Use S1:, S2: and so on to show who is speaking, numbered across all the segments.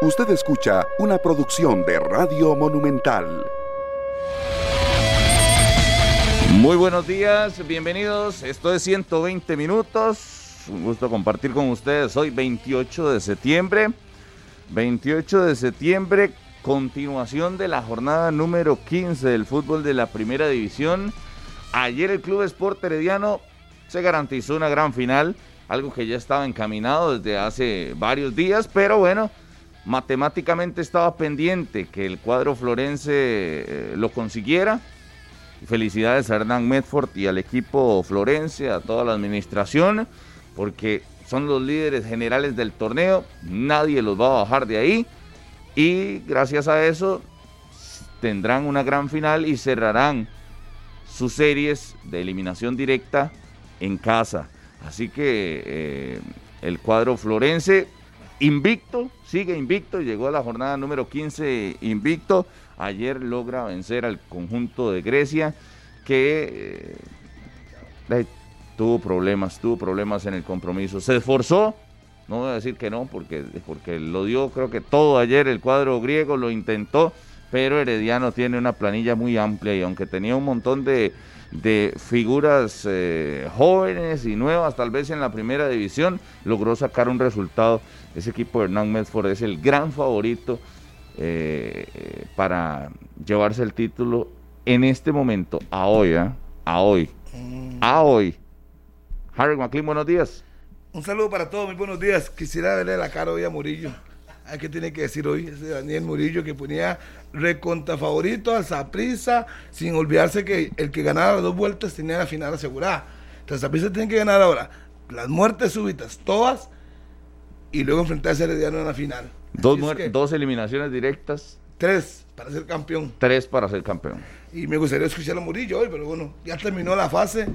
S1: Usted escucha una producción de Radio Monumental.
S2: Muy buenos días, bienvenidos. Esto es 120 minutos. Un gusto compartir con ustedes hoy 28 de septiembre. 28 de septiembre, continuación de la jornada número 15 del fútbol de la Primera División. Ayer el Club Sport Herediano se garantizó una gran final, algo que ya estaba encaminado desde hace varios días, pero bueno, matemáticamente estaba pendiente que el cuadro florense eh, lo consiguiera. Felicidades a Hernán Medford y al equipo florense, a toda la administración, porque son los líderes generales del torneo, nadie los va a bajar de ahí y gracias a eso tendrán una gran final y cerrarán sus series de eliminación directa en casa. Así que eh, el cuadro florense invicto, sigue invicto, llegó a la jornada número 15 invicto. Ayer logra vencer al conjunto de Grecia que eh, tuvo problemas, tuvo problemas en el compromiso. Se esforzó, no voy a decir que no, porque, porque lo dio creo que todo ayer el cuadro griego, lo intentó, pero Herediano tiene una planilla muy amplia y aunque tenía un montón de, de figuras eh, jóvenes y nuevas, tal vez en la primera división, logró sacar un resultado. Ese equipo de Hernán Medford es el gran favorito eh, para llevarse el título en este momento, a hoy, ¿eh? a hoy, a hoy. Harry McLean, buenos días.
S3: Un saludo para todos, muy buenos días. Quisiera verle la cara hoy a Murillo. Hay que tiene que decir hoy, ese Daniel Murillo que ponía recontra favorito al Zaprisa, sin olvidarse que el que ganara las dos vueltas tenía la final asegurada. Entonces Zaprisa tiene que ganar ahora las muertes súbitas, todas, y luego enfrentarse a Herediano en la final.
S2: Dos,
S3: Así es
S2: muer-
S3: que,
S2: dos eliminaciones directas,
S3: Tres para ser campeón.
S2: tres para ser campeón.
S3: Y me gustaría escuchar a Murillo hoy, pero bueno, ya terminó la fase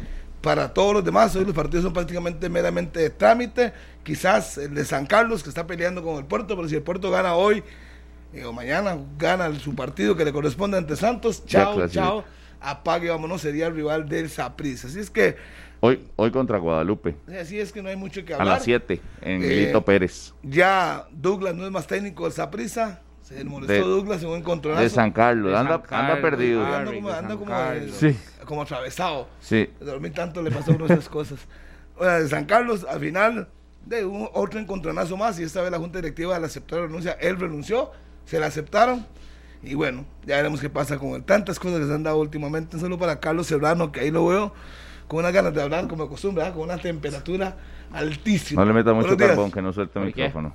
S3: para todos los demás. Hoy los partidos son prácticamente meramente de trámite. Quizás el de San Carlos que está peleando con el Puerto, pero si el Puerto gana hoy eh, o mañana, gana su partido que le corresponde ante Santos,
S2: Ya
S3: chao,
S2: clasifica.
S3: chao, apague, vámonos, sería el rival del Saprissa. Así es que,
S2: Hoy, hoy contra Guadalupe,
S3: así es que no hay mucho que
S2: a
S3: hablar.
S2: las 7, en
S3: Eh,
S2: Guilito Pérez,
S3: Ya Douglas no es más técnico del Saprissa. Se molestó
S2: De-
S3: Douglas en un encontronazo.
S2: de San Carlos.
S4: de
S2: Anda,
S4: San
S2: anda
S4: Carlos,
S2: perdido.
S4: ah.
S3: Anda como,
S4: de
S3: anda
S4: San
S3: como-
S4: Carlos.
S2: Sí.
S3: como atravesado.
S2: Sí,
S3: De dormir tanto le pasó a uno esas cosas. O sea, de San Carlos, al final, de un, otro encontronazo más, y esta vez la Junta Directiva le aceptó la renuncia. Él renunció, se la aceptaron, y bueno, ya veremos qué pasa con él. Tantas cosas que se han dado últimamente. Solo para Carlos Serrano, que ahí lo veo, con unas ganas de hablar, como de costumbre, ¿verdad? con una temperatura altísima.
S2: no le meta
S3: Buenos
S2: mucho
S3: días.
S2: carbón que no suelta el
S4: ¿Por qué?
S2: micrófono.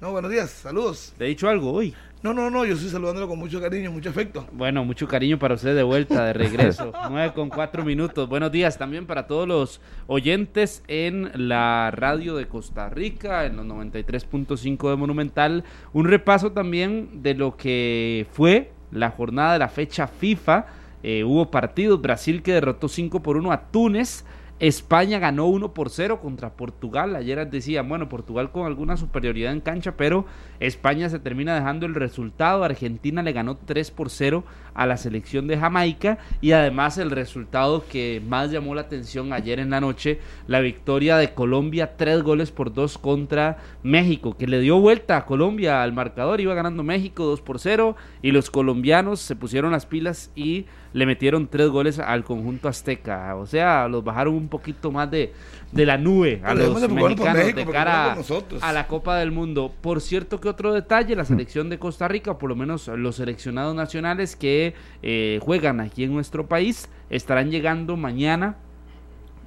S3: No, buenos días, saludos.
S4: ¿Te he dicho algo hoy?
S3: No, no, no, yo estoy saludándolo con mucho cariño, mucho afecto.
S4: Bueno, mucho cariño para usted de vuelta, de regreso. 9 con 4 minutos. Buenos días también para todos los oyentes en la radio de Costa Rica, en los 93.5 de Monumental. Un repaso también de lo que fue la jornada de la fecha FIFA. Eh, hubo partidos, Brasil que derrotó 5 por 1 a Túnez. España ganó 1 por 0 contra Portugal. Ayer decían, bueno, Portugal con alguna superioridad en cancha, pero España se termina dejando el resultado. Argentina le ganó 3 por 0 a la selección de Jamaica. Y además el resultado que más llamó la atención ayer en la noche, la victoria de Colombia, 3 goles por 2 contra México, que le dio vuelta a Colombia al marcador. Iba ganando México 2 por 0 y los colombianos se pusieron las pilas y le metieron tres goles al conjunto azteca. O sea, los bajaron un poquito más de, de la nube a
S3: Pero dejemos
S4: los
S3: de jugar por
S4: mexicanos
S3: México,
S4: de
S3: porque
S4: cara
S3: jugamos nosotros.
S4: a la Copa del Mundo. Por cierto, que otro detalle, la selección de Costa Rica, o por lo menos los seleccionados nacionales que eh, juegan aquí en nuestro país, estarán llegando mañana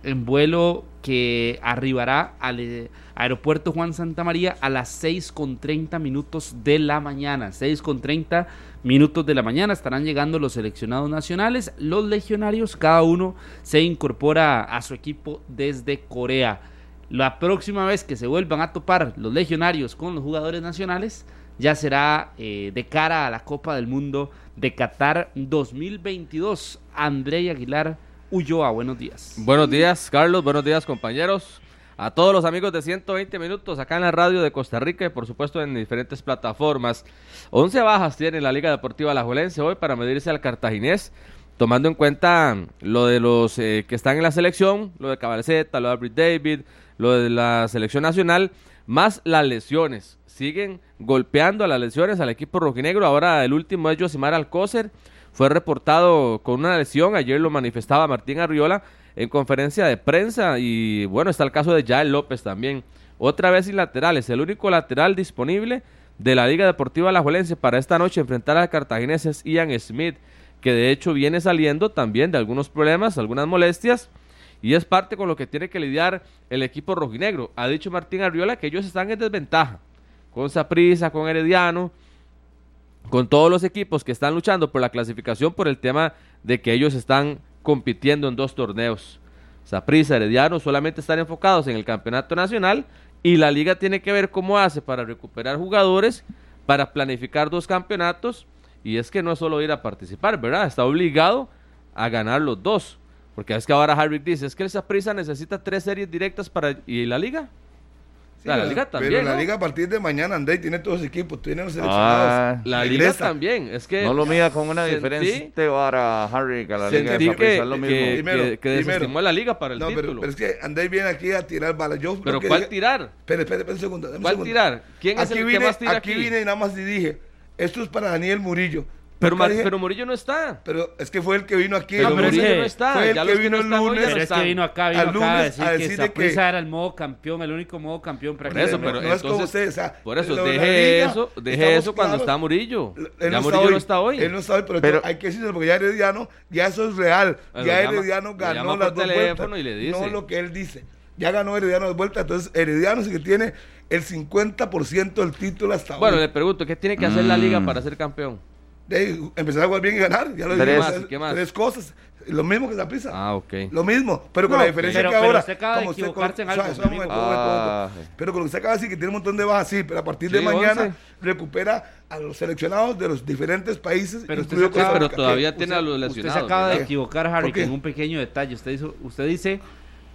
S4: en vuelo que arribará al eh, aeropuerto Juan Santa María a las 6 con 30 minutos de la mañana. 6 con 30 minutos de la mañana estarán llegando los seleccionados nacionales, los legionarios, cada uno se incorpora a su equipo desde Corea. La próxima vez que se vuelvan a topar los legionarios con los jugadores nacionales, ya será eh, de cara a la Copa del Mundo de Qatar 2022. André Aguilar Ulloa, buenos días.
S5: Buenos días, Carlos. Buenos días, compañeros. A todos los amigos de 120 minutos acá en la radio de Costa Rica y por supuesto en diferentes plataformas. 11 bajas tiene la Liga Deportiva Alajuelense hoy para medirse al cartaginés, tomando en cuenta lo de los eh, que están en la selección, lo de Cabalceta, lo de Avery David, lo de la selección nacional. más las lesiones. Siguen golpeando a las lesiones al equipo rojinegro. Ahora el último es Josimar Alcócer. Fue reportado con una lesión. Ayer lo manifestaba Martín Arriola en conferencia de prensa. Y bueno, está el caso de Jael López también. Otra vez sin laterales. El único lateral disponible de la Liga Deportiva Alajuelense para esta noche enfrentar al cartaginés es Ian Smith, que de hecho viene saliendo también de algunos problemas, algunas molestias y es parte con lo que tiene que lidiar el equipo rojinegro. Ha dicho Martín Arriola que ellos están en desventaja con Saprissa, con Herediano, con todos los equipos que están luchando por la clasificación por el tema de que ellos están compitiendo en dos torneos. Saprissa, Herediano solamente están enfocados en el campeonato nacional y la liga tiene que ver cómo hace para recuperar jugadores, para planificar dos campeonatos y es que no es solo ir a participar, ¿verdad? Está obligado a ganar los dos. Porque es que ahora Harvick dice, es que el Saprissa necesita tres series directas para... ¿Y la liga?
S3: Sí,
S5: O sea, la liga también.
S3: Pero la
S5: ¿no?
S3: liga a partir de mañana, André, tiene todos los equipos, tiene los
S2: Ah,
S3: seleccionados.
S5: La liga
S3: Inglesa.
S5: también. Es que
S2: No lo mida con una
S5: sentí-
S2: diferencia para Harry que a la liga
S5: sentí
S2: de
S5: que,
S2: Saprissa, es lo
S5: que-
S2: mismo.
S5: que-
S3: Primero,
S5: que
S3: primero.
S5: desestimó a la liga para el
S3: No, pero,
S5: título.
S3: pero
S5: Pero,
S3: es que André viene aquí a tirar balas. Yo creo que
S5: ¿cuál
S3: diga-
S5: tirar?
S3: Espera, espera, espera un segundo. dame un
S5: ¿Cuál
S3: segundo.
S5: tirar? ¿Quién es
S3: aquí
S5: el que
S3: vine,
S5: más tira aquí?
S3: vine y nada más y dije, esto es para Daniel Murillo.
S5: Pero,
S3: Nunca
S5: Mar-
S3: dije-
S5: pero Murillo no está.
S3: pero es que fue el que vino aquí.
S5: Pero
S3: el
S4: pero es
S5: Murillo
S4: que-
S5: no está.
S3: fue el
S5: ya
S3: que
S5: los que
S3: vino
S5: no
S3: el
S5: están hoy ya
S3: lunes.
S5: no
S4: Pero es que
S5: están.
S4: vino acá, vino
S3: Al
S4: acá a
S3: lunes
S4: decir,
S3: a
S4: que
S3: decir de
S4: Saprissa
S3: que-
S4: era el modo campeón, el único modo campeón
S5: Por eso,
S4: prácticamente.
S5: pero
S3: no es como
S5: entonces-
S3: ustedes, o sea,
S5: Por eso,
S3: la
S5: deje
S3: liga,
S5: eso, deje
S3: estamos
S5: eso cuando
S3: claros.
S5: está Murillo.
S3: Él
S5: ya
S3: no
S5: Murillo
S3: está
S5: no está hoy.
S3: Él no está hoy, pero,
S2: Pero-
S3: hay que decirlo porque ya Herediano, ya eso es real.
S5: Bueno,
S3: ya
S5: lo llama-
S3: Herediano
S5: lo
S3: ganó
S5: llama
S3: las
S5: por
S3: dos
S5: teléfono
S3: vueltas.
S5: y le dice.
S3: No lo que él dice. Ya ganó Herediano las vueltas. Entonces, Herediano es el que tiene el 50% del título hasta
S5: Bueno, le
S3: ahora.
S5: pregunto, ¿qué tiene que hacer la liga
S2: Mm.
S5: para ser campeón?
S3: empezar a jugar bien y ganar. Ya lo
S2: Tres.
S3: dijimos,
S5: ¿Qué más? ¿Qué más?
S3: Tres cosas. Lo mismo que Zaprisa.
S5: Ah, ok.
S3: Lo mismo, pero con
S4: No,
S3: la diferencia
S4: pero-
S3: que
S4: pero
S3: ahora.
S4: usted acaba de
S3: como usted-
S4: equivocarse en
S3: suave,
S4: algo,
S3: suave,
S4: mi
S3: un
S4: amigo.
S3: momento, un momento, un momento.
S2: Ah.
S3: Pero con lo que usted acaba de decir, que tiene un montón de bajas, sí, pero a partir
S5: Sí,
S3: de mañana
S5: once.
S3: recupera a los seleccionados de los diferentes países.
S4: Pero usted
S3: incluido
S4: se acaba-
S3: Costa
S5: pero
S3: Rica.
S5: todavía
S3: Eh,
S5: tiene a los
S4: Usted
S5: lesionados.
S4: se acaba de
S5: ¿verdad?
S4: equivocar,
S3: ¿Por
S4: Harry,
S3: qué?
S4: en un pequeño detalle. Usted, hizo- usted dice,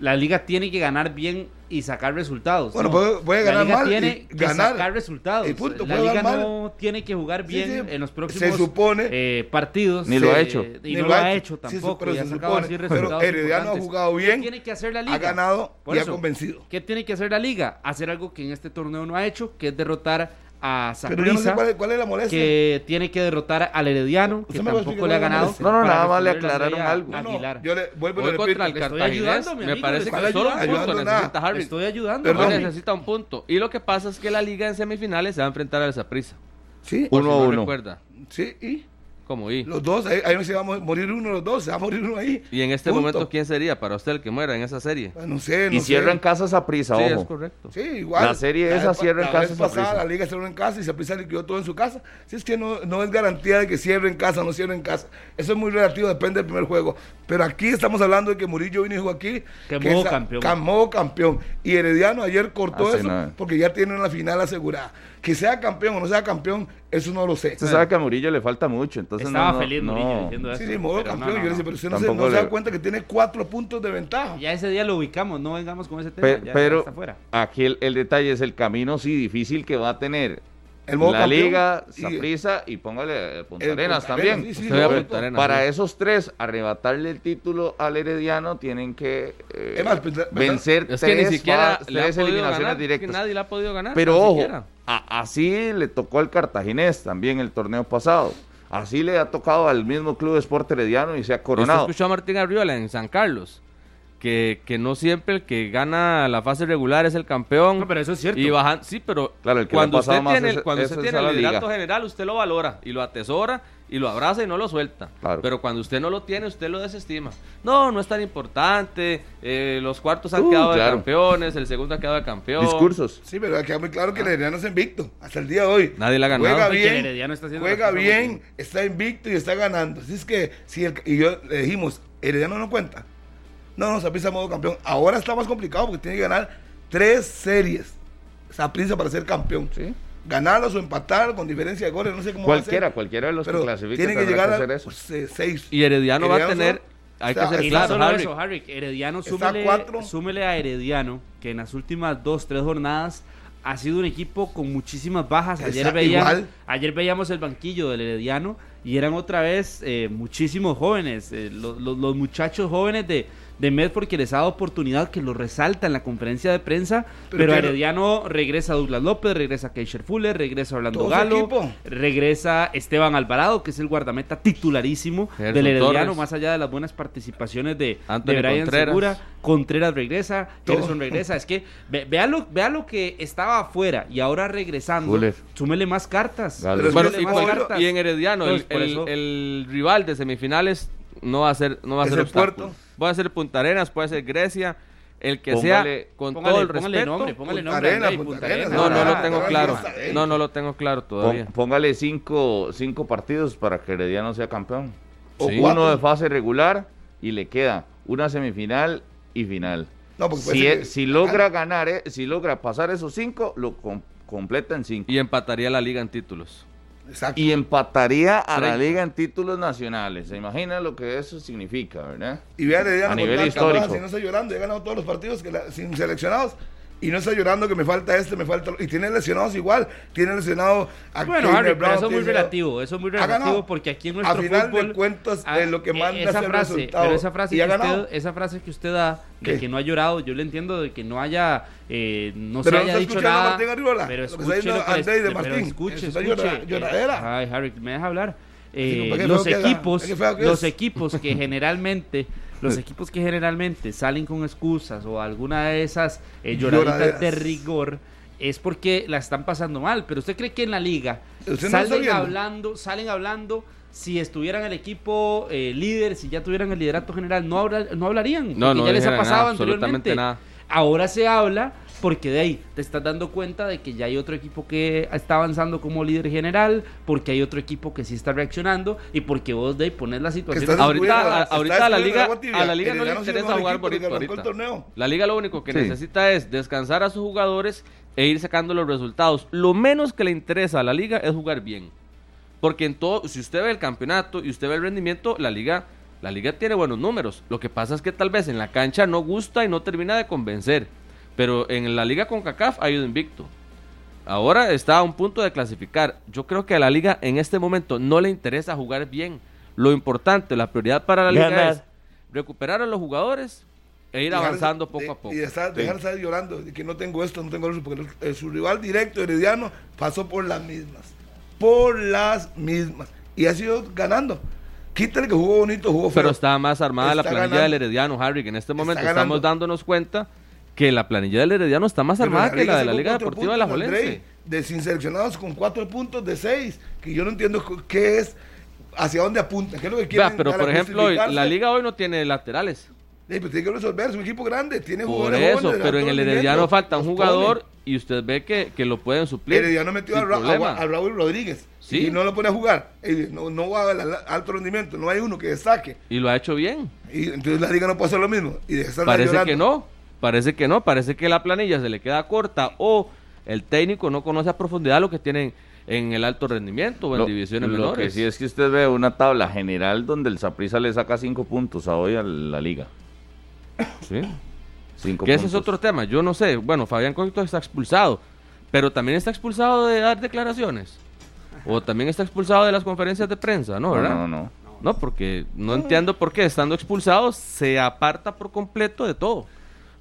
S4: la liga tiene que ganar bien y sacar resultados.
S3: Bueno,
S4: No,
S3: puede- puede
S4: la
S3: ganar
S4: liga
S3: mal y
S4: tiene que
S3: ganar.
S4: sacar resultados.
S3: Y punto,
S4: la
S3: puede
S4: liga
S3: ganar mal.
S4: no tiene que jugar
S3: Sí,
S4: bien
S3: sí.
S4: en los próximos
S3: Se supone-
S4: eh, partidos.
S2: Ni lo ha
S4: Eh,
S2: hecho.
S4: Y
S3: Ni
S4: no lo ha hecho
S3: Sí, sí,
S4: tampoco.
S3: pero
S4: y ha
S3: se
S4: sacado
S3: supone.
S4: así
S3: Pero
S4: resultados
S3: Herediano ha
S4: importantes.
S3: jugado
S4: ¿Qué
S3: bien,
S4: tiene que hacer la liga?
S3: ha ganado
S4: Por
S3: y ha
S4: eso,
S3: convencido.
S4: ¿Qué tiene que hacer la liga? Hacer algo que en este torneo no ha hecho, que es derrotar a
S3: Pero yo no sé
S4: Saprissa,
S3: cuál, es- cuál es la molestia.
S4: que tiene que derrotar al Herediano,
S3: Usted
S4: que
S3: me va a
S4: tampoco
S3: explicar
S4: le ha
S3: lo que me
S4: ganado.
S3: molesta.
S2: No, no,
S4: para
S2: nada más le
S4: responderle
S2: aclararon
S4: a-
S2: algo.
S4: a
S3: No, no,
S4: Aguilar.
S3: yo le vuelvo y le
S5: Hoy
S3: repito.
S5: contra el
S4: le estoy
S5: Cartaginés,
S4: ayudando, mi
S5: me
S4: amigo,
S5: parece
S4: le
S5: que
S3: estoy
S5: solo un
S3: ayudando,
S5: punto
S3: nada.
S5: necesita
S4: Le
S5: Harvey.
S4: Estoy ayudando.
S5: Hoy
S3: Perdón.
S4: Manuel.
S5: necesita un punto. Y lo que pasa es que la liga en semifinales se va a enfrentar al Zaprisa.
S3: Sí,
S2: Uno a uno.
S5: Recuerda.
S3: sí, y
S5: Como y.
S3: los dos, ahí, ahí no se va a mo- morir uno, los dos, se va a morir uno ahí.
S5: Y en este
S3: Punto.
S5: momento, ¿quién sería para usted el que muera en esa serie?
S3: Ah, No sé, no
S2: y
S3: sé.
S2: cierra en casa Saprissa,
S5: sí, es
S2: ojo.
S5: correcto.
S3: Sí, igual.
S2: La serie esa
S3: vez pa-
S2: cierra en casa
S3: La vez
S2: Saprissa.
S3: pasada la liga cerró en casa y Saprissa liquidó todo en su casa. Si es que no, no es garantía de que cierre en casa, no cierre en casa. Eso es muy relativo, depende del primer juego. Pero aquí estamos hablando de que Murillo vino y jugó aquí.
S4: Que
S3: que
S4: modo
S3: esa-
S4: campeón.
S3: ca- modo campeón. Y Herediano ayer cortó
S2: Hace
S3: eso
S2: nada.
S3: porque ya tienen la final asegurada. Que sea campeón o no sea campeón, eso no lo sé.
S2: Usted sabe que a Murillo le falta mucho, entonces
S4: Estaba
S2: no, no,
S4: feliz
S2: no.
S4: Murillo diciendo eso.
S3: Sí, sí, modo
S4: pero no,
S3: campeón.
S4: no,
S3: Yo le
S4: no.
S3: decía, pero usted no, se,
S2: Tampoco
S3: no se da
S2: le-
S3: cuenta que tiene cuatro puntos de ventaja.
S4: Ya ese día lo ubicamos, no vengamos con ese tema.
S2: Pe-
S4: ya- ya
S2: pero
S4: está fuera.
S2: aquí el, el detalle es el camino sí difícil que va a tener
S3: El modo
S2: la
S3: campeón
S2: liga,
S3: y-
S2: Saprissa y póngale eh, Punta
S3: El
S2: Arenas
S3: Punta
S2: también.
S3: Arenas, sí, sí,
S5: Usted ve a
S3: lo-
S5: Punta Arenas,
S2: Para
S5: sí.
S2: esos tres, arrebatarle el título al Herediano, tienen que eh,
S3: Es más, pues, la-
S2: vencer
S5: Es que
S2: tres,
S5: ni siquiera
S2: más-
S5: le ha
S2: tres
S5: podido
S2: eliminaciones
S5: ganar, que
S2: directas.
S5: nadie le ha podido ganar.
S2: Pero
S5: ni
S2: ojo,
S5: siquiera.
S2: a- así le tocó al Cartaginés también el torneo pasado. Así le ha tocado al mismo Club Esporte Herediano y se ha
S5: Usted
S2: coronado.
S5: escuchó a Martín Arriola en San Carlos, que, que no siempre el que gana la fase regular es el campeón.
S4: No, pero eso es cierto.
S5: Y bajan, sí, pero
S2: Claro, el que le
S5: cuando
S2: ha pasado
S5: usted
S2: más
S5: tiene,
S2: es-
S5: el- cuando
S2: es
S5: usted
S2: esa
S5: tiene el
S2: la liga.
S5: liderato general, usted lo valora y lo atesora y lo abraza y no lo suelta.
S2: Claro.
S5: Pero cuando usted no lo tiene, usted lo desestima. No, no es tan importante. eh, los cuartos han
S2: Uh,
S5: quedado de
S2: claro.
S5: campeones, el segundo ha quedado de campeón.
S2: Discursos.
S3: Sí, pero queda muy
S2: Ah.
S3: claro que el Herediano está invicto hasta el día de hoy.
S5: Nadie le ha ganado.
S3: Juega
S4: Y que el
S3: bien,
S4: Herediano está haciendo
S3: juega
S4: las cosas muy
S3: bien, está invicto y está ganando. Así es que, si el, y yo le dijimos, Herediano no cuenta. No, no, Saprissa modo campeón. Ahora está más complicado porque tiene que ganar tres series. Saprissa para ser campeón.
S2: Sí.
S3: Ganarlos o empatar con diferencia de goles, no sé cómo va a ser.
S2: Cualquiera, cualquiera de los que
S3: Pero
S2: clasifiquen
S3: tiene que
S2: tendrá
S3: llegar
S2: que
S3: a
S2: hacer eso.
S5: Pues,
S3: se- seis.
S5: Y Herediano va a
S3: Herediano
S5: tener-
S3: solo-
S5: hay que
S3: está-
S5: ser
S4: Y
S3: está-
S4: no
S5: claro,
S4: solo
S5: Harvick.
S4: eso, Harvick, Herediano,
S3: Está
S4: súmele,
S3: cuatro.
S4: súmele a Herediano, que en las últimas dos, tres jornadas ha sido un equipo con muchísimas bajas. Ayer,
S3: Esa-
S4: veía-
S3: igual.
S4: ayer veíamos el banquillo del Herediano y eran otra vez eh, muchísimos jóvenes, eh, los, los- los muchachos jóvenes de de Medford que les ha dado oportunidad, que lo resalta en la conferencia de prensa,
S3: Pero
S4: pero,
S3: que-
S4: Herediano regresa Douglas López, regresa Keisher Fuller, regresa Orlando
S3: Todo ese
S4: Galo,
S3: equipo.
S4: regresa Esteban Alvarado, que es el guardameta titularísimo
S5: Gerson
S4: del Herediano,
S5: Torres.
S4: más allá de las buenas participaciones de,
S5: Anthony
S4: de Brian
S5: Contreras.
S4: Segura, Contreras regresa,
S3: Todo.
S4: Gerson regresa, es que ve- vea, lo, vea lo que estaba afuera y ahora regresando,
S2: Fuller.
S4: súmele más cartas.
S2: Galo.
S3: Pero
S5: Bueno,
S3: es
S5: y,
S3: que
S5: cual-
S3: le
S5: y en Herediano, el,
S4: Entonces, por
S5: el-
S4: eso-
S5: el rival de semifinales no va a ser, no va a
S3: Es
S5: ser
S3: el
S5: obstáculo.
S3: Puerto.
S5: Puede ser Punta Arenas, puede ser Grecia, el que
S2: Póngale-
S5: sea, con
S4: Póngale-
S5: todo el
S4: póngale
S5: respeto.
S4: nombre, póngale
S3: Punta
S4: nombre.
S3: Arenas,
S4: Andrei,
S3: Punta
S4: Punta
S3: Arenas,
S4: Arenas.
S5: no, no lo
S3: Ah,
S5: tengo
S3: ahora
S5: claro.
S3: ya sabemos.
S5: No, no lo tengo claro todavía.
S2: Pon- póngale cinco, cinco partidos para que Herediano sea campeón.
S3: O
S2: Sí.
S3: cuatro.
S2: Uno de fase regular y le queda una semifinal y final.
S3: No, porque puede
S2: si,
S3: ser
S2: e-
S3: que-
S2: si logra ganar, eh, si logra pasar esos cinco, lo com- completa en cinco.
S5: Y empataría la liga en títulos.
S3: Exacto.
S2: Y empataría a la
S5: Treinta.
S2: liga en títulos nacionales. Se imagina lo que eso significa, ¿verdad?
S3: Y vea Herediano
S2: A
S3: con
S2: nivel
S3: tanta
S2: histórico.
S3: baja, Si no está llorando, he ganado todos los partidos que la- sin seleccionados. Y no está llorando que me falta este, me falta. lo- Y tiene lesionados igual. Tiene lesionado a
S4: Bueno,
S3: Keiner
S4: Harry, pero
S3: Brown,
S4: eso es muy
S3: tiene-
S4: relativo, eso es muy
S3: Ha ganado.
S4: relativo porque aquí en
S3: A
S4: nuestro
S3: final de
S4: fútbol,
S3: cuentas,
S4: ah,
S3: eh, lo que
S4: eh,
S3: manda es
S4: esa
S3: el
S4: frase,
S3: resultado.
S4: Pero esa frase,
S3: Y ha
S4: que
S3: ganado.
S4: usted, esa frase que usted da de
S3: ¿Qué?
S4: que no ha llorado, yo le entiendo de que no haya, eh, no
S3: Pero
S4: se
S3: no
S4: haya
S3: está
S4: dicho
S3: escuchando a
S4: nada.
S3: Martín Arriola,
S4: pero
S3: lo que está
S4: escuche,
S3: diciendo
S4: lo que le-
S3: Andrés de
S4: pero
S3: Martín,
S4: escuche,
S3: está
S4: escuche,
S3: llora-
S4: eh,
S3: lloradera.
S4: ay, Harry, me deja hablar. Eh,
S3: Sí, ¿para qué feo
S4: los
S3: que era?
S4: equipos,
S3: ¿Para qué feo que
S4: los
S3: es?
S4: equipos que generalmente, los equipos que generalmente salen con excusas o alguna de esas eh, lloraditas de
S3: Lloraderas.
S4: rigor es porque la están pasando mal. Pero usted cree que en la liga
S3: Usted no está
S4: salen
S3: viendo.
S4: hablando, salen hablando. Si estuvieran el equipo eh, líder, si ya tuvieran el liderato general, no, habla- no hablarían.
S5: No,
S4: porque
S5: no
S4: ya les ha
S5: dijeran
S4: pasado
S5: nada, absolutamente
S4: anteriormente.
S5: nada.
S4: Ahora se habla porque de ahí te estás dando cuenta de que ya hay otro equipo que está avanzando como líder general, porque hay otro equipo que sí está reaccionando y porque vos de ahí pones la situación.
S3: estás
S4: Ahora,
S5: Pues
S3: descubriendo-
S5: Ahorita, a-
S3: está
S5: ahorita a la
S3: descubriendo
S5: liga,
S3: agua tibia.
S5: a la liga no le
S3: Herediano sí es el
S5: interesa
S3: mejor
S5: jugar
S3: equipo
S5: bonito
S3: que arrancó el
S5: ahorita.
S3: torneo.
S5: La liga lo único que
S2: Sí.
S5: necesita es descansar a sus jugadores e ir sacando los resultados. Lo menos que le interesa a la liga es jugar bien. Porque en todo, si usted ve el campeonato y usted ve el rendimiento, la liga, la liga tiene buenos números. Lo que pasa es que tal vez en la cancha no gusta y no termina de convencer. Pero en la liga con CACAF ha ido invicto. Ahora está a un punto de clasificar. Yo creo que a la liga en este momento no le interesa jugar bien. Lo importante, la prioridad para la liga
S2: Ganar.
S5: es recuperar a los jugadores e ir
S3: Dejar-
S5: avanzando poco
S3: de-
S5: a poco.
S3: Y estar, dejar de estar llorando de que no tengo esto, no tengo eso, porque el- su rival directo, Herediano, pasó por las mismas. Por las mismas. Y ha sido ganando. Quítale que jugó bonito, jugó feo.
S5: Pero está más armada la
S3: Está
S5: planilla
S3: ganando.
S5: del Herediano, Harry, que en este momento
S3: ganando.
S5: estamos dándonos cuenta que la planilla del Herediano está más
S3: Pero
S5: armada que la de
S3: sacó
S5: la Liga
S3: cuatro
S5: Deportiva de la
S3: puntos, Andrei, De sin seleccionados con cuatro puntos de seis, que yo no entiendo cu- qué es, hacia dónde apuntan, qué es lo que quieren.
S5: pero
S3: para
S5: por ejemplo, hoy- la
S3: justificarse.
S5: Liga hoy no tiene laterales.
S3: Ey, pero tiene que resolver, es un equipo grande, tiene
S5: Por
S3: jugadores
S5: eso,
S3: jóvenes de
S5: pero
S3: alto
S5: en el
S3: rendimiento,
S5: Herediano falta un
S3: los
S5: jugador
S3: pone.
S5: y usted ve que, que lo pueden suplir.
S3: Herediano metió a,
S5: sin
S3: Ra- a
S5: problema.
S3: Ra- a Raúl Rodríguez
S5: Sí.
S3: y no lo pone a jugar. Ey, no, no va a la- la- alto rendimiento, no hay uno que destaque.
S5: Y lo ha hecho bien.
S3: Y entonces la liga no puede hacer lo mismo. Y de estar
S5: Parece
S3: llorando.
S5: que no, parece que no, parece que la planilla se le queda corta o el técnico no conoce a profundidad lo que tienen en el alto rendimiento o en
S2: Lo-
S5: divisiones
S2: lo
S5: menores.
S2: que sí es que usted ve una tabla general donde el Saprissa le saca cinco puntos a hoy a la liga.
S5: Sí.
S2: Cinco
S5: Que ese
S2: puntos.
S5: es otro tema, yo no sé, bueno, Fabián Coito está expulsado, pero también está expulsado de dar declaraciones. O también está expulsado de las conferencias de prensa, ¿no?
S2: No,
S5: ¿Verdad?
S2: no, no.
S5: No, porque no
S3: Mm.
S5: entiendo por qué, estando expulsado, se aparta por completo de todo.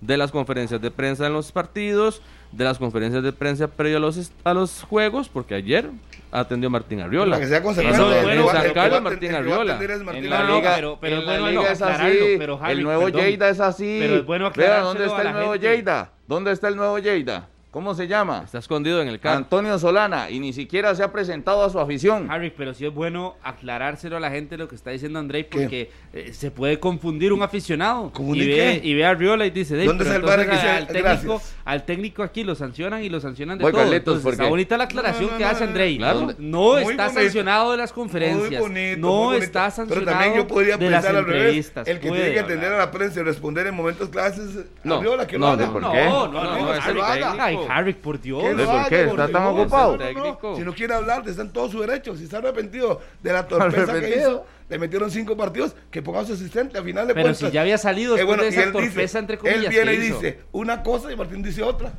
S5: De las conferencias de prensa en los partidos, de las conferencias de prensa previo a los, est- a los juegos, porque ayer atendió Martín Arriola.
S3: Para que sea consecuente.
S4: Eso es
S3: el
S4: bueno,
S3: que va-
S4: San
S3: el que va
S5: Carlos
S3: a ten-
S5: Martín
S3: el que va a
S5: Arriola.
S3: atender es Martín
S2: En
S4: No,
S2: la
S4: no,
S3: Arriola.
S2: liga,
S4: pero- pero
S2: en
S4: es
S2: la
S4: bueno
S2: liga
S4: no,
S2: es así.
S4: aclararlo, pero, Harry,
S2: el nuevo
S4: perdón.
S2: Lleida es así.
S4: Pero es bueno
S2: Vea, ¿dónde
S4: aclarárselo a
S2: está el
S4: la
S2: nuevo
S4: gente.
S2: Lleida? ¿Dónde está el nuevo Lleida? ¿Cómo se llama?
S5: Está escondido en el canto.
S2: Antonio Solana y ni siquiera se ha presentado a su afición.
S4: Harry, pero sí es bueno aclarárselo a la gente lo que está diciendo Andrei, porque eh, se puede confundir un aficionado y
S3: ¿Confundir
S4: ve,
S3: qué?
S4: y ve a Riola y dice, "Dey,
S3: ¿Dónde
S4: pero
S3: está el bar
S4: entonces
S3: que
S4: a-
S3: sea-
S4: al técnico,
S3: gracias"?
S4: al técnico aquí lo sancionan y lo sancionan de
S2: Voy,
S4: todo.
S2: Carletos,
S4: Entonces,
S2: ¿por
S4: está
S2: qué?
S4: bonita la aclaración
S3: No, no,
S4: que
S3: no,
S4: hace
S3: no,
S4: Andrei.
S5: claro.
S4: No,
S3: Muy
S4: está
S3: bonito.
S4: sancionado de las conferencias.
S3: Muy bonito,
S4: no
S3: muy bonito.
S4: está sancionado
S3: Pero también yo podría
S4: de las
S3: pensar al revés.
S4: entrevistas.
S3: El que
S4: puede
S3: tiene que
S4: hablar.
S3: atender a la prensa y responder en momentos clases.
S5: No,
S3: Arriola, que
S5: no,
S3: lo haga.
S5: no,
S2: ¿por
S4: no,
S2: qué?
S4: no, no,
S5: No,
S4: Harry,
S5: ese
S3: lo haga.
S4: ay, Harry, por Dios.
S3: Que lo
S2: ¿Por
S3: haga,
S2: qué? ¿Está
S3: por
S2: tan
S3: Dios.
S2: ocupado?
S3: No, no, no.
S5: Técnico.
S3: Si no quiere hablar, está en todo su derecho. Si está arrepentido de la torpeza que
S2: Arrepentido.
S3: hizo, le metieron cinco partidos, que ponga a su asistente. Al final de
S4: Pero
S3: cuentas.
S4: si ya había salido
S3: Eh,
S4: después de
S3: y
S4: esa
S3: él dice-
S4: torpeza, entre comillas,
S3: Él viene
S4: que
S3: y
S4: hizo.
S3: dice una cosa y Martín dice otra.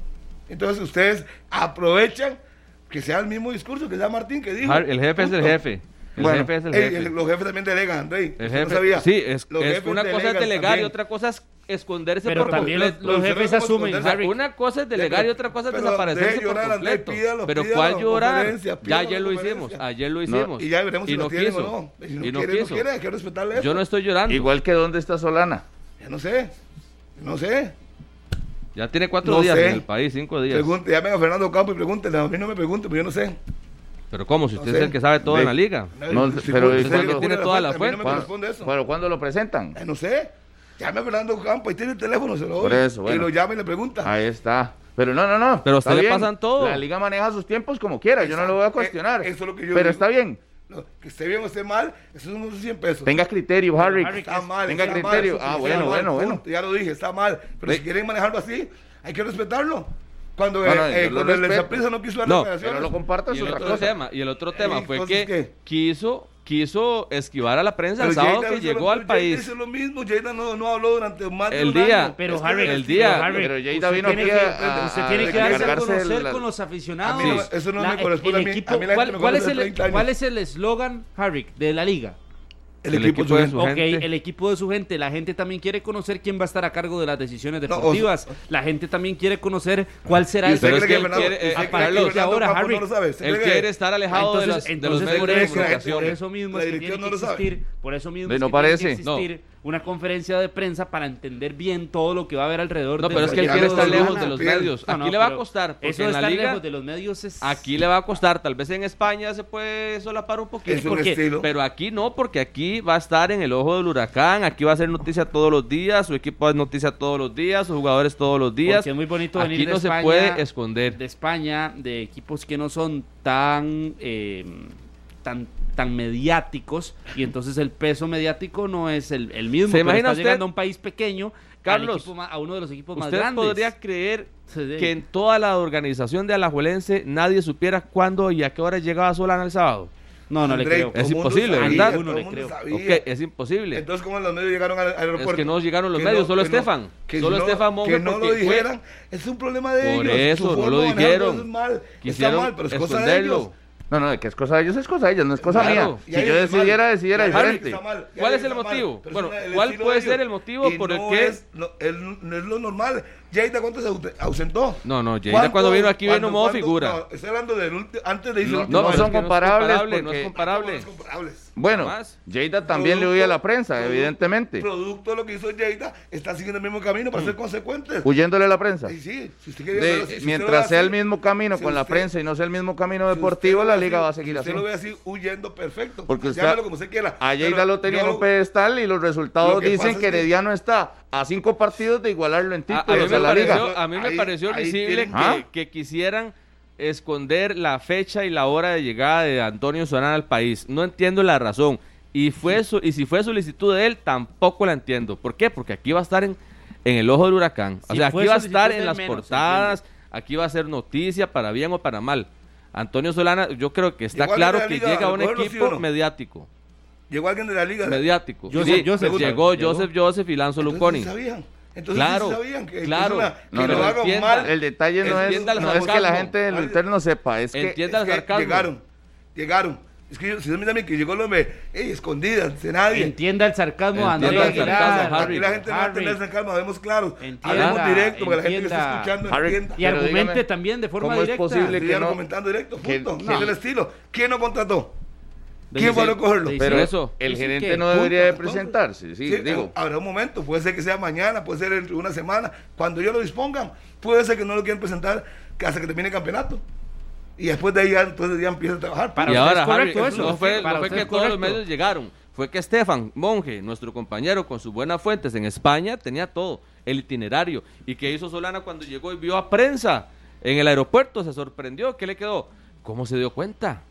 S3: Entonces ustedes aprovechan que sea el mismo discurso que sea Martín que dijo.
S5: Har- El jefe es el
S3: Punto.
S5: jefe. El
S2: Bueno,
S5: jefe es el
S3: Ey,
S5: jefe.
S3: el- los jefes también delegan, Andrei.
S5: El
S3: Usted
S5: jefe-
S3: no sabía.
S5: Sí, es,
S3: Los
S5: es
S3: jefes
S5: una cosa es
S3: delegan
S5: delegar
S3: también.
S5: y otra cosa es esconderse
S4: Pero
S5: por
S4: también los,
S5: completo.
S4: los
S3: Los
S4: jefes
S3: cerramos
S4: asumen.
S3: con
S5: O sea,
S4: Harry.
S5: una cosa es delegar y otra cosa es
S3: Pero
S5: desaparecerse
S3: deje
S5: por
S3: llorar, Andrés,
S5: completo.
S3: pídalo,
S5: pero
S3: pídalo,
S5: ¿cuál llorar?
S3: conferencia,
S5: Ya
S3: pídalo,
S5: ayer lo hicimos,
S3: conferencia.
S5: ayer lo
S2: No,
S5: hicimos.
S3: Y ya veremos si
S5: y
S3: lo
S5: no
S3: tienen
S5: quiso.
S3: o no. Y no,
S5: Y no
S3: quiere,
S5: quiso.
S3: no quiere, pues, hay que respetarle eso.
S5: Yo no estoy llorando.
S2: Igual que dónde está Solana.
S3: Ya no sé. No sé.
S5: Ya tiene cuatro
S3: No
S5: días
S3: sé.
S5: en el país, cinco días.
S3: Pregunte, llamen a Fernando Campo y pregúntenle. A mí no me pregunten, pero yo no sé.
S5: Pero ¿cómo? Si usted
S3: No
S5: es
S3: sé.
S5: el que sabe todo
S2: Ve.
S5: en la liga.
S2: No, pero
S3: usted
S2: ¿y cuándo?
S3: le
S5: Tiene
S3: pone
S5: toda la
S3: fuente, a mí no me
S5: fuente.
S3: responde eso.
S2: ¿Pero cuándo lo presentan?
S3: Eh, no sé. Llame a Fernando Campo, ahí tiene el teléfono, se lo doy.
S2: Por eso,
S3: Y
S2: bueno.
S3: lo llama y le pregunta.
S2: Ahí está. Pero no, no, no.
S5: Pero a
S2: está
S5: usted le
S2: bien.
S5: pasan todo.
S2: La liga maneja sus tiempos como quiera. Yo no lo voy a
S3: Exacto.
S2: cuestionar.
S3: Eh, eso es lo que yo
S2: pero
S3: digo.
S2: está bien.
S3: No, que esté bien o esté mal, eso son unos 100 pesos.
S2: Tenga criterio, Harry.
S4: Harry,
S3: Está mal.
S2: Tenga
S3: está mal,
S2: criterio.
S3: eso
S2: ah,
S3: está
S2: bueno,
S3: mal,
S2: bueno, bueno.
S3: punto, Ya lo dije, está mal. Pero
S2: Ve.
S3: si quieren manejarlo así, hay que respetarlo. Cuando,
S2: No, no,
S3: eh, eh,
S2: yo lo
S3: cuando el
S2: respeto.
S3: Saprissa no quiso dar
S5: No,
S3: declaraciones,
S2: Pero lo compartas
S5: Y
S2: es
S5: el
S2: otra
S5: otro
S2: cosa.
S5: tema, y el otro tema
S3: Eh,
S5: fue que
S3: entonces, ¿qué?
S5: quiso quiso esquivar a la prensa
S3: Pero
S5: el sábado
S3: Jada
S5: que
S3: hizo
S5: llegó
S3: lo-
S5: al
S3: Jada
S5: país.
S3: hizo lo mismo, Jada no, no habló durante más de
S5: El
S3: un
S5: día.
S3: año.
S4: Pero
S3: Es que
S4: Harry,
S5: el
S4: pero
S5: día-
S4: Harry,
S2: pero Jada
S4: usted
S2: vino
S4: tiene
S2: aquí
S4: que-
S2: a-
S4: usted
S2: a-
S4: tiene
S2: a
S4: que darse a
S2: descargarse
S4: conocer
S2: la-
S4: con los aficionados. e-
S3: A mí no- eso no me
S4: el-
S3: corresponde a mí.
S4: equipo-
S3: A mí la gente
S4: ¿cuál,
S3: me
S4: cuál es
S3: conoce
S4: el,
S3: 30 años.
S4: ¿Cuál es el eslogan, Harry, de la liga?
S3: el, equipo,
S5: equipo
S3: es
S5: es-
S3: su
S5: Tu
S4: Ok,
S5: gente.
S4: el equipo de su gente. La gente también quiere conocer quién va a estar a cargo de las decisiones
S3: No, o-
S4: deportivas. la gente también quiere conocer cuál será
S3: ¿Y
S4: el
S3: usted
S5: Pero es
S3: cree
S5: que
S3: que
S5: él
S3: Fernando-
S5: quiere, eh,
S3: usted cree que
S5: Carlos,
S3: Fernando
S4: ahora,
S3: Campos
S4: Harry,
S3: no lo sabe? ¿Usted
S5: él
S3: cree que-
S5: quiere estar alejado de,
S4: Entonces,
S5: las, de los
S4: entonces
S5: medios
S4: por,
S5: de
S4: eso,
S3: comunicación.
S4: por
S5: comunicación.
S4: eso mismo
S3: La
S4: es que
S3: dirección
S4: tiene
S3: no
S4: que
S3: lo sabe.
S4: existir, por eso mismo
S2: Ve,
S4: es
S2: no
S4: que tiene que
S2: parece.
S5: No.
S4: existir una conferencia de prensa para entender bien todo lo que va a haber alrededor.
S5: No,
S4: del
S5: pero es que él
S4: proyecto
S5: quiere estar
S4: Solana.
S5: lejos de los
S3: Bien.
S5: medios.
S4: Ah, No, no,
S5: Aquí le va a
S4: pero
S5: costar, porque
S4: Eso
S5: en
S4: de
S5: la
S4: estar
S5: liga
S4: lejos de los medios es...
S5: Aquí le va a costar, tal vez en España se puede solapar un poquito.
S3: Es un
S4: porque-
S3: estilo.
S5: Pero aquí no, porque aquí va a estar en el ojo del huracán, aquí va a ser noticia todos los días, su equipo es noticia todos los días, sus jugadores todos los días.
S4: Porque es muy bonito
S5: aquí
S4: venir de
S5: no
S4: España,
S5: se puede esconder.
S4: De España, de equipos que no son tan, eh, tan, tan mediáticos, y entonces el peso mediático no es el, el mismo.
S5: ¿Se
S4: pero
S5: imagina
S4: está
S5: usted,
S4: llegando a un país pequeño, al
S5: Carlos,
S4: equipo ma- a uno de los equipos más
S5: Usted
S4: grandes.
S5: podría creer
S4: Sí, sí.
S5: que en toda la organización de Alajuelense nadie supiera cuándo y a qué hora llegaba Solana el sábado.
S4: No, no
S3: Andrei,
S4: le
S3: todo
S4: creo.
S5: Es
S3: mundo
S5: imposible,
S3: sabía,
S5: ¿verdad?
S3: todo
S4: Ninguno le
S3: mundo
S4: creo.
S3: sabía.
S5: Ok, es imposible.
S3: Entonces, ¿cómo los medios llegaron al aeropuerto?
S5: Es que no llegaron los
S3: Que
S5: medios, solo
S3: que no-
S5: Estefan.
S3: que
S5: Solo
S3: no-
S5: Estefan Monge
S3: Que no lo
S5: porque fue-
S3: dijeran, es un problema de
S5: Por
S3: ellos. su
S5: eso, no
S3: forma
S5: lo
S3: de manejarlo
S5: dijeron.
S3: es mal,
S5: Quisieron
S3: está mal, pero es cosa de
S5: esconderlo.
S3: ellos.
S2: No, no, de que es cosa de ellos, es cosa de ellos, no es cosa
S5: Claro.
S2: mía.
S3: Y
S2: Si
S3: ahí
S2: yo
S3: está mal.
S2: decidiera, decidiera
S3: Y ahí
S5: Harry,
S2: diferente.
S3: está mal. Y
S5: ¿Cuál
S3: ahí
S5: es el
S3: está mal.
S5: motivo?
S3: Pero
S5: Bueno,
S3: es una- el
S5: ¿cuál
S3: estilo
S5: puede
S3: de ellos.
S5: ser el motivo
S3: Y
S5: por el
S3: no
S5: que-
S3: es lo- el- no es lo normal. Jaita, ¿cuánto se aute- ausentó?
S5: No, no, Jada
S3: ¿Cuánto-
S5: cuando vino aquí vino
S3: cuánto-
S5: modo
S3: cuánto-
S5: figura.
S3: no, estoy hablando del ulti- antes de irse
S2: No,
S3: al
S2: no
S3: último
S5: pero
S2: son
S5: es que
S2: comparables
S5: No
S2: porque-
S5: es comparable. No es
S3: Son
S5: comparable.
S3: comparables.
S2: Bueno,
S5: Más.
S2: Jada también le
S3: Producto-
S2: huye a la prensa,
S3: produ-
S2: evidentemente.
S3: Producto de lo que hizo Jada, está siguiendo el mismo camino para ser consecuentes.
S2: Huyéndole a la prensa.
S3: Sí, sí, si usted
S2: De-
S3: quiere verlo así, si usted lo ve
S2: mientras sea el
S3: así,
S2: mismo camino
S3: si
S2: con la
S3: usted-
S2: prensa y no sea el mismo camino
S3: si
S2: deportivo,
S3: usted
S2: la
S3: lo ve
S2: liga
S3: así,
S2: va a seguir
S3: si
S2: así.
S3: Usted lo ve así huyendo perfecto.
S2: Porque usted,
S3: Llámelo como usted quiera.
S2: a Lleida
S3: pero
S2: lo tenía en
S3: yo-
S2: un pedestal y los resultados
S3: Lo que
S2: dicen
S3: pasa es
S2: que,
S3: que-
S2: Herediano está a cinco partidos de igualarlo en
S5: A, a mí
S2: títulos
S5: me
S2: a la liga.
S5: pareció, a mí me
S3: Ahí-
S5: pareció
S3: ahí
S5: visible
S3: tienen-
S5: que,
S2: ¿Ah?
S5: que quisieran esconder la fecha y la hora de llegada de Antonio Solana al país. No entiendo la razón. Y, fue su- y si fue solicitud de él, tampoco la entiendo. ¿Por qué? Porque aquí va a estar en, en el ojo del huracán. O
S4: Si
S5: sea,
S4: fue
S5: aquí va a estar
S4: solicitud
S5: en
S4: del
S5: las
S4: menos,
S5: portadas, aquí va a ser noticia para bien o para mal. Antonio Solana, yo creo que está
S3: Igual
S5: claro
S3: en la
S5: que
S3: liga,
S5: llega a un
S3: ¿recuerdo, sí
S5: equipo
S3: o no?
S5: mediático.
S3: Llegó alguien de la liga.
S5: Mediático.
S4: Joseph-
S5: Sí,
S4: Joseph,
S5: llegó
S4: llegó.
S5: Joseph Joseph y Lanzo
S3: Entonces,
S5: Luconi.
S3: sí sabían. Entonces
S5: Claro,
S3: sí sabían que, que
S5: claro.
S3: es una- que
S2: No, no,
S3: lo
S2: no,
S3: hagan
S5: entienda.
S3: mal.
S2: El detalle no es,
S5: Entienda el
S2: no es que la
S5: sarcasmo.
S2: gente del interno sepa, es que
S5: Entienda el
S3: Es que
S5: sarcasmo.
S3: Llegaron, llegaron. Es que yo, si no mira a mí que llegó el hombre, ey, escondidas, de nadie.
S4: Entienda el sarcasmo de
S5: Entienda
S4: Andrés
S5: el sarcasmo,
S4: Aguilar.
S5: Harry.
S3: Aquí la gente no va a
S4: Harry.
S3: tener esa calma, vemos claro.
S4: Entienda,
S3: Hablemos directo, para que la gente que está
S4: entienda.
S3: escuchando
S2: Harry,
S3: entienda.
S4: Y
S2: Pero
S4: argumente
S2: dígame,
S4: también de forma
S2: ¿cómo es
S4: directa.
S2: posible que
S3: Sigan
S2: no-
S3: comentando directo,
S2: que-
S3: punto.
S2: que-
S3: Es el estilo. ¿Quién no contrató?
S4: De-
S3: ¿Quién fue a
S4: de-
S3: recogerlo?
S4: de-
S2: Pero
S5: Sí, eso.
S2: el
S4: Dicen
S2: gerente
S4: que-
S2: no debería de
S3: Punto, entonces.
S2: presentarse, sí, digo.
S5: ah,
S3: Habrá un momento, puede ser que sea mañana, puede ser dentro de una semana. Cuando ellos lo dispongan, puede ser que no lo quieran presentar que hasta que termine el campeonato. Y después de ahí ya, entonces ya empieza a trabajar.
S4: Para
S5: y
S4: usted
S5: ahora,
S4: es correcto
S5: Harry,
S4: eso,
S5: no
S4: sí,
S5: fue,
S4: para
S5: no fue
S4: usted
S5: que
S4: es
S5: todos los
S4: correcto.
S5: medios llegaron, fue que Estefan Monge, nuestro compañero con sus buenas fuentes en España, tenía todo, el itinerario. ¿Y que hizo Solana cuando llegó y vio a prensa en el aeropuerto? Se sorprendió, ¿qué le quedó? ¿Cómo se dio cuenta?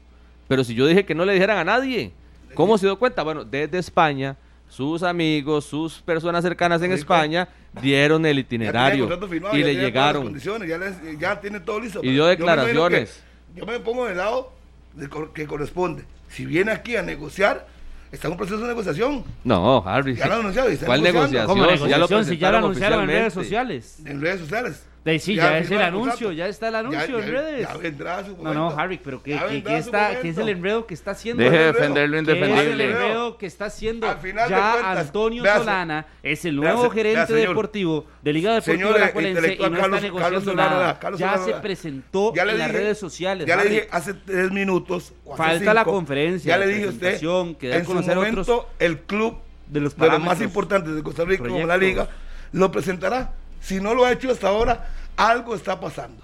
S5: Pero si yo dije que no le dijeran a nadie, ¿cómo se dio cuenta? Bueno, desde España, sus amigos, sus personas cercanas en
S3: Rico.
S5: España dieron el
S3: Ya tenía
S5: itinerario
S3: contrato firmado,
S5: y
S3: ya
S5: le
S3: tenía todas las
S5: llegaron.
S3: condiciones, Ya, les- ya tiene todo listo.
S5: Y dio
S3: Yo me imagino
S5: declaraciones.
S3: que- Yo me, pongo del lado de cor- que corresponde. Si viene aquí a negociar, está en un proceso de negociación.
S5: No, Harry.
S3: Ya lo anunciaron, y está
S5: ¿Cuál
S3: negociando.
S5: negociación?
S4: ¿Cómo
S5: Ya lo
S4: negociación si ya lo
S5: presentaron
S4: anunciaron en redes
S5: oficialmente.
S4: sociales?
S3: En redes sociales.
S4: De ahí sí,
S3: Ya
S4: ya, es el
S3: firmaron
S4: anuncio,
S3: contrato.
S4: ya está el anuncio
S3: Ya- ya-
S4: en redes.
S3: ya vendrá su
S4: no,
S3: momento.
S4: no, Harry, pero ¿qué,
S3: Ya
S4: qué-
S3: vendrá
S4: qué
S3: su
S4: está,
S3: momento.
S4: ¿qué es el enredo que está haciendo?
S2: Deje de
S3: enredo.
S2: defender lo
S4: ¿Qué es el
S2: indefendible.
S3: enredo?
S4: enredo que está haciendo?
S3: Al final de
S4: ya
S3: cuentas,
S4: Antonio
S3: vea, se-
S4: Solana es el
S3: vea,
S4: nuevo
S3: se- vea,
S4: gerente
S3: señor.
S4: deportivo de Liga Deportiva
S3: Señores,
S4: Alajuelense y no
S3: intelectual
S4: está
S3: Carlos-
S4: negociando
S3: Carlos Solana,
S4: nada.
S3: Carlos
S4: ya
S3: Solana.
S4: se presentó
S3: Ya le
S4: en las
S3: dije-
S4: redes sociales.
S3: Ya le
S4: Harry.
S3: dije hace tres minutos. o hace
S4: Falta la
S3: cinco,
S4: conferencia
S3: Ya
S4: de
S3: le dije a usted.
S4: presentación, que da a
S3: en su
S4: conocer
S3: momento,
S4: otros
S3: el club
S4: de los
S3: de los más
S4: parámetros,
S3: importantes de Costa Rica, como la
S4: proyectos.
S3: Liga, lo presentará. Si no lo ha hecho hasta ahora, algo está pasando.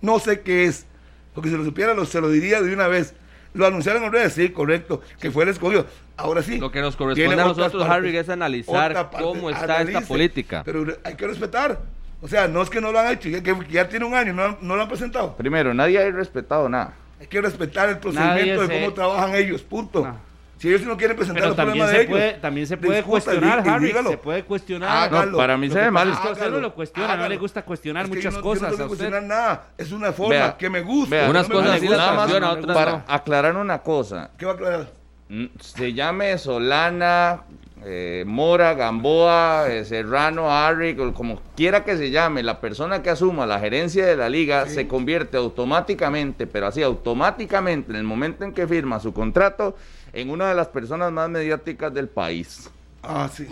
S3: No sé qué es. Porque si lo supiera, lo, se lo diría de una vez. Lo anunciaron en redes, sí, correcto. Que fue el escogido. Ahora sí.
S5: Lo que nos corresponde
S3: tiene
S5: a
S3: otras
S5: nosotros, Harry, es analizar
S3: Otra parte,
S5: cómo está esta política.
S3: Pero hay que respetar. O sea, no es que no lo han hecho, ya, que que ya tiene un año, no, han- no lo han
S5: ah.
S3: presentado.
S2: Primero, nadie ha respetado nada.
S3: Hay que respetar el
S4: Nadie
S3: procedimiento de
S4: se-
S3: cómo trabajan ellos, punto.
S4: No.
S3: Si ellos no quieren presentar
S4: Pero
S3: los
S4: también
S3: problemas
S4: se,
S3: de ellos,
S4: puede, también se puede
S3: discuta y di-
S4: cuestionar,
S3: y
S4: Harry.
S3: dígalo.
S4: Se puede cuestionar.
S3: Hágalo.
S2: No, para mí
S4: Lo
S2: se
S4: que
S2: ve
S4: pasa
S2: mal.
S4: es que a usted no lo cuestiona, no le gusta cuestionar
S3: Es que
S4: muchas
S3: yo no- yo
S4: cosas
S3: No
S4: a
S3: tengo que
S4: usted.
S3: cuestionar nada. Es una forma
S2: Vea,
S3: que me gusta.
S2: vea,
S5: Unas
S3: no me
S5: cosas
S3: gusta.
S5: sí las
S2: nada más
S5: sanciona, otras
S2: para
S5: no.
S2: aclarar una cosa.
S3: ¿Qué va a aclarar?
S2: Mm, Se llame Solana, eh, Mora, Gamboa, eh, Serrano, Harry, o como quiera que se llame, la persona que asuma la gerencia de la liga se convierte automáticamente, pero así automáticamente, en el momento en que firma su contrato, en una de las personas más mediáticas del país.
S3: Ah, sí.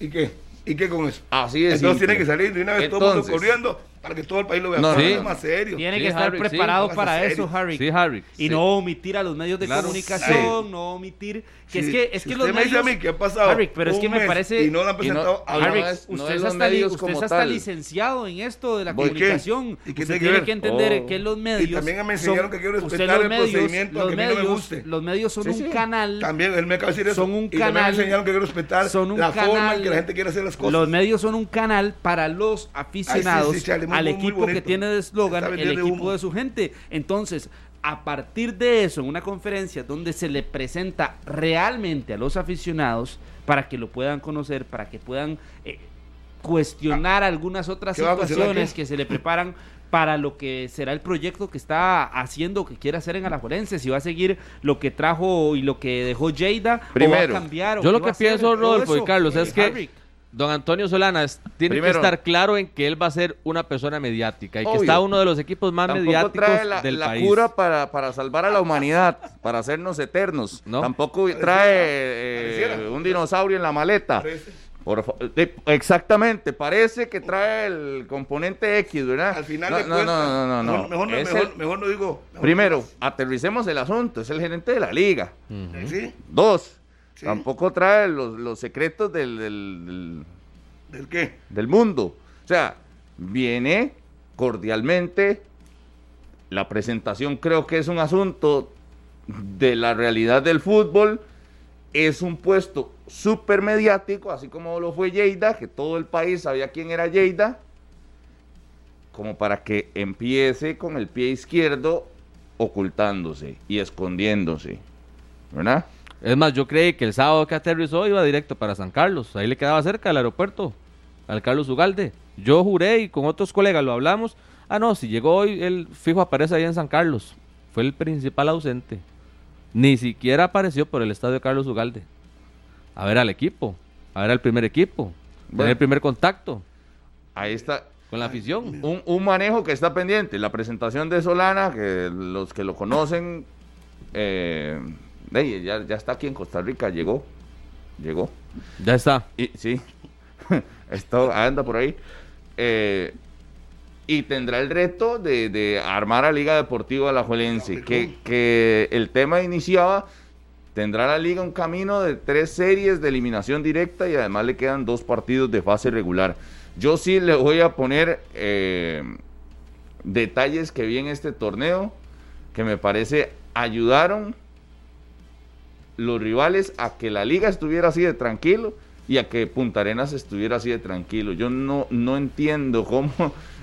S3: ¿Y qué? ¿Y qué con eso?
S2: Así es.
S3: Entonces tiene que salir de una vez todo el mundo
S2: Entonces-
S3: corriendo para que todo el país lo vea.
S5: No,
S3: Pero
S5: sí.
S3: es más serio.
S4: Tiene
S5: Sí,
S4: que estar
S5: Harry, sí.
S4: preparado
S3: Póngase
S4: para
S3: serio.
S4: eso, Harry.
S5: Sí, Harry.
S4: Y
S5: sí.
S4: no omitir a los medios de
S5: Claro.
S4: comunicación, no omitir. Que es
S3: Si-
S4: que, es
S3: si
S4: que
S3: usted
S4: los
S3: me
S4: medios.
S3: dice a mí que ha pasado
S4: Harry, pero es
S3: un
S4: que me
S3: mes
S4: parece.
S3: y no lo
S2: y
S3: han
S2: no-
S3: presentado a
S2: Harry,
S4: Harry,
S2: no es- no
S4: usted
S2: es
S4: está,
S2: los
S4: hasta, li-
S2: medios
S4: usted
S2: como
S4: está hasta
S2: tal.
S4: licenciado en esto de la
S2: ¿Por qué?
S4: comunicación.
S3: ¿Y qué tiene que
S4: usted tiene
S3: ver?
S4: que entender
S2: Oh.
S4: que los medios.
S3: también me enseñaron
S4: son-
S3: que quiero
S4: usted
S3: respetar
S4: los
S3: el procedimiento,
S4: los
S3: aunque a mí no me
S4: medios-
S3: guste.
S4: Los medios son
S2: Sí,
S4: un
S2: sí.
S4: canal.
S3: También él me acaba de decir eso.
S4: Son un
S3: y también
S4: canal-
S3: me enseñaron que hay que respetar
S4: son un
S3: la forma
S4: canal-
S3: en que la gente quiere hacer las cosas.
S4: Los medios son un canal para los aficionados
S3: Ay, sí, sí, Charlie, muy,
S4: al
S3: muy, muy
S4: equipo que
S3: bonito.
S4: tiene de eslogan
S3: Está
S4: el
S3: vendiendo
S4: equipo
S3: humo.
S4: de su gente. Entonces, a partir de eso, en una conferencia donde se le presenta realmente a los aficionados para que lo puedan conocer, para que puedan eh, cuestionar algunas
S3: Ah,
S4: otras
S3: ¿qué va a cuestionar
S4: situaciones
S3: qué?
S4: que se le preparan para lo que será el proyecto que está haciendo, que quiere hacer en Alajuelense, si va a seguir lo que trajo y lo que dejó Jada, o
S2: Primero,
S4: va a cambiar. o
S5: Yo lo
S4: qué
S5: que
S4: va a hacer,
S5: pienso,
S4: todo
S5: Rodolfo y
S4: eso.
S5: Carlos,
S4: Eh,
S5: es que
S4: Harry,
S5: don Antonio Solana es- tiene que
S2: Primero.
S5: estar claro en que él va a ser una persona mediática y que
S2: Obvio.
S5: está uno de los equipos más
S2: Tampoco
S5: mediáticos
S2: trae la,
S5: del
S2: la
S5: país.
S2: cura para, para salvar a la humanidad, para hacernos eternos.
S5: No.
S2: Tampoco trae eh,
S3: Pareciera.
S2: un dinosaurio en la maleta.
S3: Parece.
S2: Por fa- de- exactamente, parece que trae el componente X, ¿verdad?
S3: Al final
S2: no,
S4: Ah,
S3: de
S2: no,
S3: cuentas,
S2: no, no, no, no.
S3: Mejor, mejor,
S2: Es
S3: mejor-
S2: el-
S3: mejor no digo. mejor-
S2: primero, aterricemos el asunto, es el gerente de la liga.
S3: ¿Sí?
S2: Dos,
S3: Sí.
S2: tampoco trae los, los secretos del- del- del,
S3: ¿Del qué?
S2: del mundo. O sea, viene cordialmente. La presentación creo que es un asunto de la realidad del fútbol. Es un puesto súper mediático, así como lo fue Lleida, que todo el país sabía quién era Lleida, como para que empiece con el pie izquierdo ocultándose y escondiéndose. ¿Verdad?
S5: Es más, yo creí que el sábado que aterrizó iba directo para San Carlos. Ahí le quedaba cerca el aeropuerto, al Carlos Ugalde. Yo juré y con otros colegas lo hablamos. Ah, no, si llegó hoy, él fijo aparece ahí en San Carlos. Fue el principal ausente. Ni siquiera apareció por el estadio Carlos Ugalde. A ver al equipo, a ver al primer equipo, tener
S2: Bueno.
S5: el primer contacto
S2: Ahí está.
S5: con la afición.
S2: un, un manejo que está pendiente. La presentación de Solana, que los que lo conocen, eh, ey, ya, ya está aquí en Costa Rica, llegó. Llegó.
S5: Ya está.
S2: Y, sí, está, anda por ahí. Eh, y tendrá el reto de, de armar a Liga Deportiva Alajuelense, que, que el tema iniciaba. Tendrá la liga un camino de tres series de eliminación directa y además le quedan dos partidos de fase regular. Yo sí le voy a poner eh, detalles que vi en este torneo que me parece ayudaron los rivales a que la liga estuviera así de tranquilo y a que Punta Arenas estuviera así de tranquilo. Yo no, no entiendo cómo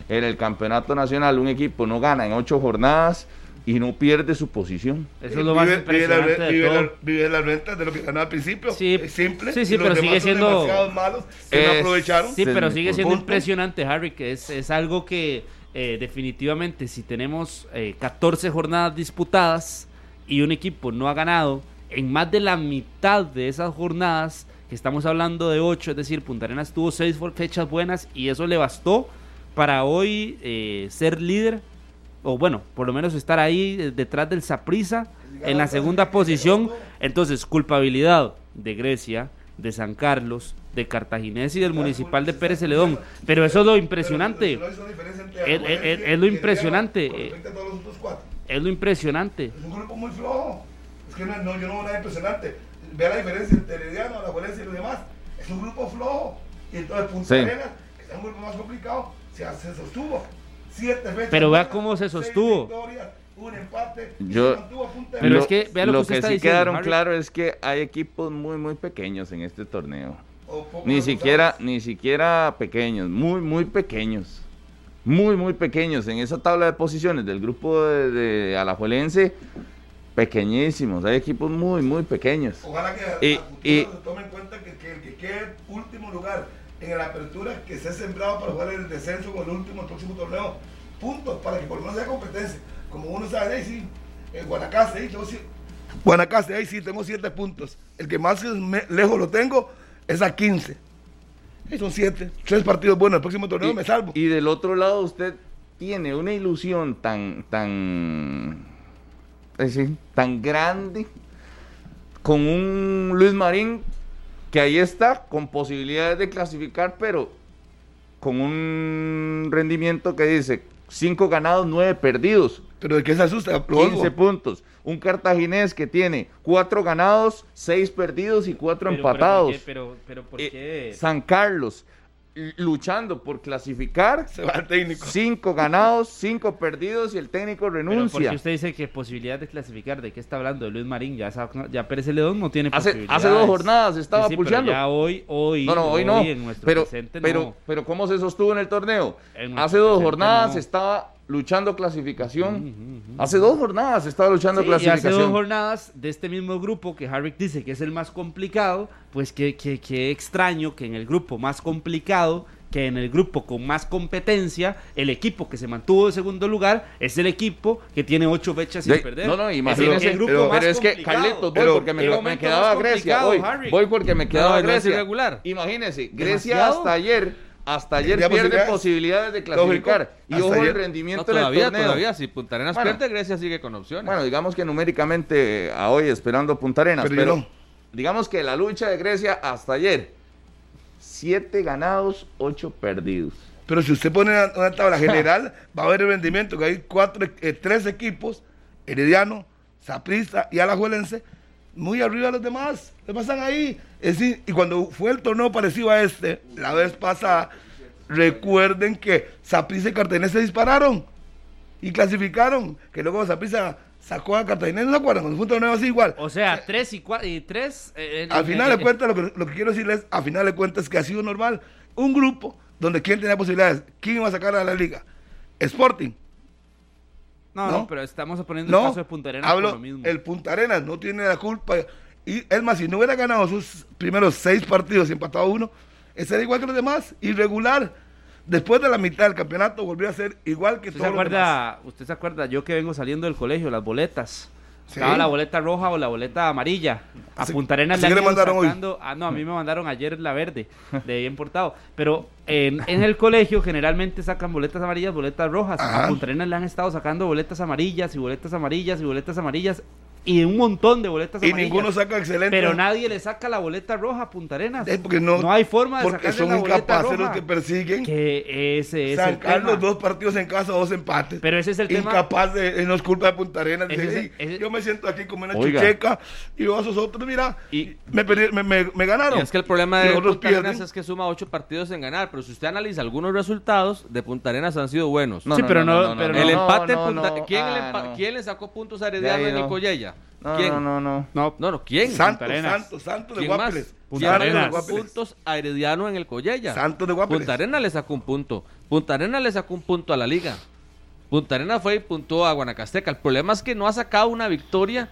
S2: en el campeonato nacional un equipo no gana en ocho jornadas y no pierde su posición.
S4: Eso es lo más
S3: Vive- vive la-
S4: impresionante de
S3: vive
S4: todo.
S3: la- vive las rentas de lo que ganaba al principio.
S4: Sí.
S3: Es simple.
S4: Sí, sí,
S3: y los
S4: pero sigue
S3: demás son
S4: siendo-
S3: demasiado malos que no
S2: Es-
S3: aprovecharon.
S4: Sí,
S2: Se
S4: pero
S2: me
S4: sigue
S2: fue.
S4: siendo
S3: Punto.
S4: impresionante, Harry, que es, es algo que eh, definitivamente si tenemos eh, 14 jornadas disputadas y un equipo no ha ganado en más de la mitad de esas jornadas, que estamos hablando de 8, es decir, Punta Arenas tuvo 6 fechas buenas y eso le bastó para hoy eh, ser líder, o bueno, por lo menos estar ahí eh, detrás del Saprisa en la segunda posición. Entonces, culpabilidad de Grecia, de San Carlos, de Cartaginés y del Municipal de Pérez Celedón. Pero eso es lo impresionante.
S3: Pero eso no hizo diferencia entre
S4: Es- es-
S3: Alajuelense
S4: es lo
S3: y Herediano
S4: impresionante.
S3: con respecto a todos los otros cuatro.
S4: Es lo impresionante.
S3: Es un grupo muy flojo. Es que no, no, yo no veo nada impresionante. Vea la diferencia entre Herediano, la Juelense y los demás. Es un grupo flojo. Y entonces Punta
S2: Sí.
S3: Arenas, que es un grupo más complicado, se, se sostuvo. Siete veces.
S4: Pero vea cómo se sostuvo.
S3: un empate. y
S2: Yo-
S3: se mantuvo a punta de
S4: Pero
S2: lo,
S4: es que vea lo que usted
S2: que
S4: está
S2: sí
S4: diciendo,
S2: quedaron
S4: Harry.
S2: claro es que hay equipos muy, muy pequeños en este torneo.
S3: o poco
S2: Ni
S3: resultados.
S2: siquiera, ni siquiera pequeños, muy, muy pequeños. Muy, muy pequeños. En esa tabla de posiciones del grupo de, de Alajuelense, pequeñísimos. Hay equipos muy, muy pequeños.
S3: Ojalá que a-
S2: Y-
S3: a futuro
S2: y-
S3: se tome en cuenta que, que el que quede último lugar en la apertura, que sea sembrado para jugar el descenso con el último, el próximo torneo. Puntos para que por lo menos sea competencia. Como uno sabe, ahí sí, en Guanacaste, ahí tengo si- Guanacaste, ahí sí, tengo siete puntos. El que más me- lejos lo tengo es a 15. Ahí son siete. Tres partidos buenos. El próximo torneo me salvo.
S2: Y del otro lado usted tiene una ilusión tan, tan, es decir, tan grande con un Luis Marín que ahí está con posibilidades de clasificar, pero con un rendimiento que dice 5 ganados, 9 perdidos.
S3: Pero de qué se asusta, Rodolfo?
S2: 15 puntos. Un cartaginés que tiene 4 ganados, 6 perdidos y 4
S4: Pero- pero ¿por qué?
S2: empatados.
S4: Pero, pero ¿por
S2: Eh,
S4: qué?
S2: San Carlos l- luchando por clasificar
S3: Se va el técnico.
S2: Cinco ganados, cinco perdidos y el técnico
S4: Pero porque
S2: renuncia.
S4: usted dice que posibilidad de clasificar, ¿de qué está hablando? De Luis Marín, ya, esa- ya Pérez Celedón no tiene
S2: Hace,
S4: posibilidades.
S2: hace dos jornadas estaba
S4: Sí, sí, pero
S2: pulsando.
S4: ya hoy, hoy,
S2: no, no, hoy no.
S4: en nuestro
S2: Pero,
S4: presente
S2: pero,
S4: no.
S2: pero ¿cómo se sostuvo en el torneo?
S4: En nuestro
S2: hace dos
S4: presente
S2: jornadas
S4: no.
S2: estaba luchando clasificación. Hace dos jornadas estaba luchando
S4: Sí, y hace
S2: clasificación.
S4: dos jornadas de este mismo grupo que Harvick dice que es el más complicado, pues que, que, que extraño que en el grupo más complicado, que en el grupo con más competencia, el equipo que se mantuvo de segundo lugar es el equipo que tiene ocho fechas sin
S2: Ya-
S4: perder.
S2: No, no,
S4: Es el-
S2: imagínese.
S4: el
S2: Pero,
S4: grupo
S2: pero
S4: más
S2: es que,
S4: complicado.
S2: Carlitos, voy
S4: Pero-
S2: porque me,
S4: el
S2: me
S4: momento
S2: quedaba
S3: este
S4: más
S2: Grecia.
S4: complicado,
S2: Voy,
S4: Harry.
S2: voy porque me quedaba
S5: No, no es
S2: Grecia.
S5: irregular.
S2: Imagínese, Grecia
S4: Demasiado.
S2: hasta ayer, hasta ayer
S3: Tenía
S2: pierde posibilidades,
S3: posibilidades.
S2: de
S3: Lógico.
S2: clasificar. Y
S3: Hasta
S2: ojo el
S3: ayer.
S5: No,
S2: rendimiento del
S5: todavía,
S2: torneo.
S5: todavía. Si Punta Arenas
S2: Bueno.
S5: pierde, Grecia sigue con opciones.
S2: Bueno, digamos que numéricamente a hoy esperando Punta Arenas,
S3: Pero
S2: pero,
S3: yo no.
S2: digamos que la lucha de Grecia hasta ayer, siete ganados, ocho perdidos.
S3: Pero si usted pone una, una tabla general, va a haber el rendimiento, que hay cuatro, eh, tres equipos, Herediano, Saprissa y Alajuelense, muy arriba los demás, le pasan ahí. Es decir, y cuando fue el torneo parecido a este, la vez pasada, recuerden que Saprissa y Cartaginés se dispararon y clasificaron, que luego Saprissa sacó a Cartaginés, ¿no se acuerdan? Cuando fue un torneo así igual.
S4: O sea, tres y cuatro, y tres... eh, eh,
S3: Al final
S4: eh,
S3: de cuentas, lo que, lo que quiero decirles, al final de cuentas, que ha sido normal. Un grupo donde quién tenía posibilidades, quién iba a sacar a la liga. Sporting,
S4: No, no,
S3: ¿no?
S4: pero estamos poniendo el
S3: no.
S4: caso de Punta Arenas por
S3: Hablo,
S4: lo mismo.
S3: el Punta Arenas no tiene la culpa. Y es más, si no hubiera ganado sus primeros seis partidos y empatado uno, era igual que los demás, irregular. Después de la mitad del campeonato, volvió a ser igual que
S4: ¿Usted se
S3: todos los demás.
S4: acuerda, usted se acuerda, yo que vengo saliendo del colegio, las boletas.
S3: Sí.
S4: Estaba la boleta roja o la boleta amarilla. A
S3: Así-
S4: Punta Arenas
S3: así que
S4: han
S3: le
S4: ido
S3: mandaron hoy.
S4: sacando- Ah, no, a mí me mandaron ayer la verde, de bien portado. Pero en, en el colegio generalmente sacan boletas amarillas, boletas rojas. A
S3: Ajá.
S4: Punta Arenas le han estado sacando boletas amarillas y boletas amarillas y boletas amarillas y un montón de boletas
S3: Y
S4: amarillas.
S3: ninguno saca excelente.
S4: Pero nadie le saca la boleta roja a Punta Arenas.
S3: Es Eh, porque no,
S4: hay forma de
S3: Porque
S4: sacarle
S3: son
S4: la boleta
S3: incapaces los
S4: roja.
S3: que persiguen.
S4: Que ese es el
S3: sacar
S4: tema.
S3: los dos partidos en casa, dos empates.
S4: Pero ese es el tema.
S3: Incapaz de, eh, no es culpa de Punta Arenas.
S4: Ese
S3: dice,
S4: es el-
S3: "Ey,
S4: ese-
S3: yo me siento aquí como una
S2: Oiga.
S3: chucheca y yo a esos otros, mira,
S2: Y-
S3: me, perdí- me, me- me ganaron.
S5: Y es que el problema
S3: Y
S5: de
S3: los otros
S5: Punta Arenas
S3: pierden.
S5: es que suma ocho partidos en ganar, pero si usted analiza algunos resultados, de Punta Arenas han sido buenos.
S4: Sí, pero no- pero
S5: el
S4: no,
S5: empate
S2: no,
S5: en Punta-
S2: no,
S5: ¿quién,
S2: ah,
S5: el empa-
S2: no.
S5: quién le sacó puntos a
S2: De
S5: Herediano
S2: ahí
S5: en el
S2: no.
S5: Coyella?
S2: No,
S5: ¿Quién?
S2: no, no, no.
S4: No,
S5: No, no, ¿quién?
S4: San-
S3: Santos,
S4: Arenas.
S3: Santos, Santos de
S5: ¿Quién más?
S3: Guapeles.
S4: Punta
S3: Santos de
S4: Arenas.
S3: Guapeles.
S5: puntos a Herediano en el Coyella.
S3: Santos de Guápiles.
S5: Punta Arena le sacó un punto. Punta Arena le sacó un punto a la liga. Punta Arena fue y puntó a Guanacasteca. El problema es que no ha sacado una victoria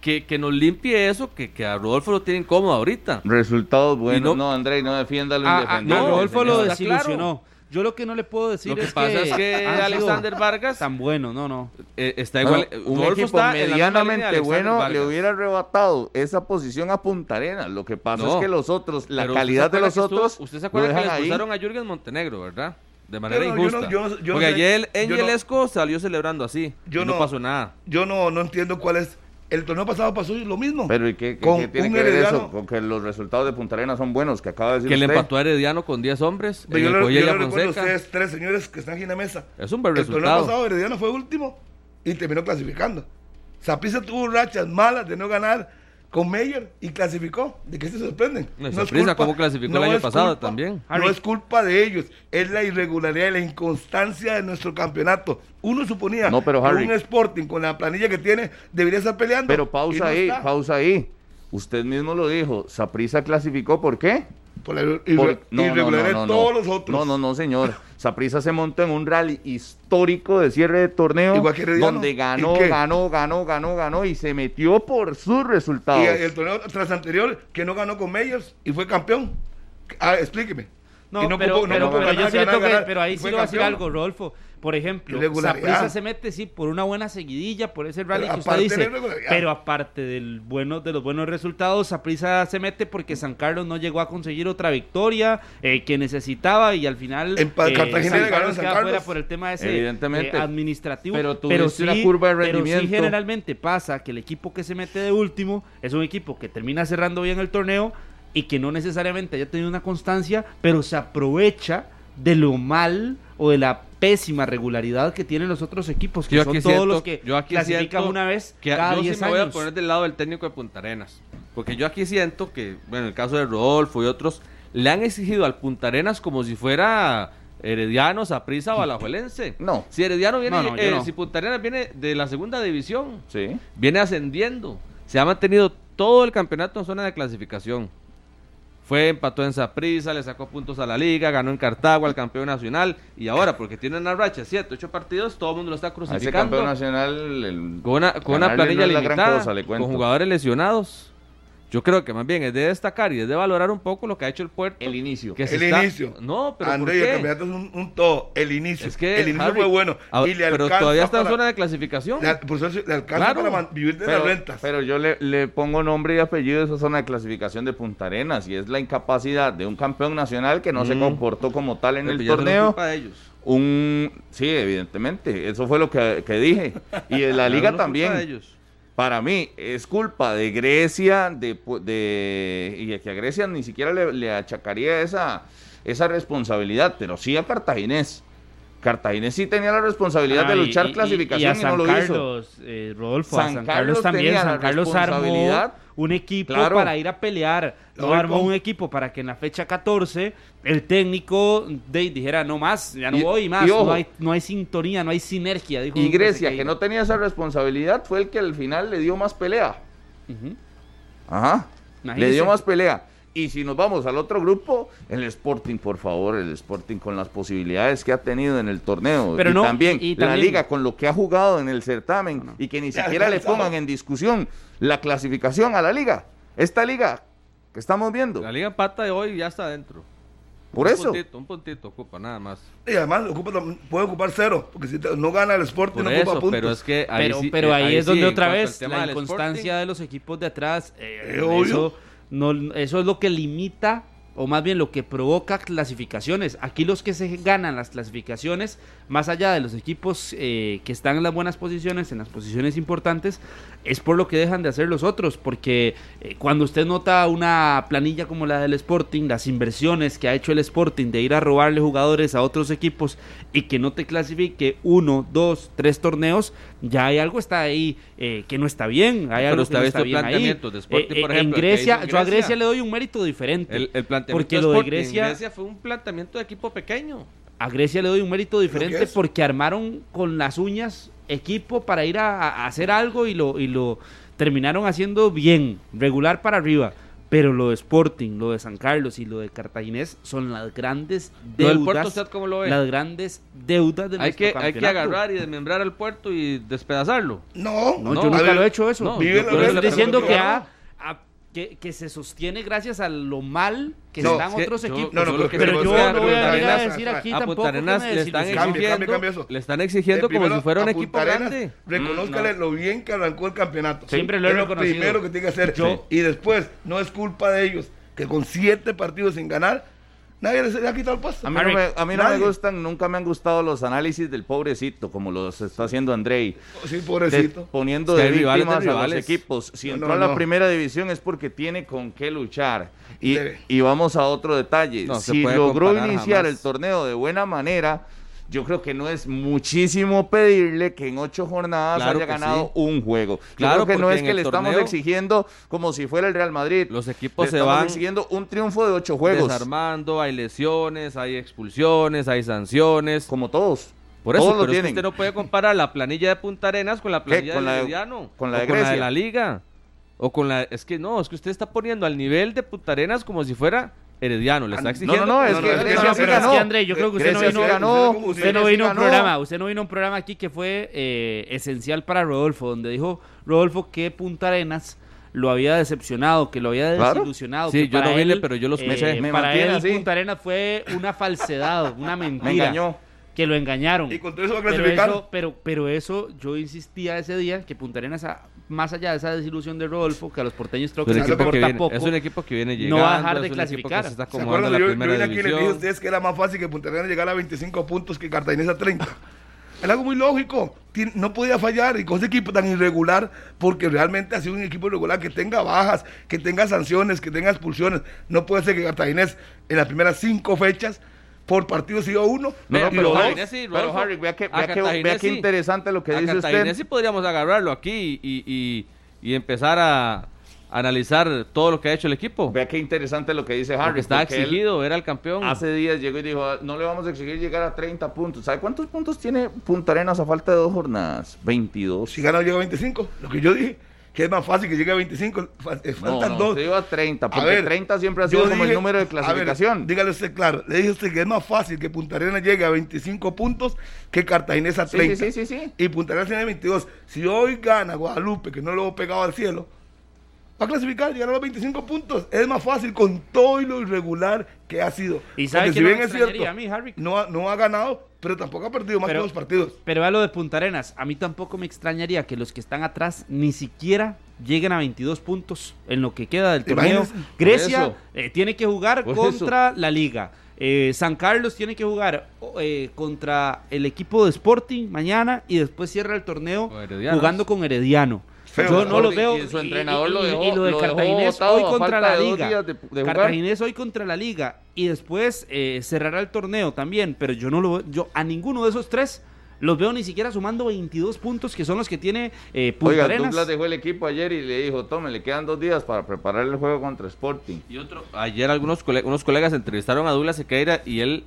S5: que, que nos limpie eso, que, que a Rodolfo lo tiene incómodo ahorita.
S2: Resultados buenos.
S5: no-
S2: No, André, no defienda lo
S4: Ah, ah,
S2: indefendible.
S4: no, Rodolfo lo
S5: Está claro.
S4: desilusionó. Yo lo que no le puedo decir
S5: Lo que
S4: es
S5: pasa es que
S4: han sido
S5: Alexander Vargas
S4: tan bueno, no, no.
S5: eh, está igual.
S2: Bueno, un
S5: Rodolfo
S2: equipo
S5: está en la misma línea de
S2: medianamente
S5: Alexander
S2: bueno le
S5: Vargas.
S2: hubiera arrebatado esa posición a Punta Arenas. Lo que pasa
S5: No.
S2: es que los otros, la
S5: Pero
S2: calidad de
S5: usted se
S2: los
S5: acuerda que estuvo-
S2: otros,
S5: Usted se
S2: lo
S5: acuerda que le
S2: dejan ahí.
S5: expulsaron a Jürgen Montenegro, ¿verdad? de manera
S3: Yo no- yo
S5: injusta.
S3: no- yo no- yo no
S5: Porque
S3: sé-
S5: ayer
S3: yo
S5: Angel
S3: no-
S5: Esco salió celebrando así.
S3: Yo
S5: y no,
S3: no-
S5: pasó nada.
S3: Yo no, no entiendo cuál es. El torneo pasado pasó lo mismo.
S2: Pero ¿y qué, qué-
S3: Con
S2: qué tiene
S3: un
S2: que ver eso?
S3: Herediano.
S2: Con que los resultados de Punta Arenas son buenos, que acaba de decir
S5: Que le
S2: usted.
S5: empató a Herediano con 10 hombres. eh,
S3: Pero Pues yo
S5: en el
S3: le, yo
S5: Coyella
S3: le recuerdo a
S5: Fonseca.
S3: ustedes tres señores que están aquí en la mesa.
S5: Es un buen
S3: el torneo
S5: resultado.
S3: pasado Herediano fue último y terminó clasificando. Saprissa tuvo rachas malas de no ganar con Meyer y clasificó. ¿De qué se sorprenden?
S5: No, Saprissa, ¿cómo clasificó el año
S3: es
S5: pasado también?
S4: Harry.
S3: No es culpa de ellos, es la irregularidad y la inconstancia de nuestro campeonato. Uno suponía
S2: No, pero,
S3: que
S2: Harry.
S3: un Sporting con la planilla que tiene debería estar peleando.
S2: Pero
S3: y
S2: pausa
S3: no
S2: ahí,
S3: está.
S2: pausa ahí. Usted mismo lo dijo, Saprisa clasificó, ¿por qué?
S3: Por la irre-
S2: Por- no, no,
S3: irregularidad de
S2: no, no, no.
S3: todos los otros.
S2: No, no, no, señor. Saprisa se montó en un rally histórico de cierre de torneo
S3: Igual que Herediano.
S2: donde
S3: ¿Y
S2: ganó,
S3: qué?
S2: ganó, ganó, ganó, ganó y se metió por sus resultados.
S3: Y el torneo tras anterior que no ganó con Meyers y fue campeón. Ah, explíqueme.
S4: No,
S3: Y
S4: pero,
S3: ocupó- no
S4: pero-
S3: ocupó
S4: pero yo
S3: ganar,
S4: siento
S3: ganar,
S4: que-
S3: ganar,
S4: pero ahí
S3: y
S4: sí
S3: fue
S4: le voy a decir
S3: campeón.
S4: algo, Rodolfo. Por ejemplo,
S3: Irregularidad.
S4: Saprissa se mete, sí, por una buena seguidilla, por ese rally
S3: Pero
S4: que usted
S3: aparte de la
S4: dice.
S3: irregularidad.
S4: Pero aparte del bueno, de los buenos resultados, Saprissa se mete porque San Carlos no llegó a conseguir otra victoria eh, que necesitaba y al final eh,
S3: Empa- Cartagena le ganó a San
S4: queda
S3: Carlos.
S4: fuera por el tema ese eh,
S2: Evidentemente.
S4: administrativo.
S2: Pero tuviste una curva de
S4: pero sí
S2: rendimiento.
S4: generalmente pasa que el equipo que se mete de último es un equipo que termina cerrando bien el torneo y que no necesariamente haya tenido una constancia, pero se aprovecha de lo mal o de la pésima regularidad que tienen los otros equipos, que
S5: Yo
S4: son
S5: aquí
S4: todos
S5: siento-
S4: los que
S5: yo aquí
S4: clasifican
S5: siento
S4: una vez
S5: que
S4: cada
S5: yo sí
S4: 10
S5: me voy a
S4: años.
S5: poner del lado del técnico de Punta Arenas. Porque yo aquí siento que, bueno, en el caso de Rodolfo y otros, le han exigido al Punta Arenas como si fuera Herediano, Saprissa o Alajuelense.
S2: No.
S5: Si Herediano viene,
S4: No, no, yo
S5: eh,
S4: no.
S5: si Punta Arenas viene de la segunda división,
S2: Sí.
S5: viene ascendiendo. Se ha mantenido todo el campeonato en zona de clasificación. Fue, empató en Saprissa, le sacó puntos a la liga, ganó en Cartago al campeón nacional. Y ahora, porque tiene una racha, de siete, ocho partidos, todo el mundo lo está
S2: A ese
S5: crucificando.
S2: campeón nacional. el-
S5: Con una, con una
S2: ganarle
S5: planilla
S2: no es la
S5: limitada,
S2: gran cosa, le
S5: con
S2: cuento.
S5: jugadores lesionados. Yo creo que más bien es de destacar y es de valorar un poco lo que ha hecho el puerto.
S2: El inicio.
S5: que se
S3: El
S5: está-
S3: inicio.
S5: No, pero
S3: André,
S5: ¿por
S3: el
S5: qué?
S3: campeonato es un, un todo. El inicio.
S5: Es que,
S3: el inicio
S5: Harry,
S3: fue bueno.
S5: ah,
S3: y le
S5: pero
S3: alcanza
S5: todavía está en
S3: para-
S5: zona de clasificación.
S3: le al- por eso le alcanza
S5: Claro.
S3: para man- vivir de
S2: Pero,
S3: las rentas.
S2: pero yo le, le pongo nombre y apellido a esa zona de clasificación de Punta Arenas y es la incapacidad de un campeón nacional que no se
S5: Mm.
S2: comportó como tal en
S5: Pero
S2: el
S5: ya no es
S2: torneo.
S5: culpa de ellos.
S2: Un sí, evidentemente, eso fue lo que, que dije. Y de la liga
S5: Ya no es culpa de
S2: también.
S5: ellos.
S2: Para mí es culpa de Grecia, de, pu- de y que a Grecia ni siquiera le, le achacaría esa esa responsabilidad, pero sí a Cartaginés. Cartaginés sí tenía la responsabilidad
S4: Ah,
S2: de
S4: y-
S2: luchar
S4: y- y-
S2: clasificación y,
S4: a
S2: no
S4: San
S2: lo hizo.
S4: Carlos, eh, Rodolfo, a
S2: San
S4: San, Carlos,
S2: Carlos
S4: también.
S2: tenía
S4: San
S2: la
S4: Carlos armó
S2: responsabilidad.
S4: un equipo
S2: Claro.
S4: para ir a pelear. No
S3: Lógico.
S4: armó un equipo para que en la fecha 14 el técnico de- dijera no más, ya no
S2: Y-
S4: voy más.
S2: y
S4: no,
S2: ojo.
S4: hay, no hay sintonía, no hay sinergia. Dijo
S2: Y
S4: Don
S2: Grecia, que
S4: Pesequeira.
S2: no tenía esa responsabilidad, fue el que al final le dio más pelea.
S4: Ujú.
S2: Ajá.
S4: Imagínese.
S2: Le dio más pelea. Y si nos vamos al otro grupo, el Sporting, por favor, el Sporting con las posibilidades que ha tenido en el torneo.
S4: Pero
S2: y,
S4: no,
S2: también
S4: y
S2: la
S4: también-
S2: liga con lo que ha jugado en el certamen y que ni
S3: Ya,
S2: siquiera le
S3: alcanzaba.
S2: pongan en discusión la clasificación a la liga. Esta liga que estamos viendo.
S5: La Liga Empata de hoy ya está adentro.
S2: Por
S5: un
S2: eso.
S5: Puntito, un puntito ocupa, nada más.
S3: y además ocupa tam- puede ocupar cero. Porque si te- no gana el Sporting,
S5: Por
S3: no ocupa
S5: eso,
S3: puntos.
S5: pero es que ahí
S4: pero,
S5: sí-
S4: pero
S5: eh,
S4: ahí, es
S5: sí,
S4: donde
S5: en
S4: otra
S5: cuanto al
S4: vez
S5: tema
S4: la
S5: del
S4: inconstancia de los equipos de atrás, eh,
S3: Eh, obvio.
S4: eso, no, eso es lo que limita o más bien lo que provoca clasificaciones. Aquí los que se ganan las clasificaciones, más allá de los equipos eh, que están en las buenas posiciones, en las posiciones importantes, es por lo que dejan de hacer los otros, porque eh, cuando usted nota una planilla como la del Sporting, las inversiones que ha hecho el Sporting de ir a robarle jugadores a otros equipos y que no te clasifique uno, dos, tres torneos, ya hay algo está ahí eh, que no está bien, hay
S5: Pero
S4: algo
S5: usted
S4: que
S5: ha
S4: no
S5: visto
S4: está bien ahí. Eh,
S5: planteamientos de Sporting, por
S4: en
S5: ejemplo, el que
S4: Grecia,
S5: hizo en
S4: yo a
S5: Grecia.
S4: Grecia le doy un mérito diferente.
S5: El, el planteamiento
S4: Porque
S5: de
S4: lo de
S5: Sporting,
S4: Grecia-
S5: fue un planteamiento de equipo pequeño.
S4: A Grecia le doy un mérito
S3: ¿Lo que
S4: diferente
S3: es?
S4: porque armaron con las uñas equipo para ir a, a hacer algo y lo, y lo terminaron haciendo bien, regular para arriba. Pero lo de Sporting, lo de San Carlos y lo de Cartaginés son las grandes
S5: Lo
S4: deudas.
S5: del Puerto, ¿usted cómo lo ve?
S4: Las grandes deudas de
S5: Hay
S4: nuestro
S5: que, hay que
S4: campeonato.
S5: agarrar y desmembrar el puerto y despedazarlo.
S3: No,
S4: No,
S5: No,
S4: yo
S5: a
S4: nunca
S5: ver,
S4: lo he hecho eso.
S5: no,
S4: yo
S3: vive la
S4: estoy
S3: verdad,
S4: diciendo
S3: pero
S4: que,
S3: no.
S4: ha- ha- que, que se sostiene gracias a lo mal que
S3: No,
S4: están
S5: es que
S4: otros
S5: yo-
S4: equipos.
S3: No, no,
S5: Solo
S3: pero,
S5: que
S4: pero
S5: se
S4: yo
S5: puede
S4: no voy a
S5: Punta
S4: venir a
S5: Arenas-
S4: decir aquí
S3: a
S4: tampoco
S5: Punta
S4: que me
S5: Arenas le están
S4: desilusionen.
S3: Cambie,
S5: exigiendo,
S3: cambie, cambie eso.
S5: le están exigiendo
S3: Eh,
S5: como
S3: primero,
S5: si fuera un
S3: a
S5: equipo
S3: Punta Arenas,
S5: grande.
S3: Reconózcale lo bien que arrancó el campeonato.
S4: Sí. Siempre lo he
S3: es
S4: reconocido.
S3: Lo primero que tiene que hacer.
S4: Yo-
S3: Y después, no es culpa de ellos que con siete partidos sin ganar Nadie le, le ha quitado el puesto.
S2: A mí, no me, a mí no
S3: Nadie.
S2: me gustan, nunca me han gustado los análisis del pobrecito, como los está haciendo Andrei.
S3: Sí,
S2: de-
S3: pobrecito.
S2: poniendo
S5: Es
S2: de
S5: que hay rivales
S2: víctimas
S5: de
S2: a los
S5: rivales.
S2: equipos. Si
S3: No,
S2: entró
S3: no,
S2: a la
S3: no.
S2: primera división es porque tiene con qué luchar. Y,
S3: Debe.
S2: y vamos a otro detalle.
S5: No se
S2: si
S5: puede
S2: logró
S5: comparar
S2: iniciar
S5: jamás.
S2: el torneo de buena manera, yo creo que no es muchísimo pedirle que en ocho jornadas
S5: Claro
S2: haya
S5: que
S2: ganado
S5: sí.
S2: un juego. Yo
S5: Claro,
S2: creo que no
S5: porque
S2: es
S5: en
S2: que
S5: el
S2: le estamos
S5: torneo-
S2: exigiendo como si fuera el Real Madrid.
S5: Los equipos
S2: Le
S5: se
S2: estamos
S5: van
S2: exigiendo un triunfo de ocho juegos.
S5: desarmando, hay lesiones, hay expulsiones, hay sanciones.
S2: Como todos.
S5: Por eso,
S2: todos lo
S5: pero es que
S2: tienen.
S5: usted no puede comparar la planilla de Punta Arenas con la planilla
S2: ¿Con
S5: de
S2: la de-
S5: Herediano,
S2: con la
S5: o
S2: de
S5: con la de
S2: Grecia?
S5: la Liga. O con la es que no, es que usted está poniendo al nivel de Punta Arenas como si fuera Herediano, le está
S2: No,
S3: Ah,
S5: exigiendo.
S2: no, no, es
S3: No, no,
S2: que
S3: no,
S2: Grecia
S3: no,
S2: sí
S4: pero es
S2: ganó.
S4: que, André, yo creo que usted no
S2: Grecia
S4: vino-
S2: sí ganó.
S3: usted no
S4: Usted no vino a un
S2: ganó.
S4: programa, usted no vino a un programa aquí que fue eh, esencial para Rodolfo, donde dijo Rodolfo que Punta Arenas lo había decepcionado, que lo había
S2: Claro.
S4: desilusionado.
S5: Sí,
S4: que
S5: yo
S4: para
S5: no vine,
S4: él,
S5: pero yo los-
S4: eh,
S2: me sé, me
S4: para él
S2: mantiene así.
S4: Punta Arenas fue una falsedad, una mentira.
S2: Me engañó.
S4: Que lo engañaron.
S3: Y con todo eso va a
S4: Pero
S3: clasificar.
S4: eso, pero, pero eso, yo insistía ese día que Punta Arenas, a- más allá de esa desilusión de Rodolfo, que a los porteños creo
S5: Es
S4: que
S5: un,
S4: se
S5: equipo que
S4: importa
S5: viene,
S4: poco.
S5: es un equipo que viene
S4: No
S5: llegando,
S4: va a dejar de
S5: es un equipo que
S4: claro.
S5: se está
S3: ¿Se acuerdan?
S5: acomodando en la
S3: Yo, yo
S5: primera
S3: vine aquí y les dije a
S5: división.
S3: ustedes que era más fácil que Punta Arenas llegara a 25 puntos que Cartagena a 30. Era algo muy lógico. Tien- No podía fallar y con ese equipo tan irregular, porque realmente ha sido un equipo irregular que tenga bajas, que tenga sanciones, que tenga expulsiones. No puede ser que Cartaginés en las primeras cinco fechas por partido siga uno.
S2: No, no, pero,
S3: y los
S2: Harry,
S3: dos.
S5: Cartaginés sí,
S2: pero
S5: Rodolfo.
S2: Harry, vea que,
S5: A
S2: vea que-
S5: Cartaginés
S2: vea que
S5: sí.
S2: interesante lo que
S5: a
S2: dice
S5: Cartaginés
S2: usted.
S5: sí podríamos agarrarlo aquí y, y- y empezar a analizar todo lo que ha hecho el equipo.
S2: Vea qué interesante lo que dice Harry.
S5: Porque está
S2: porque él
S5: exigido, era el campeón.
S2: Hace días llegó y dijo, "Ah, no le vamos a exigir llegar a 30 puntos. ¿Sabe cuántos puntos tiene Punta Arenas a falta de dos jornadas? 22.
S3: Si gana llega a 25, lo que yo dije, que es más fácil que llegue a 25, fal- eh,
S2: No,
S3: faltan
S2: no,
S3: dos.
S2: te digo a 30,
S3: A
S2: porque
S3: ver,
S2: 30 siempre ha
S3: yo
S2: sido como el
S3: dije-
S2: número de
S3: a ver,
S2: clasificación.
S3: dígale usted claro, le dije a usted que es más fácil que Punta Arenas llegue a 25 puntos que Cartaginés a
S2: Sí,
S3: 30.
S2: sí, sí, sí, sí.
S3: Y Punta Arenas tiene 22. Si hoy gana Guadalupe, que no lo he pegado al cielo, va a clasificar, llegar a los 25 puntos. Es más fácil con todo y lo irregular que ha sido.
S4: ¿Y sabe
S3: Porque
S4: que
S3: si
S4: no
S3: bien
S4: me
S3: es cierto,
S4: extrañaría a mí, Harry?
S3: no ha, no ha ganado, pero tampoco ha perdido más
S4: Pero-
S3: que dos partidos.
S4: Pero a lo de Punta Arenas, a mí tampoco me extrañaría que los que están atrás ni siquiera lleguen a 22 puntos en lo que queda del torneo.
S3: Imagínese.
S4: Grecia
S5: Por eso.
S4: eh, tiene que jugar
S5: Por
S4: contra la Liga. Eh, San Carlos tiene que jugar oh, eh, contra el equipo de Sporting mañana y después cierra el torneo
S5: Con Heredianos.
S4: jugando con Herediano.
S3: Feo,
S4: Yo no
S2: Sporting,
S4: lo veo.
S2: y su entrenador
S4: y-
S2: lo
S4: y-
S2: dejó-
S4: y lo de
S2: lo dejó
S4: Cartaginés
S2: botado
S4: hoy
S2: a
S4: contra
S2: falta
S4: la
S2: de dos
S4: Liga.
S2: días de- de jugar.
S4: Cartaginés hoy contra la Liga y después eh, cerrará el torneo también, pero yo no lo yo a ninguno de esos tres los veo ni siquiera sumando 22 puntos que son los que tiene eh, Punta
S2: Oiga,
S4: Arenas.
S2: Douglas dejó el equipo ayer y le dijo, tome, le quedan dos días para preparar el juego contra Sporting.
S5: Y otro, ayer algunos cole- unos colegas entrevistaron a Douglas Sequeira y él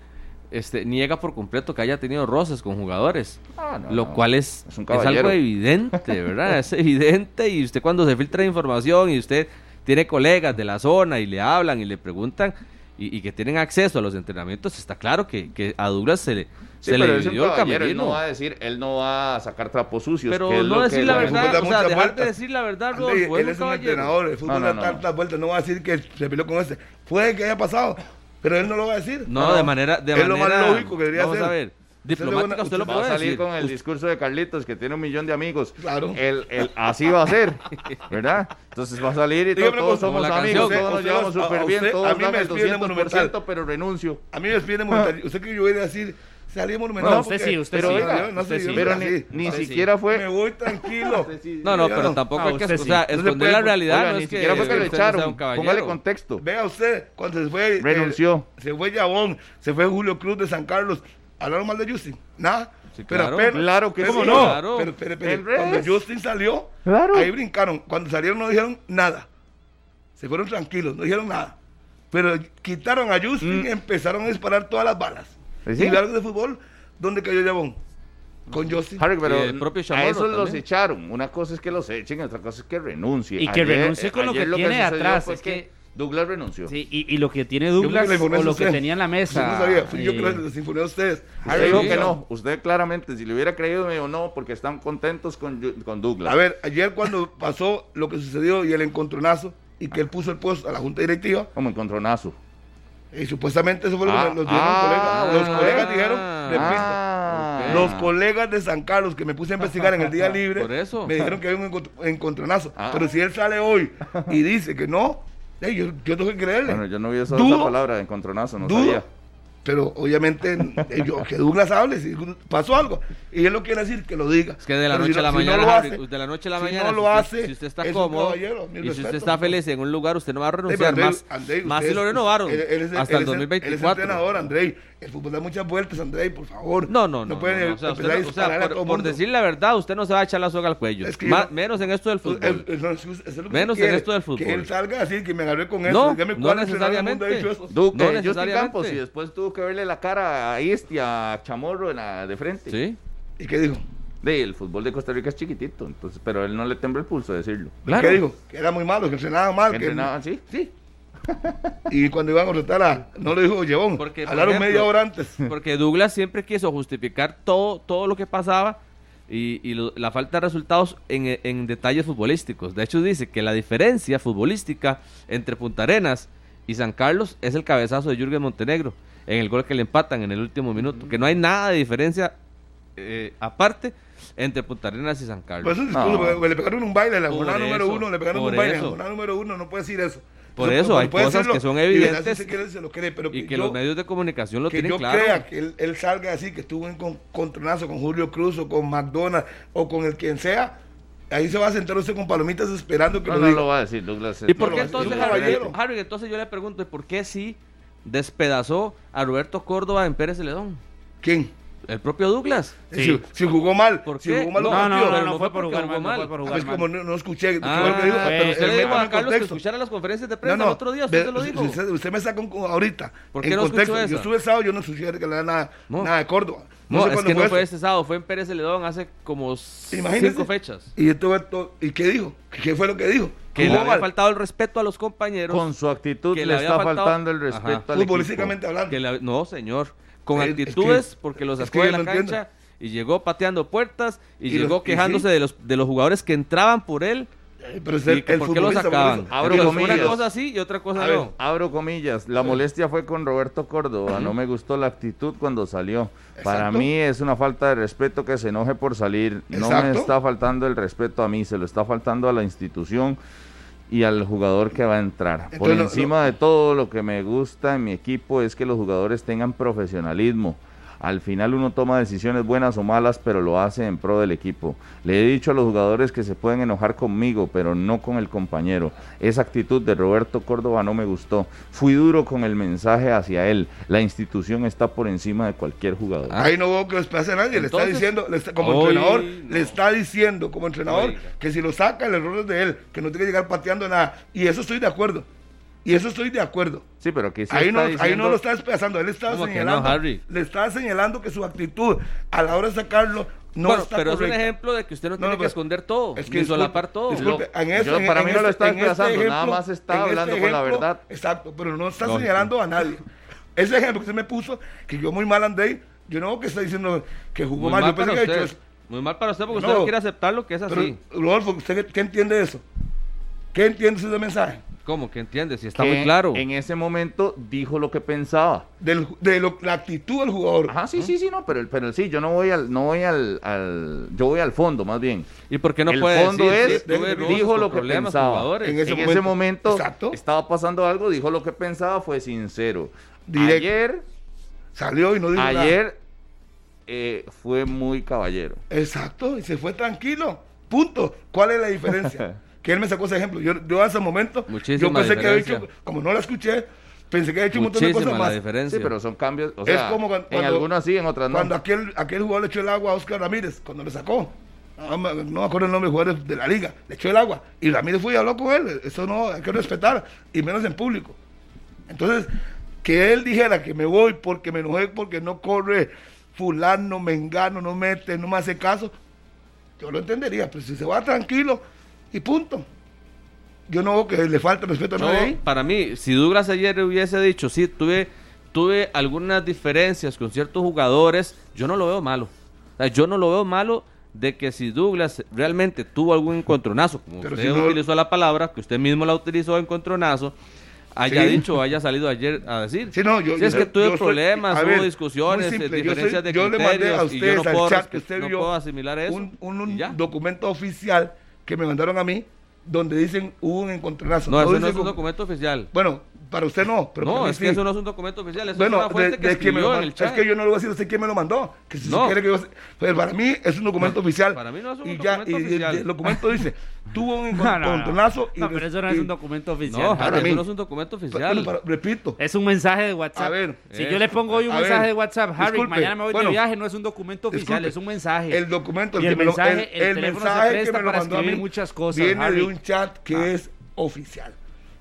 S5: este, niega por completo que haya tenido roces con jugadores.
S2: Ah, no,
S5: lo
S2: no.
S5: cual es,
S2: Es un
S5: es algo
S2: caballero.
S5: evidente, ¿verdad? es evidente y usted cuando se filtra información y usted tiene colegas de la zona y le hablan y le preguntan y, y que tienen acceso a los entrenamientos, está claro que, que a Douglas se le,
S2: Sí,
S5: se le
S2: pero es un
S5: dividió el
S2: caballero, él
S5: camerino.
S2: no va a decir, él no va a sacar trapos sucios. que
S5: Pero
S2: es lo
S5: no
S2: que
S5: decir la
S2: le-
S3: Fútbol da
S5: verdad, o sea,
S3: muchas
S5: dejar de
S3: vueltas.
S5: decir la verdad,
S3: Andrés,
S5: Rodolfo,
S3: él
S5: es un
S3: es un
S5: caballero.
S3: entrenador, el fútbol
S2: No, no,
S3: da
S2: no.
S3: tantas vueltas, no va a decir que se peleó con este. Puede que haya pasado, pero él no lo va a decir.
S4: Ah,
S5: No, de manera, de
S3: es
S5: manera.
S3: lo más lógico que debería
S5: vamos
S3: ser.
S5: a ver,
S3: Usted le
S5: diplomática
S3: van a-
S5: usted lo
S2: Va a
S5: puede
S2: salir
S5: decir.
S2: con el discurso de Carlitos, que tiene un millón de amigos.
S3: Claro.
S2: El, el- así va a ser, ¿verdad? Entonces va a salir y todos,
S3: Dígame una cosa,
S2: somos
S5: como la
S2: amigos,
S5: canción.
S2: todos nos
S3: Usted-
S2: llevamos
S3: usted-
S2: súper
S3: a
S2: bien,
S3: usted- a
S2: todos
S3: mí
S2: dan
S3: me
S2: el
S3: despiden de
S2: 200%,
S3: Monumental.
S2: pero renuncio.
S3: A mí me despiden de Monumental. Usted que yo voy a decir, salí de Monumental.
S4: Ah. No, usted
S3: porque-
S4: sí, usted
S3: eh, pero
S4: sí.
S3: oiga, no
S4: Usted
S3: sé,
S4: sí.
S3: yo
S2: Pero
S3: no
S2: ni,
S3: sé.
S2: ni
S4: Sí, sí.
S2: siquiera
S3: Me
S2: fue...
S3: voy tranquilo.
S5: No, no,
S3: Yo
S5: pero
S3: no.
S5: tampoco
S4: Ah,
S5: hay que
S4: usted
S5: o sea,
S4: sí.
S3: No se
S5: esconder
S3: puede,
S5: la
S3: porque-
S5: realidad.
S2: Oiga,
S5: no
S2: ni
S5: es que
S2: siquiera fue que
S5: usted
S2: lo
S5: no sea un
S2: echaron.
S5: caballero.
S2: Póngale contexto.
S3: Vea usted, cuando se fue. eh,
S2: Renunció.
S3: se fue Yabón, se fue Julio Cruz de San Carlos. ¿Hablaron mal de Justin? Nada.
S5: Sí,
S3: pero
S5: claro.
S3: apenas-
S2: Claro que
S3: ¿Cómo
S2: sí.
S3: no?
S5: Claro.
S3: Pero, pero, pero,
S2: En redes.
S3: cuando Justin salió,
S2: Claro.
S3: ahí brincaron. Cuando salieron no dijeron nada. Se fueron tranquilos, no dijeron nada. Pero quitaron a Justin y empezaron a disparar todas las balas.
S2: Pues Mm. sí.
S3: Y algo de fútbol, ¿dónde cayó Yabón? Con Justin.
S2: Harry, pero
S5: Y el propio
S2: a
S5: Chamorro
S2: esos los
S5: también.
S2: echaron. Una cosa es que los echen, otra cosa es que renuncie.
S4: Y que renuncie con lo
S2: ayer
S4: que tiene
S2: sucedió
S4: atrás,
S2: fue
S4: es
S2: que
S4: que-
S2: Douglas renunció.
S4: Sí, y, y lo que tiene
S3: Yo creo que
S4: Douglas
S3: la
S4: o
S3: informé a
S4: lo que
S3: usted.
S4: tenía en la mesa.
S3: Yo no sabía, fui yo
S4: eh,
S3: que les informé a ustedes.
S2: Usted dijo que
S3: Sí.
S2: no. Usted claramente, si le hubiera creído, me dijo no, porque están contentos con, Ju- con Douglas.
S3: A ver, ayer cuando pasó lo que sucedió y el encontronazo y que él puso el puesto a la junta directiva,
S2: Como encontronazo.
S3: y supuestamente eso fue lo que
S2: Ah,
S3: nos dieron
S2: ah,
S3: los colegas. Los
S2: ah,
S3: colegas dijeron, repito,
S2: Ah,
S5: ok.
S3: los colegas de San Carlos que me puse a investigar en el día libre,
S5: Por eso.
S3: me dijeron que había un encont- encontronazo.
S2: Ah.
S3: Pero si él sale hoy y dice que no, Ey, yo, yo tengo que creerle.
S2: Bueno, yo no vi esa,
S3: Dudo.
S2: esa palabra, encontronazo, no
S3: Dudo.
S2: sabía.
S3: Pero obviamente eh, yo- que Douglas hable si pasó algo. Y él lo quiere decir, que lo diga.
S5: Es que de la
S3: Pero si
S5: noche a la
S3: no- si no
S5: mañana,
S3: lo
S5: Harry,
S3: hace,
S5: de la noche a la
S3: si
S5: mañana,
S3: no
S5: si
S3: lo
S5: usted-
S3: hace,
S5: si usted está
S3: es un
S5: cómodo y
S3: caballero, mi
S5: si usted
S3: respeto.
S5: está feliz en un lugar, usted no va a
S3: Andrei,
S5: renunciar
S3: Andrei,
S5: más,
S3: Andrei,
S5: más
S3: usted
S5: si lo
S3: es-
S5: renovaron
S3: él- él es-
S5: hasta el
S3: él es Él es
S5: 2024.
S3: entrenador, Andrei. El fútbol da muchas vueltas, Andrei, por favor.
S5: No, no, no.
S3: No pueden
S5: no, no, o sea, usted
S3: empezar a
S5: no- o sea,
S3: disparar a
S5: por,
S3: todo
S5: por
S3: mundo.
S5: decir la verdad, usted no se va a echar la soga al cuello.
S3: Es que
S5: Ma-
S3: yo- Pues,
S5: menos en esto del fútbol.
S3: El- el- no, eso es lo que
S5: Menos
S3: usted
S5: en
S3: quiere,
S5: esto del fútbol.
S3: Que él salga así, que me agarré con eso.
S5: No,
S3: Dígame
S5: no
S3: cuál entrenador del mundo ha
S5: necesariamente.
S3: dicho eso.
S2: Duke,
S5: No
S2: eh, Justin
S5: necesariamente.
S2: Campos y después tuvo que verle la cara a Este y a Chamorro en la- de frente.
S5: sí.
S3: ¿Y qué dijo?
S2: De, el fútbol de Costa Rica es chiquitito, entonces, pero él no le tembla el pulso de decirlo.
S5: Claro.
S3: ¿Qué dijo? Que era muy malo, que entrenaba mal.
S2: Que
S3: que-
S2: entrenaban, sí, sí.
S3: Y cuando iban a contratar a. No lo dijo Llevón.
S5: Porque, por
S3: Hablaron
S5: ejemplo,
S3: media hora antes.
S5: Porque Douglas siempre quiso justificar todo, todo lo que pasaba y, y lo- la falta de resultados en, en detalles futbolísticos. De hecho, dice que la diferencia futbolística entre Punta Arenas y San Carlos es el cabezazo de Jürgen Montenegro en el gol que le empatan en el último minuto. Que no hay nada de diferencia eh, aparte entre Punta Arenas y San Carlos.
S3: Por Pues eso disculpe,
S2: No.
S3: porque- porque le pegaron un baile en la
S5: Por
S3: jornada número
S5: eso,
S3: uno, le pegaron
S5: por
S3: un baile en
S5: eso.
S3: la jornada número uno, no puede decir eso.
S5: Por
S3: Entonces,
S5: eso,
S3: cuando
S5: hay
S3: puede
S5: cosas
S3: decirlo,
S5: que son
S3: y verdad,
S5: evidentes
S3: si se quiere, se lo cree, pero
S5: y que
S3: yo-
S5: los medios de comunicación lo
S3: que
S5: tienen
S3: yo
S5: claro.
S3: crea que él, él salga así, que estuvo en con, contronazo con Julio Cruz o con McDonald's o con el quien sea, ahí se va a sentar usted con palomitas esperando que
S2: No,
S3: lo
S2: no
S3: diga.
S2: lo va a decir Douglas.
S5: ¿Y por
S3: No,
S5: qué
S3: no, es
S5: entonces,
S3: un
S5: Harry,
S3: caballero.
S5: Harry, entonces yo le pregunto, ¿y por qué sí despedazó a Roberto Córdoba en Pérez Celedón?
S3: ¿Quién?
S5: El propio Douglas.
S4: Sí.
S3: Si, si jugó mal,
S5: ¿Por
S3: si
S5: qué?
S3: jugó mal los
S4: No,
S5: No,
S4: no, no,
S3: partidos.
S4: no,
S5: pero
S4: fue
S5: no fue
S4: por jugar mal,
S5: porque jugó
S4: no fue
S5: mal.
S4: por
S3: Ah,
S4: jugar
S3: pues
S4: mal.
S3: como no, no escuché, que
S5: Ah,
S3: fue lo que dijo,
S5: pero
S3: pero
S5: usted
S3: él
S5: le dijo
S3: métame
S5: a
S3: en
S5: Carlos que
S3: contexto.
S5: escuchara las conferencias de
S3: No,
S5: prensa
S3: no,
S5: el otro día, usted
S3: ve-
S5: se lo dijo.
S3: Usted, usted me sacó con- ahorita.
S5: ¿Por
S3: ¿Por
S5: qué
S3: qué en
S5: no escuchó
S3: contexto,
S5: esa?
S3: yo estuve el sábado, yo no escuché que le da nada,
S5: No.
S3: nada de Córdoba.
S5: No,
S3: sé
S5: es
S3: cuándo
S5: que no
S3: eso.
S5: fue este sábado, fue en Pérez Celedón hace como
S3: Imagínese.
S5: cinco fechas.
S3: Y esto, esto- ¿y qué dijo? ¿Qué fue lo que dijo?
S5: Que le
S3: Jugó
S5: había
S3: mal,
S5: faltado el respeto a los compañeros.
S2: Con su actitud
S5: que
S2: le,
S5: le había
S2: está
S5: faltado-
S2: faltando el respeto
S5: Ajá.
S2: al
S3: futbolísticamente
S2: equipo.
S3: hablando.
S5: que le- no, señor. Con
S3: Es- es
S5: actitudes,
S3: que-
S5: porque los
S3: es
S5: sacó
S3: que
S5: de
S3: yo
S5: la
S3: no entiendo.
S5: cancha y llegó pateando puertas y,
S3: Y
S5: llegó
S3: los- y
S5: quejándose
S3: sí.
S5: de, los, de los jugadores que entraban por él.
S3: Eh, Pero es
S5: y
S3: el,
S5: que
S3: el
S5: ¿Por qué lo
S3: futbolista,
S5: sacaban? Ah,
S3: por eso.
S2: Abro
S5: Entonces,
S2: comillas.
S5: Una cosa sí y otra cosa
S3: A
S5: no.
S3: ver,
S2: Abro comillas, la molestia fue con Roberto Córdoba, no me gustó la actitud cuando salió. Para
S3: Exacto.
S2: mí es una falta de respeto que se enoje por salir. No me
S3: Exacto.
S2: está faltando el respeto a mí, se lo está faltando a la institución y al jugador que va a entrar. por
S3: Entonces, lo-
S2: encima de todo, lo que me gusta en mi equipo es que los jugadores tengan profesionalismo. Al final uno toma decisiones buenas o malas, pero lo hace en pro del equipo. Le he dicho a los jugadores que se pueden enojar conmigo, pero no con el compañero. Esa actitud de Roberto Córdoba no me gustó. Fui duro con el mensaje hacia él. La institución está por encima de cualquier jugador.
S5: Ah.
S3: Ahí no veo que les pase a nadie, le está
S5: Entonces,
S3: diciendo, le está- como
S5: hoy
S3: entrenador,
S5: no.
S3: le está diciendo como entrenador
S5: Oiga.
S3: que si lo saca el error es de él, que no tiene que llegar pateando nada. Y eso estoy de acuerdo. Y eso estoy de acuerdo.
S2: Sí, pero aquí sí
S3: ahí,
S2: está
S3: no, ahí
S2: diciendo-
S3: no lo está despedazando, él está
S5: ¿Cómo que no,
S3: señalando,
S5: Harry?
S3: le está señalando que su actitud a la hora de sacarlo no
S5: Bueno,
S3: está
S5: pero es un
S3: correcta.
S5: ejemplo de que usted no,
S3: No,
S5: tiene
S3: no,
S5: que
S3: pero-
S5: esconder todo,
S3: Es
S5: ni
S3: que
S5: solapar todo.
S3: disculpe,
S2: Lo-
S3: en eso-
S2: yo-
S3: en-
S2: para
S3: en
S2: mí no lo está
S3: este- en este
S2: desplazando, nada más está
S3: en este
S2: hablando con la verdad.
S3: Exacto, pero no está
S5: Lógico.
S3: señalando a nadie. Ese ejemplo que usted me puso, que yo muy mal andé, yo no veo que está diciendo que jugó
S5: muy,
S3: mal,
S5: mal
S3: yo
S5: para
S3: pensé que ha
S5: usted,
S3: hecho eso.
S5: muy mal para usted porque
S3: No.
S5: usted no quiere aceptar lo que es
S3: Pero,
S5: así.
S3: Rodolfo, ¿usted qué, qué entiende de eso? ¿Qué entiende usted del mensaje?
S5: ¿Cómo que entiende? Si está
S2: que
S5: muy claro.
S2: En ese momento dijo lo que pensaba.
S3: Del, de lo- la actitud del jugador.
S2: Ajá, sí, sí, sí, no, pero, el- pero sí, yo no voy al, no voy al, al- yo voy al fondo más bien.
S5: ¿Y por qué no
S2: el
S5: puede
S2: fondo
S5: decir?
S2: es,
S5: Sí, tuve roces
S2: dijo
S5: con
S2: lo que
S5: problemas,
S2: pensaba.
S5: jugadores.
S3: En
S2: En ese
S3: ese
S2: momento,
S3: momento. Exacto.
S2: estaba pasando algo, dijo lo que pensaba, fue sincero.
S3: Directo.
S2: Ayer,
S3: Salió y no dijo nada.
S2: ayer eh, fue muy caballero.
S3: Exacto, y se fue tranquilo. Punto. ¿Cuál es la diferencia? que él me sacó ese ejemplo. Yo, yo hace un momento,
S5: Muchísima
S3: yo pensé que había
S5: diferencia.
S3: hecho, como no la escuché, pensé que había hecho un montón de
S5: Muchísima
S3: cosas
S5: la
S3: más.
S5: diferencia.
S2: Sí, pero son cambios, o sea,
S3: es como cuando,
S2: en
S3: cuando-
S2: algunas sí, en otras
S3: Cuando
S2: no.
S3: aquel, aquel jugador le echó el agua a Oscar Ramírez, cuando le sacó. No me, no me acuerdo el nombre del jugador de la liga. Le echó el agua. Y Ramírez fue y habló con él. Eso no hay que respetar. Y menos en público. Entonces, que él dijera que me voy porque me enojé, porque no corre fulano, mengano, no mete, no me hace caso. Yo lo entendería. Pero si se va tranquilo y punto. Yo no veo que le falta respeto a
S5: No,
S3: nadie. ahí.
S5: para mí, si Douglas ayer hubiese dicho, sí, tuve, tuve algunas diferencias con ciertos jugadores, yo no lo veo malo. O sea, yo no lo veo malo de que si Douglas realmente tuvo algún encontronazo, como
S3: Pero
S5: usted
S3: si no-
S5: utilizó la palabra, que usted mismo la utilizó encontronazo, haya
S3: Sí.
S5: dicho o haya salido ayer a decir.
S3: Sí, no, yo,
S5: si es
S3: yo-
S5: que tuve
S3: yo soy-
S5: problemas,
S3: a
S5: hubo
S3: ver,
S5: discusiones,
S3: muy
S5: eh,
S3: simple, yo soy-
S5: diferencias de
S3: yo le mandé a
S5: criterios, y yo
S3: ustedes
S5: no puedo,
S3: al chat
S5: respe-
S3: que usted
S5: no
S3: vio
S5: puedo asimilar eso.
S3: un, un-
S5: y
S3: un
S5: ya.
S3: documento oficial que me mandaron a mí donde dicen hubo un encontronazo.
S5: No, eso no
S3: dice
S5: es un
S3: con-
S5: documento oficial.
S3: Bueno, para usted no, pero para
S5: No,
S3: mí
S5: es que
S3: sí.
S5: eso no es un documento oficial, eso
S3: Bueno,
S5: es una
S3: de-
S5: fuente que
S3: de quién me lo
S5: escribió
S3: mandó.
S5: en el chat.
S3: Es que yo no le voy a decir a usted quién me lo mandó. Que si
S5: No.
S3: se quiere que yo se- Pues para mí es un documento oficial.
S5: para mí no es un
S3: y ya,
S5: documento
S3: y el-
S5: oficial.
S3: el documento dice, tuvo un
S4: No, no, no.
S3: encontronazo. y
S4: No, pero eso no es
S3: y-
S4: un documento oficial.
S5: No,
S3: para
S5: Harry,
S3: mí.
S5: eso no es un documento
S3: Pero-
S5: oficial.
S3: pero- repito,
S4: Es un mensaje de WhatsApp.
S3: A ver,
S4: si
S5: eh,
S4: yo le pongo hoy un
S3: a
S4: mensaje
S3: ver,
S4: de WhatsApp, Harry,
S3: disculpe,
S4: mañana me voy
S3: bueno,
S4: de viaje, no es un documento oficial,
S3: Disculpe,
S4: es un mensaje.
S3: El documento,
S4: Y el
S3: que me lo-
S4: mensaje, el teléfono se presta para escribir muchas cosas,
S3: Viene
S4: Harry. Ah.
S3: de un chat que es oficial.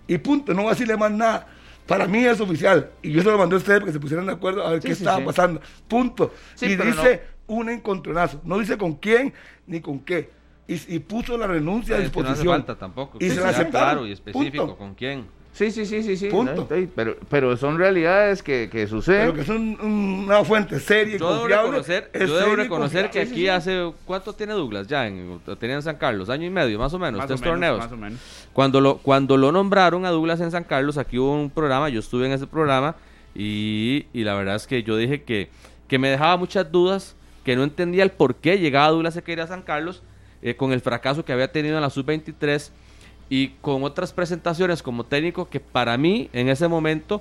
S3: Y punto, no voy a decirle más nada. Para mí es oficial. Y yo se lo mandé a ustedes porque se pusieran de acuerdo a ver qué
S4: sí,
S3: estaba
S4: sí.
S3: pasando. Punto.
S4: Sí,
S3: y
S4: pero
S3: dice un encontronazo. No dice con quién ni con qué. Y, y puso la renuncia a
S5: Es que no
S3: disposición.
S5: hace falta tampoco.
S3: Y
S5: que
S3: se la
S5: sea
S3: aceptaron.
S5: Claro y específico,
S3: Punto.
S5: ¿con quién?
S2: Sí, sí, sí, sí, sí.
S3: Punto.
S2: Ahí- ahí, Pero, pero son realidades que, que suceden.
S3: Pero que es un- una fuente seria y
S5: Yo debo
S3: confiable.
S5: reconocer,
S3: es
S5: yo debo
S3: seria y
S5: reconocer que
S3: confiable.
S5: aquí hace. ¿Cuánto tiene Douglas ya? En, tenía en San Carlos, año y medio, más o menos,
S4: Más o
S5: tres
S4: menos,
S5: torneos.
S4: más o menos.
S5: Cuando lo, cuando lo nombraron a Douglas en San Carlos, aquí hubo un programa, yo estuve en ese programa y, y la verdad es que yo dije que, que me dejaba muchas dudas, que no entendía el por qué llegaba Douglas Sequeira a San Carlos eh, con el fracaso que había tenido en la sub-23 y con otras presentaciones como técnico que para mí en ese momento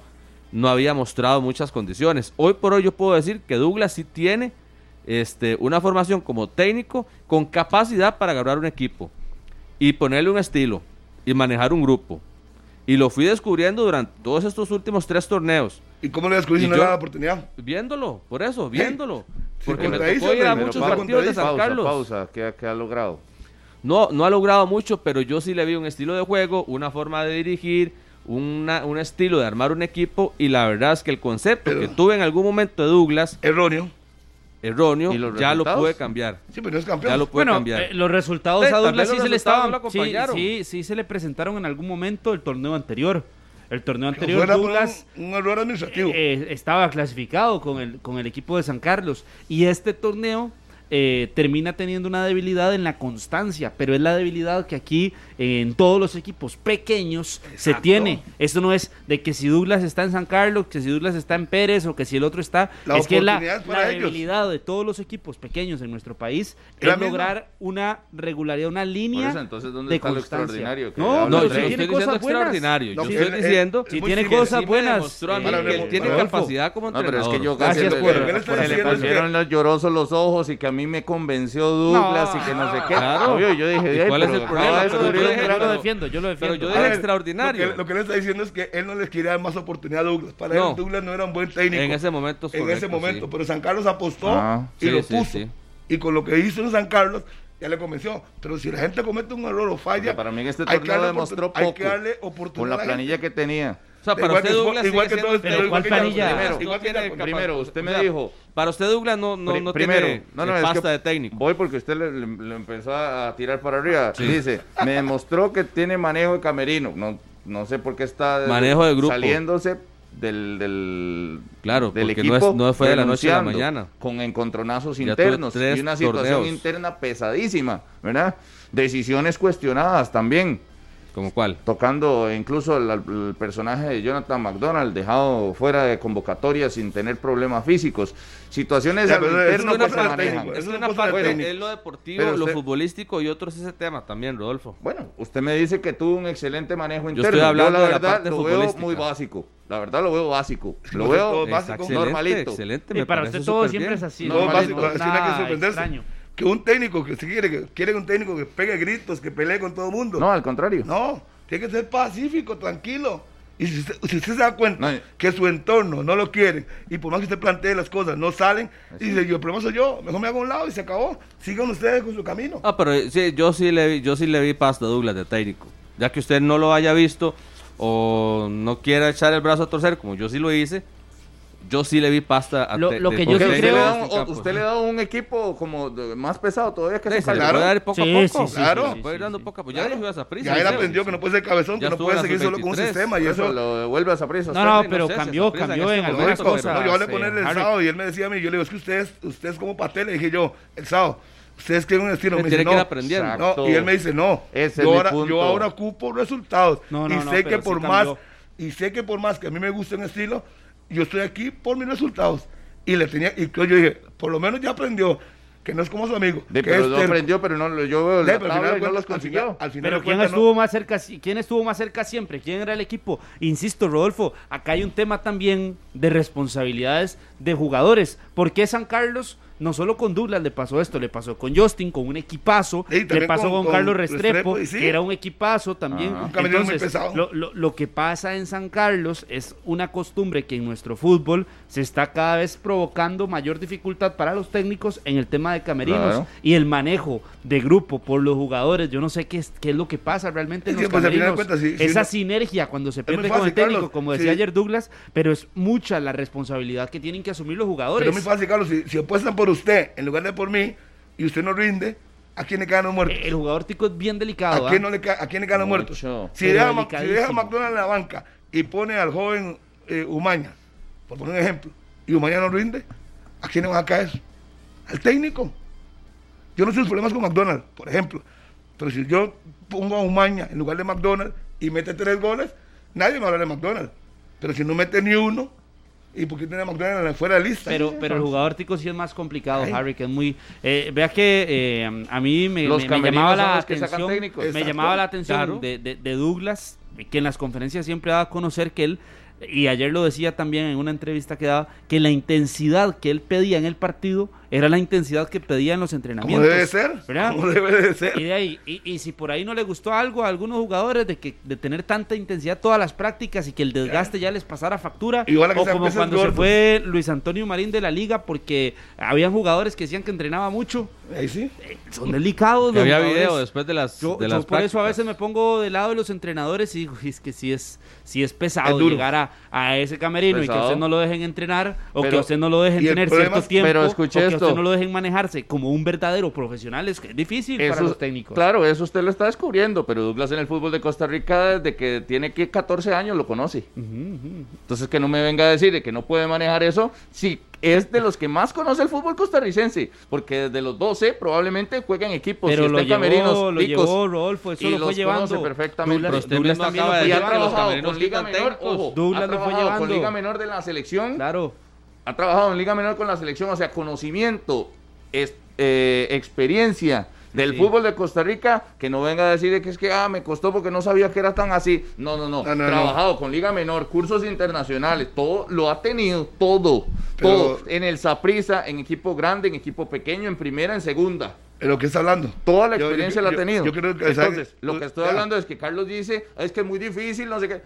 S5: no había mostrado muchas condiciones. Hoy por hoy yo puedo decir que Douglas sí tiene este, una formación como técnico con capacidad para agarrar un equipo y ponerle un estilo y manejar un grupo. Y lo fui descubriendo durante todos estos últimos tres torneos.
S3: ¿Y cómo le descubrí si
S5: Y
S3: no
S5: yo-
S3: le daba la oportunidad?
S5: Viéndolo, por eso, viéndolo.
S3: Sí,
S5: Porque me
S3: contradice,
S5: tocó ir a
S3: hombre,
S5: muchos
S3: pero pa-
S5: partidos de San
S2: pausa,
S5: Carlos.
S2: pausa, ¿qué, qué ha logrado?
S5: No, no ha logrado mucho, pero yo sí le vi un estilo de juego, una forma de dirigir, una, un estilo de armar un equipo. Y la verdad es que el concepto que tuve en algún momento de Douglas,
S3: Erróneo.
S5: erróneo,
S2: ¿Y los
S5: ya lo
S2: resultados?
S5: pude cambiar.
S3: Sí, pero no es campeón.
S5: Ya lo pude
S4: Bueno,
S5: cambiar.
S4: eh, los resultados
S5: Sí,
S4: a
S5: tal
S4: Douglas
S5: vez
S4: sí
S5: los
S4: se le
S5: resultados
S4: estaban.
S5: no lo
S4: sí,
S5: acompañaron.
S4: sí, sí se le presentaron en algún momento el torneo anterior. El torneo
S3: Eso
S4: anterior,
S3: era un-
S4: Douglas.
S3: Un, error administrativo.
S4: eh, estaba clasificado con el, con el equipo de San Carlos. Y este torneo eh, termina teniendo una debilidad en la constancia, pero es la debilidad que aquí eh, en todos los equipos pequeños se
S3: Exacto.
S4: tiene. Esto no es de que si Douglas está en San Carlos, que si Douglas está en Pérez o que si el otro está.
S3: La
S4: es que la,
S3: oportunidad para
S4: la
S3: ellos.
S4: debilidad de todos los equipos pequeños en nuestro país
S3: Es la
S4: es
S3: misma.
S4: lograr una regularidad, una
S2: Por
S4: línea.
S2: eso, entonces, ¿dónde
S4: de
S2: está lo
S4: constancia.
S2: extraordinario? que
S4: No,
S2: habla
S5: No,
S4: Hablan de
S5: yo no
S4: él.
S5: estoy
S4: Tiene
S5: diciendo
S4: cosas buenas.
S3: No,
S5: extraordinario. yo
S3: que
S5: estoy
S3: él- él-
S5: diciendo
S3: sí
S4: Si
S3: Muy
S4: tiene
S3: siguiente.
S4: cosas
S5: sí me
S4: buenas.
S5: demostró a mí
S4: eh,
S5: que él tiene
S4: Rodolfo.
S5: capacidad como
S2: No, pero
S5: entrenador.
S2: es que yo
S4: Gracias
S2: casi
S4: por-
S2: le,
S4: Lo que
S3: le
S2: le
S3: estoy
S2: pusieron los llorosos los ojos y que a mí me convenció Douglas
S4: No,
S2: y que no sé qué.
S5: claro.
S2: Obvio, yo dije,
S5: ¿Y
S2: "Ey,
S5: cuál es
S2: pero
S5: el
S2: acaba de
S5: problema? Pero yo
S2: descubrir un
S5: dije,
S4: yo
S2: gran
S4: lo
S5: pero-
S4: defiendo, yo lo
S5: pero
S4: defiendo.
S5: yo
S4: A
S5: dije
S4: ver,
S5: extraordinario.
S3: Lo que, lo que él está diciendo es que él no les quería dar más oportunidad a Douglas. Para
S5: No.
S3: él, Douglas no era un buen técnico.
S5: En ese momento es
S3: En
S5: correcto,
S3: ese momento.
S5: sí.
S3: Pero San Carlos apostó
S2: Ah,
S3: y
S5: sí,
S3: lo
S5: sí,
S3: puso.
S5: sí.
S3: Y con lo que hizo en San Carlos, ya le convenció. Pero si la gente comete un error o falla.
S2: Porque para mí en este
S3: hay que
S2: torneo
S3: darle
S2: demostró
S3: oportun- Hay
S2: poco
S3: que darle
S2: con
S3: oportunidad.
S2: la
S3: a gente.
S2: planilla que tenía.
S5: O sea,
S3: Da
S5: para
S3: igual
S5: usted
S3: que-
S5: Douglas
S3: igual
S5: sigue
S3: que
S5: siendo-
S3: todos-
S4: Pero igual
S3: que
S4: planilla.
S3: Douglas,
S2: Primero,
S3: igual que
S5: tiene
S3: Douglas.
S2: Primero, usted me
S5: O sea,
S2: dijo.
S5: Para usted Douglas no, no,
S2: Pri-
S5: no
S2: primero,
S5: tiene
S2: no, no,
S5: eh,
S2: es que
S5: pasta de técnico.
S2: Voy porque usted le, le- le empezó a tirar para arriba. Dice, me demostró que tiene manejo de camerino. No, no sé por qué está
S5: Manejo de grupo.
S2: saliéndose del, del
S5: Claro,
S2: del
S5: porque no es- no fue de la noche a la
S2: renunciando,
S5: mañana.
S2: Con encontronazos
S5: Ya tuvo
S2: internos
S5: tres
S2: y una situación
S5: torneos.
S2: interna pesadísima, ¿verdad? Decisiones cuestionadas también,
S5: ¿Como cuál?
S2: tocando incluso el, el personaje de Jonathan McDonald, dejado fuera de convocatoria sin tener problemas físicos. Situaciones
S3: Ya,
S2: al
S3: pero eso
S2: interno
S3: es una
S2: que se
S3: parte
S2: manejan.
S3: técnica.
S5: Es
S3: Eso
S5: una
S3: no pasa de
S5: parte,
S3: técnico.
S5: es lo deportivo,
S2: Pero
S5: lo
S2: usted-
S5: futbolístico y otro es ese tema también, Rodolfo.
S2: Bueno, usted me dice que tuvo un excelente manejo interno.
S5: estoy hablando
S2: la
S5: de la
S2: verdad
S5: parte
S2: lo veo
S5: futbolística.
S2: muy básico. La verdad lo veo básico. Lo
S3: no sé, todo
S2: veo
S3: es básico,
S5: Excelente,
S2: normalito.
S5: Excelente,
S4: Y
S5: me
S4: para
S5: parece
S4: usted todo
S5: súper
S4: siempre
S5: bien.
S4: es así.
S2: No,
S3: No,
S2: Normalito,
S3: básico, así no hay que
S4: nada
S3: sorprenderse.
S4: extraño.
S3: Que un técnico que si quiere, que quiere un técnico que pegue gritos, que pelee con todo el mundo.
S2: No, al contrario.
S3: No, tiene que ser pacífico, tranquilo. Y si usted, si usted se da cuenta
S2: No, y-
S3: que su entorno no lo quiere y por más que usted plantee las cosas, no salen, y dice, yo, el problema soy yo, mejor me hago a un lado y se acabó. Sigan ustedes con su camino.
S5: Ah, pero eh, sí, yo sí le vi, yo sí le vi pasta a Douglas de técnico. Ya que usted no lo haya visto o no quiera echar el brazo a torcer, como yo sí lo hice, yo sí le vi pasta a
S4: Lo-
S5: te-
S4: lo
S5: de-
S4: que
S5: de
S4: yo
S2: Porque
S4: sí
S5: técnico
S2: usted, le
S4: creo-
S2: da
S5: en este
S2: un,
S5: campo.
S2: usted le da un equipo como de- más pesado todavía que
S5: Sí,
S2: se
S5: se le
S3: Claro.
S5: puede dar poco
S4: Sí,
S5: a poco.
S4: sí, sí,
S3: Claro. sí,
S5: Se
S4: sí,
S5: puede ir
S4: sí,
S5: dando
S4: sí.
S5: poco a poco. Ya
S3: Claro.
S5: lo vio a esa prisa.
S3: ya él aprendió que no puede ser cabezón,
S5: Ya
S3: que no
S5: estuvo
S3: puede
S5: en la
S3: seguir solo con un
S5: sub-23.
S3: sistema. Y
S2: Por
S3: eso,
S2: eso lo vuelve a Saprissa.
S4: No, no,
S5: no
S4: pero
S5: sé,
S4: cambió,
S5: sorpresa en
S4: cambió
S5: este
S4: en
S5: momento,
S4: algunas
S5: pero-
S4: cosas.
S3: No, yo hablé con
S4: eh,
S3: él el
S4: Harry.
S3: sábado y él me decía a mí, yo le digo, es que ustedes, ustedes como pastel, le dije yo, el sábado, ustedes quieren un estilo.
S5: Usted
S3: Me dice,
S5: tiene que ir
S3: no,
S5: aprendiendo.
S3: No, y él me dice, no,
S2: Ese es
S3: yo,
S2: mi
S3: ahora,
S2: punto.
S3: yo ahora ocupo resultados.
S4: No,
S3: y
S4: no, no,
S3: sé que
S4: pero sí
S3: por más,
S4: cambió.
S3: y sé que por más que a mí me guste un estilo, yo estoy aquí por mis resultados. Y le tenía, y yo dije, por lo menos ya aprendió que no es como su amigo.
S2: De-
S3: que
S2: pero
S3: es
S2: no
S3: terco.
S2: aprendió, pero no lo- yo veo
S3: De,
S2: la
S3: pero al
S2: tabla
S3: final
S2: y no
S3: de
S2: los
S3: cuentas- al final-
S2: consiguió.
S3: al final
S4: Pero
S3: de
S4: quién
S3: cuentas, no-
S4: estuvo más cerca, si- quién estuvo más cerca siempre, quién era el equipo. Insisto, Rodolfo, acá hay un tema también de responsabilidades de jugadores. ¿Por qué San Carlos? No solo con Douglas le pasó esto, le pasó con Justin, con un equipazo,
S3: Sí, también
S4: le pasó
S3: con-
S4: con,
S3: con
S4: Carlos
S3: Restrepo,
S4: Restrepo,
S3: y sí.
S4: que era un equipazo también.
S2: Ajá. Un
S3: camerino muy pesado.
S4: lo- lo, lo que pasa en San Carlos es una costumbre que en nuestro fútbol se está cada vez provocando mayor dificultad para los técnicos en el tema de camerinos
S2: Claro.
S4: y el manejo de grupo por los jugadores. Yo no sé qué es, qué es lo que pasa realmente en
S3: Sí,
S4: los
S3: pues, al final de
S4: camerinos.
S3: cuentas, sí, sí,
S4: Esa
S3: no-
S4: sinergia cuando se
S3: muy
S4: pierde con
S3: fácil,
S4: el técnico,
S3: Carlos,
S4: como decía
S3: sí.
S4: ayer Douglas, pero es mucha la responsabilidad que tienen que asumir los
S3: Pero
S4: jugadores.
S3: es muy fácil, Carlos. Si, si apuestan por usted en lugar de por mí y usted no rinde, ¿a quién le quedan los muertos?
S4: el jugador tico es bien delicado.
S3: ¿A
S4: ¿ah?
S3: quién, no le ca- ¿A quién le quedan los muertos?
S2: Mucho.
S3: Si
S4: Pero
S3: deja, a Ma- si
S4: delicadísimo.
S3: deja a McDonald en la banca y pone al joven eh, Umaña, por poner un ejemplo, y Umaña no rinde, ¿a quién le van a caer? Al técnico. Yo no sé los problemas con McDonald, por ejemplo. Pero si yo pongo a Umaña en lugar de McDonald y mete tres goles, nadie me habla de McDonald. Pero si no mete ni uno, ¿y por qué tiene a McDonald en la fuera de lista?
S4: Pero, pero el jugador tico sí es más complicado,
S3: Ay.
S4: Harry, que es muy... eh, vea que eh, a mí me,
S2: Los
S4: me- me
S2: camerinos
S4: llamaba
S2: son
S4: la
S2: los que sacan
S4: atención,
S2: técnicos.
S4: me
S3: Exacto.
S4: llamaba la atención
S5: Claro.
S4: de, de- de Douglas, que en las conferencias siempre daba a conocer que él, y ayer lo decía también en una entrevista que daba, que la intensidad que él pedía en el partido era la intensidad que pedía en los
S3: ¿Cómo
S4: entrenamientos.
S3: debe de ser?
S4: ¿verdad?
S3: ¿Cómo debe de ser?
S4: Y, de ahí, y, y si por ahí no le gustó algo a algunos jugadores de que de tener tanta intensidad todas las prácticas y que el desgaste ya les pasara factura,
S3: Y ojalá que
S4: o
S3: sean
S4: como
S3: peces
S4: cuando
S3: gordos.
S4: se fue Luis Antonio Marín de la liga porque habían jugadores que decían que entrenaba mucho,
S3: Ahí sí.
S4: Eh, son delicados.
S5: Que
S4: los
S5: había
S4: jugadores.
S5: video después de las.
S4: Yo,
S5: de
S4: yo
S5: las
S4: por eso a veces me
S5: prácticas.
S4: pongo del lado de los entrenadores y digo, es que sí es, sí es pesado
S3: Es duro.
S4: llegar a, a ese camerino y que a
S2: Pesado.
S4: usted no lo dejen entrenar o que
S2: Pero-
S4: a usted no lo dejen
S3: y el
S4: tener
S3: problema
S4: cierto
S3: es-
S4: tiempo
S2: pero escuche
S4: o que a
S2: esto.
S4: usted no lo dejen manejarse como un verdadero profesional. Es que es difícil para los técnicos.
S2: Claro, eso usted lo está descubriendo, pero Douglas en el fútbol de Costa Rica desde que tiene que 14 años lo conoce. Entonces que no me venga a decir de que no puede manejar eso, si es de los que más conoce el fútbol costarricense, porque desde los 12 probablemente juega en equipos,
S4: Pero
S2: Pues si
S4: lo
S2: está en
S4: llevó,
S2: camerinos,
S4: lo
S2: picos,
S4: llevó Rodolfo, eso
S2: y
S4: lo fue
S2: los
S4: llevando.
S2: conoce perfectamente.
S5: Pero
S4: Douglas-
S5: usted
S4: Douglas
S5: mismo
S4: también
S5: acaba
S4: lo fue
S5: de
S2: y ha
S5: decir que los
S4: llevando.
S2: trabajado
S5: camerinos
S2: con Liga
S5: quitan
S2: Menor,
S5: técnicos.
S2: ojo,
S4: Douglas
S2: ha
S4: lo fue
S2: trabajado con
S4: llevando.
S2: Liga Menor de la selección,
S4: Claro.
S2: ha trabajado en Liga Menor con la selección, o sea, conocimiento, es- eh, experiencia del
S4: Sí.
S2: fútbol de Costa Rica, que no venga a decir que es que ah, me costó porque no sabía que era tan así. No, no, no.
S3: No, no,
S2: trabajado con Liga Menor, cursos internacionales, todo lo ha tenido, todo,
S3: Pero-
S2: todo. En el Saprisa, en equipo grande, en equipo pequeño, en primera, en segunda.
S3: De lo que está hablando.
S2: Toda la
S3: Yo- yo-
S2: experiencia la
S3: yo-
S2: ha tenido.
S3: yo creo que-
S2: Entonces,
S3: ¿sabe?
S2: lo que estoy
S3: Ya.
S2: hablando es que Carlos dice, es que es muy difícil, no sé qué.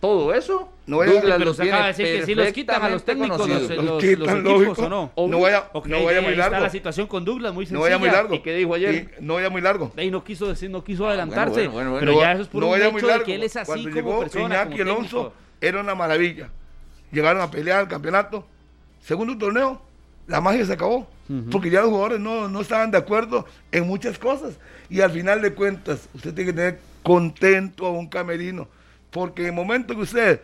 S2: Todo eso,
S3: No vaya-
S2: Douglas
S4: Pero
S2: lo
S4: usted acaba de
S2: tiene
S4: decir que sí los quitan a los técnicos los,
S2: conocido.
S4: los-
S3: quitan,
S4: los equipos
S3: lógico.
S4: o no.
S3: No vaya-
S4: Ok,
S3: no vaya muy
S4: ahí
S3: largo.
S4: Está la situación con Douglas muy sencilla.
S3: No vaya muy largo.
S2: ¿Y qué dijo ayer?
S3: Y no vaya muy largo.
S4: Ahí no quiso decir, no quiso adelantarse.
S2: Ah, bueno, bueno, bueno.
S4: pero
S2: No
S4: ya eso es por
S3: no
S4: un
S3: vaya muy
S4: hecho de
S3: largo.
S4: que él es así
S3: Cuando
S4: como
S3: llegó
S4: persona,
S3: Iñaki
S4: como
S3: Alonso,
S4: técnico.
S3: era una maravilla. Llegaron a pelear al campeonato. Segundo torneo, la magia se acabó. Porque ya los jugadores no, no estaban de acuerdo en muchas cosas. Y al final de cuentas, usted tiene que tener contento a un camerino. Porque en el momento que usted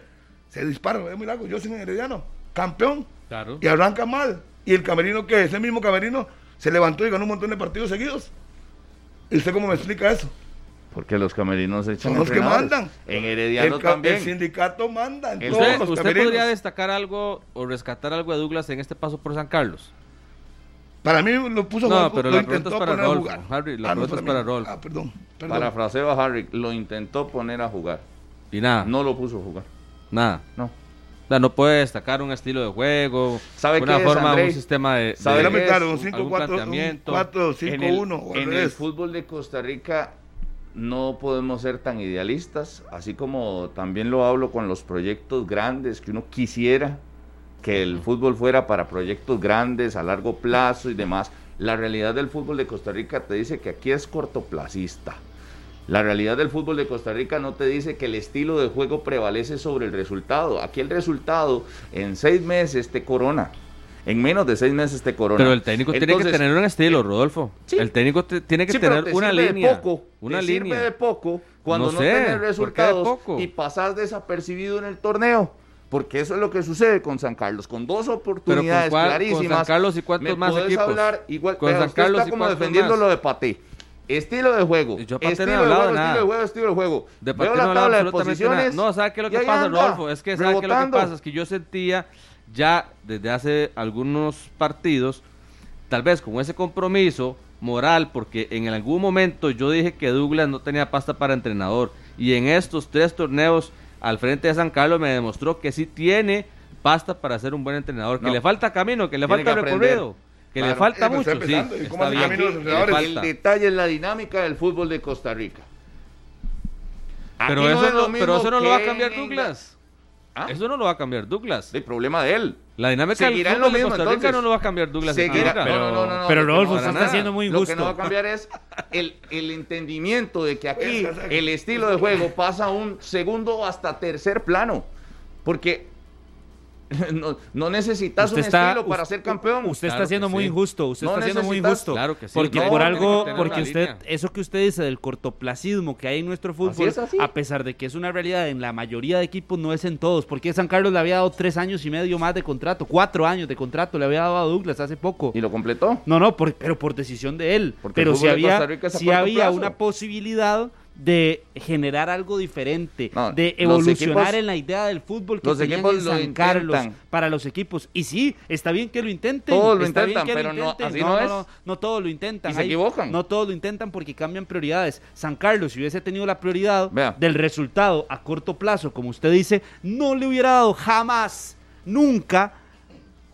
S3: se dispara, es muy largo, yo soy herediano, campeón,
S5: Claro.
S3: y arranca mal. Y el camerino que ese mismo camerino se levantó y ganó un montón de partidos seguidos. ¿Y usted cómo me explica eso?
S2: Porque los camerinos echan
S3: Son los que
S2: entrenadores.
S3: mandan.
S2: En Herediano
S3: el, ca-
S2: también.
S3: el sindicato manda. en
S2: El-
S3: todos
S5: ¿Usted,
S3: los
S5: usted
S3: camerinos.
S5: podría destacar algo o rescatar algo de Douglas en este paso por San Carlos?
S3: Para mí lo puso a
S5: No,
S3: jugar,
S5: pero
S3: lo
S5: la pregunta
S3: intentó
S5: es para
S3: poner a
S5: Rolfo,
S3: jugar.
S5: Harry, la pregunta es
S3: mí.
S5: para Rolfo.
S3: Ah, perdón. perdón.
S2: Parafraseo a Harry, lo intentó poner a jugar.
S5: Y nada,
S2: No lo puso a jugar.
S5: nada.
S2: No.
S5: O sea, Ah. no puede destacar un estilo de juego,
S2: ¿Sabe
S5: una
S2: qué es,
S5: forma,
S2: Andrei?
S5: un sistema de...
S2: ¿Sabe
S5: de-
S3: Era
S2: qué es?
S3: mental, un
S5: algún
S3: 5 4 un
S5: planteamiento.
S3: 4
S2: En
S3: 5
S2: el,
S3: 1 o al
S2: en el
S3: revés.
S2: fútbol de Costa Rica no podemos ser tan idealistas, así como también lo hablo con los proyectos grandes que uno quisiera que el fútbol fuera para proyectos grandes a largo plazo y demás. La realidad del fútbol de Costa Rica te dice que aquí es cortoplacista. La realidad del fútbol de Costa Rica no te dice que el estilo de juego prevalece sobre el resultado. Aquí el resultado en seis meses te corona. En menos de seis meses te corona.
S5: Pero el técnico tiene que
S2: Entonces,
S5: tener un estilo, Rodolfo.
S2: sí.
S5: El técnico te- tiene que
S2: Sí, pero
S5: tener
S2: te
S5: una
S2: sirve de
S5: línea.
S2: poco,
S5: una
S2: te
S5: línea.
S2: sirve de poco cuando
S5: No
S2: no,
S5: sé, ¿por qué de
S2: tienes resultados
S5: poco?
S2: y pasas desapercibido en el torneo. Porque eso es lo que sucede con San Carlos, con dos oportunidades
S5: cuál- con
S2: clarísimas.
S5: San Carlos y cuántos
S2: ¿Me
S5: más
S2: podés
S5: equipos?
S2: hablar igual,
S5: Con
S2: vea,
S5: San
S2: usted
S5: Carlos y
S2: está como
S5: cuántos
S2: defendiendo
S5: más.
S2: lo de Paté. Estilo de juego.
S5: Yo a Paté no he
S2: estilo, de
S5: hablado
S2: juego
S5: nada.
S2: estilo de juego, estilo de juego.
S5: De
S2: Veo
S5: parte
S2: la
S5: no hablaba
S2: tabla de
S5: absolutamente nada.
S2: posiciones.
S5: No, ¿sabe qué es lo
S2: y
S5: que
S2: ahí
S5: pasa,
S2: anda,
S5: Rodolfo? Es que, ¿sabe qué es lo que
S2: rebotando.
S5: pasa? Es que yo sentía ya desde hace algunos partidos tal vez con ese compromiso moral, porque en algún momento yo dije que Douglas no tenía pasta para entrenador, y en estos tres torneos al frente de San Carlos me demostró que sí tiene pasta para ser un buen entrenador, que
S2: No.
S5: le falta camino, que le
S2: Tiene
S5: falta
S2: que aprender.
S5: recorrido, que le
S2: Claro.
S5: falta
S3: Eh, pero está
S5: mucho, sí,
S3: empezando, ¿y cómo
S5: está
S3: hace
S5: bien.
S3: camino los
S5: Le
S3: entrenadores?
S2: El
S5: falta.
S2: detalle es la dinámica del fútbol de Costa Rica. Aquí
S5: Pero eso
S2: es lo
S5: no- pero
S2: mismo
S5: eso no lo va a
S2: que
S5: cambiar
S2: en-
S5: Douglas.
S2: ¿Ah?
S5: Eso no lo va a cambiar Douglas.
S2: El problema de él.
S5: La dinámica del
S2: Seguirán lo
S5: fútbol de
S2: mismo,
S5: Costa Rica
S2: entonces.
S5: no lo va a cambiar Douglas. en
S2: Seguirá-
S5: Costa
S2: no,
S5: Rica.
S2: no, no, no, no,
S4: pero
S2: lo que
S4: Rodolfo,
S2: no
S5: usted
S2: hará
S5: está
S2: nada.
S4: siendo muy
S2: Lo que
S4: injusto.
S2: no va a cambiar es el, el entendimiento de que aquí
S3: Esa, esa.
S2: el estilo de juego pasa a un segundo hasta tercer plano. Porque no, no necesitas un estilo para ser campeón.
S4: Usted
S5: Claro
S4: está siendo
S5: que
S4: muy
S5: sí.
S4: injusto, usted
S2: No
S4: está siendo muy
S2: necesitas-
S4: injusto.
S5: Claro que sí,
S4: Porque
S2: no,
S4: por
S2: tiene que
S4: algo,
S2: tener
S4: porque
S5: una
S4: usted,
S5: línea.
S4: eso que usted dice del cortoplacismo que hay en nuestro
S2: Así
S4: fútbol,
S2: es, así.
S4: a pesar de que es una realidad en la mayoría de equipos, no es en todos. Porque San Carlos le había dado tres años y medio más de contrato, cuatro años de contrato, le había dado a Douglas hace poco.
S2: Y lo completó.
S4: No, no, por- pero por decisión de él.
S2: Porque el
S4: pero
S2: fútbol
S4: si
S2: de
S4: había,
S2: Costa Rica es a
S4: si
S2: corto
S4: había
S2: plazo.
S4: una posibilidad de generar algo diferente,
S2: No,
S4: de
S2: los
S4: evolucionar
S2: equipos-
S4: en la idea del fútbol que
S2: los
S4: tenían
S2: equipos
S4: en
S2: lo
S4: San Carlos
S2: intentan.
S4: para los equipos. Y sí, está bien que lo intenten.
S2: Todos lo
S4: está
S2: intentan,
S4: bien que
S2: pero no, así
S4: no,
S2: no es.
S4: no, no todos lo intentan.
S2: Y se equivocan.
S4: No todos lo intentan porque cambian prioridades. San Carlos, si hubiese tenido la prioridad
S2: Vea.
S4: del resultado a corto plazo, como usted dice, no le hubiera dado jamás, nunca,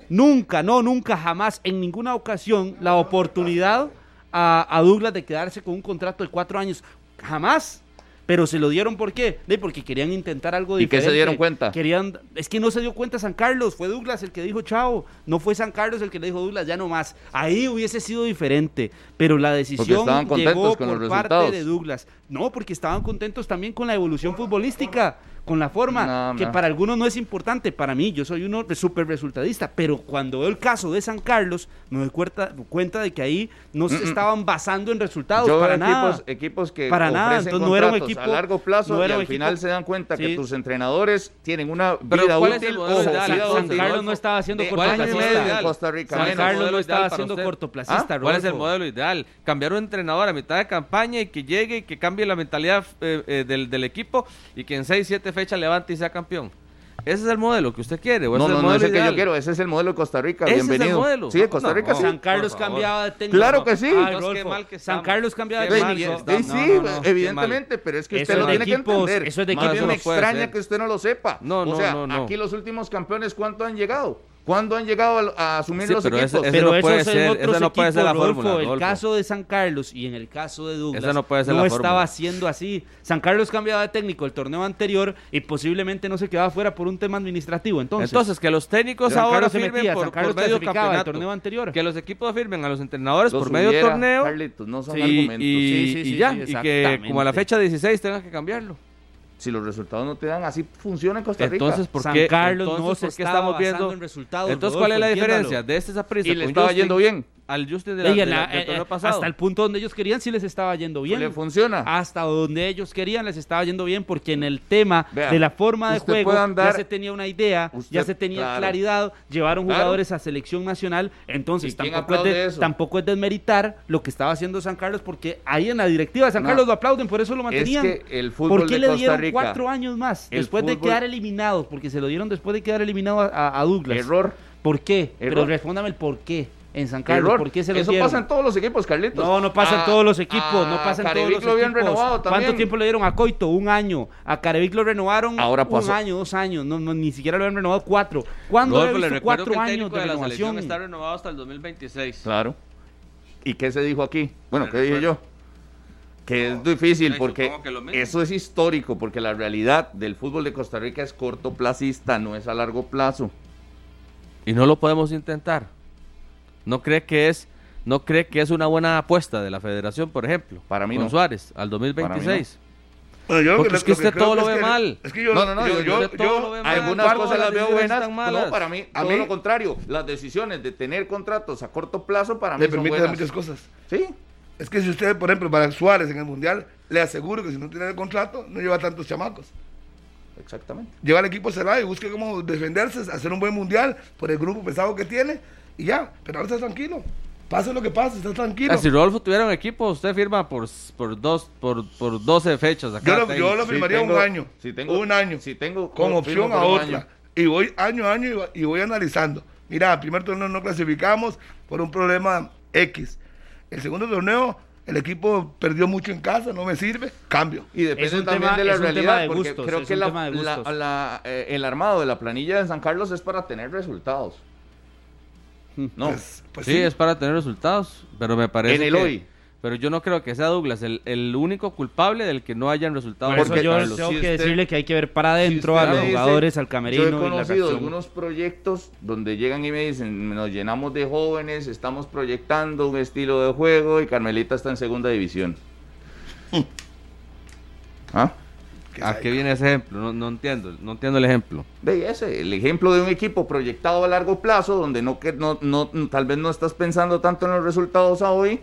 S4: nunca, no, nunca, jamás, en ninguna ocasión, la oportunidad a, a Douglas de quedarse con un contrato de cuatro años. Jamás. Pero se lo dieron, ¿por qué? De porque querían intentar algo
S2: ¿Y qué
S4: diferente.
S2: se dieron cuenta?
S4: Querían, es que no se dio cuenta San Carlos, fue Douglas el que dijo chao, no fue San Carlos el que le dijo Douglas ya no más. Ahí hubiese sido diferente, pero la decisión
S2: estaban contentos
S4: llegó
S2: con
S4: por
S2: los
S4: parte
S2: resultados.
S4: de Douglas. No, porque estaban contentos también con la evolución futbolística, con la forma
S2: No,
S4: que
S2: no.
S4: para algunos no es importante, para mí yo soy uno súper resultadista, pero cuando veo el caso de San Carlos me doy cuenta, cuenta de que ahí no
S5: Mm,
S4: se estaban basando en resultados
S2: Yo
S4: para
S2: veo
S4: nada.
S2: equipos, equipos que
S4: Para nada,
S2: ofrecen
S4: entonces no era un
S2: contratos
S4: equipo-
S2: a largo plazo
S4: no
S2: y
S4: era
S2: al
S4: un equipo-
S2: final se dan cuenta que
S4: Sí.
S2: tus entrenadores tienen una
S5: Pero
S2: vida
S5: ¿cuál es el
S2: útil.
S5: modelo
S2: ojo,
S5: ideal,
S4: San,
S2: vida
S5: entonces?
S2: útil,
S4: Carlos no estaba haciendo
S2: de
S5: ¿Cuál es el
S2: año y
S5: modelo
S2: medio
S4: cortoplacista.
S5: ideal?
S2: en Costa Rica.
S4: San
S5: menos.
S4: Carlos
S5: Modelo
S4: no
S5: ideal
S4: estaba
S5: para
S4: haciendo
S5: usted.
S4: cortoplacista,
S2: ¿Ah?
S5: ¿Cuál es el
S4: Rodolfo.
S5: modelo ideal? Cambiar un entrenador a mitad de campaña y que llegue y que cambie la mentalidad eh, eh, del, del equipo y que en 6, 7 fechas levante y sea campeón. ¿Ese es el modelo que usted quiere? ¿O
S2: No, no,
S5: ese el
S2: no es
S5: modelo
S2: el que yo
S5: ideal?
S2: quiero, ese es el modelo de Costa Rica,
S5: Ese es el
S2: bienvenido.
S5: modelo.
S2: Sí, de Costa
S5: No,
S2: Rica
S5: no.
S2: sí.
S4: San Carlos
S5: Por favor.
S4: cambiaba de técnico.
S2: Claro que sí.
S4: Ay,
S5: Dios, qué
S4: Rodolfo,
S5: mal
S4: San
S5: que estamos.
S4: Carlos cambiaba de
S5: Qué
S2: Ey,
S5: mal,
S4: técnico.
S5: no,
S2: ey,
S5: no,
S2: sí,
S5: no, no, qué
S2: evidentemente,
S5: mal.
S2: pero es que
S4: Eso
S2: usted
S4: es
S2: lo
S4: de
S2: tiene
S4: equipos,
S2: que entender.
S4: eso es de
S2: Más bien
S5: equipos.
S2: me
S5: No puede
S2: extraña
S5: ser.
S2: que usted no lo sepa.
S5: No, no,
S2: o sea,
S5: no, no.
S2: aquí los últimos campeones, ¿cuánto han llegado? ¿Cuándo han llegado al- a, asumir
S5: Sí,
S2: los
S5: pero
S2: equipos?
S5: ese- ese-
S4: Pero
S5: no
S4: eso
S5: puede
S4: es en
S5: ser,
S4: otros
S5: esa no puede ser la
S4: equipos,
S5: fórmula,
S4: Rodolfo. El
S5: Rodolfo.
S4: caso de San Carlos y en el caso de Douglas
S5: Esa no puede ser la fórmula.
S4: estaba siendo así. San Carlos cambiaba de técnico el torneo anterior y posiblemente no se quedaba fuera por un tema administrativo. Entonces,
S5: Entonces, que los técnicos
S4: San
S5: ahora
S4: Carlos se
S5: firmen
S4: metía,
S5: por,
S4: San Carlos
S5: por medio
S4: clasificaba el
S5: campeonato.
S4: torneo anterior.
S5: Que los equipos firmen a los entrenadores
S2: Los
S5: por medio
S2: hubiera,
S5: torneo.
S2: Carlitos, no son
S5: y,
S2: argumentos.
S5: y-
S4: Sí, sí,
S5: y
S4: sí,
S5: ya,
S4: sí,
S5: y que como a la
S4: exactamente.
S5: fecha 16 tengas que cambiarlo.
S2: Si los resultados no te dan, así funciona en Costa Rica.
S5: Entonces, ¿por
S4: San
S5: qué,
S4: Carlos
S5: entonces,
S4: no
S5: ¿por
S4: se
S5: qué
S4: estaba
S5: estamos viendo
S4: basando en resultados,
S5: Entonces,
S4: Rodolfo,
S5: ¿cuál es la
S4: entiéndalo.
S5: diferencia de este Saprissa
S2: y le estaba yendo bien.
S5: al Justin de la,
S4: y en
S5: de
S4: la-
S5: la- del
S4: eh,
S5: torneo
S4: eh,
S5: pasado?
S4: hasta el punto donde ellos querían sí les estaba yendo
S2: Bien.
S4: bien. Ah,
S2: Le funciona.
S4: hasta donde ellos querían les estaba yendo bien porque en el tema
S2: Vea,
S4: de la forma de
S2: usted
S4: juego
S2: puede andar-
S4: ya se tenía una idea,
S2: Usted-
S4: ya se tenía
S2: claro.
S4: claridad, llevaron
S2: Claro.
S4: jugadores a selección nacional, entonces
S2: ¿Y quién
S4: tampoco es, de-
S2: aplaude eso?
S4: tampoco es desmeritar lo que estaba haciendo San Carlos porque ahí en la directiva de San
S2: No.
S4: Carlos lo aplauden, por eso lo mantenían.
S2: Es que el fútbol
S4: ¿Por qué
S2: de
S4: le
S2: Costa
S4: dieron
S2: Rica,
S4: cuatro años más
S2: el
S4: después de
S2: fútbol-
S4: quedar eliminados? Porque se lo dieron después de quedar eliminado a- a, a Douglas.
S2: Error.
S4: ¿Por qué? Pero
S2: Error.
S4: respóndame el por qué en San Carlos.
S2: error.
S4: ¿Por qué se lo
S2: Eso
S4: dieron?
S2: pasa en todos los equipos, Carlitos.
S4: No, no pasa
S2: A-
S4: en todos los equipos, no
S2: a
S4: pasa en todos
S2: Carevic
S4: los
S2: Ah, lo habían
S4: equipos.
S2: renovado también.
S4: ¿Cuánto tiempo le dieron a Coito? Un año. A Carevic lo renovaron
S2: Ahora
S4: un
S2: pasó-
S4: año, dos años. No, no, ni siquiera lo habían renovado cuatro. ¿Cuándo
S5: Rodolfo,
S4: había
S5: pues le
S4: visto
S5: recuerdo que
S4: cuatro
S5: el
S4: años
S5: técnico
S4: de
S5: de la selección
S4: renovación?
S5: está renovado hasta el 2026.
S2: Claro. ¿Y qué se dijo aquí? Bueno, ¿qué dije yo? Que es difícil
S5: sí,
S2: porque
S5: supongo que lo mismo.
S2: eso es histórico, porque la realidad del fútbol de Costa Rica es cortoplacista, no es a largo plazo.
S5: Y no lo podemos intentar. ¿No cree que es no cree que es una buena apuesta de la federación, por ejemplo?
S2: Para mí
S5: con
S2: no.
S5: Suárez al 2026.
S3: Bueno, yo
S5: Porque
S3: lo-
S5: es que
S3: lo
S5: usted
S3: creo
S5: todo
S3: es
S5: lo ve
S3: que-
S5: mal.
S3: Es que yo,
S2: no, no, no, yo, yo-
S5: todo
S2: yo-
S5: lo veo mal,
S2: algunas
S5: Pablo,
S2: cosas
S5: las
S2: las veo
S5: decisiones
S2: buenas.
S5: están malas.
S2: No, para mí,
S3: A
S2: todo
S3: mí-
S2: lo contrario. Las decisiones de tener contratos a corto plazo para mí
S3: me
S2: son
S3: permite hacer
S2: buenas.
S3: muchas cosas.
S2: Sí.
S3: Es que si usted, por ejemplo, para Suárez en el Mundial, le aseguro que si no tiene el contrato, no lleva tantos chamacos.
S2: Exactamente.
S3: Lleva al equipo cerrado y busque cómo defenderse, hacer un buen Mundial por el grupo pesado que tiene y ya. Pero ahora está tranquilo. Pase lo que pase, está tranquilo.
S5: Ah, Si Rodolfo tuviera un equipo, usted firma por, por, dos, por, por 12 fechas. Acá
S3: Yo lo, yo lo
S2: Si
S3: firmaría
S2: tengo-
S3: un año.
S2: si tengo-
S3: un año.
S2: si tengo-
S3: con
S2: lo
S3: opción
S2: firmo
S3: a
S2: por un
S3: otra.
S2: año.
S3: Y voy año a año y va- y voy analizando. mira, primer torneo no clasificamos por un problema X. El segundo torneo, el equipo perdió mucho en casa, no me sirve, cambio.
S2: Y depende
S4: Es un
S2: también
S4: tema-
S2: de la
S4: es un tema
S2: realidad,
S4: de
S2: porque
S4: gustos,
S2: creo
S4: es
S2: que
S4: un
S2: la-
S4: tema de
S2: la-
S4: gustos.
S2: la- eh, el armado de la planilla de San Carlos es para tener resultados.
S4: Hmm.
S2: No,
S3: Pues, pues
S5: sí, es para tener resultados, pero me parece
S2: En el
S5: que-
S2: hoy.
S5: Pero yo no creo que sea Douglas el, el único culpable del que no hayan resultados.
S4: Por eso
S2: Porque,
S4: yo
S2: Carlos,
S4: tengo
S2: si
S4: que
S2: usted-
S4: decirle que hay que ver para
S2: Si
S4: adentro
S2: usted
S4: a los
S2: me dice,
S4: jugadores, al camerino
S2: Yo he
S4: y la
S2: conocido
S4: reacción.
S2: algunos proyectos donde llegan y me dicen, nos llenamos de jóvenes, estamos proyectando un estilo de juego y Carmelita está en segunda división. ¿Ah?
S3: que
S5: ¿A
S3: sea-
S5: qué viene ese ejemplo? No, no entiendo, no entiendo el ejemplo.
S2: De ese, el ejemplo de un equipo proyectado a largo plazo, donde no, que, no, no, tal vez no estás pensando tanto en los resultados a hoy,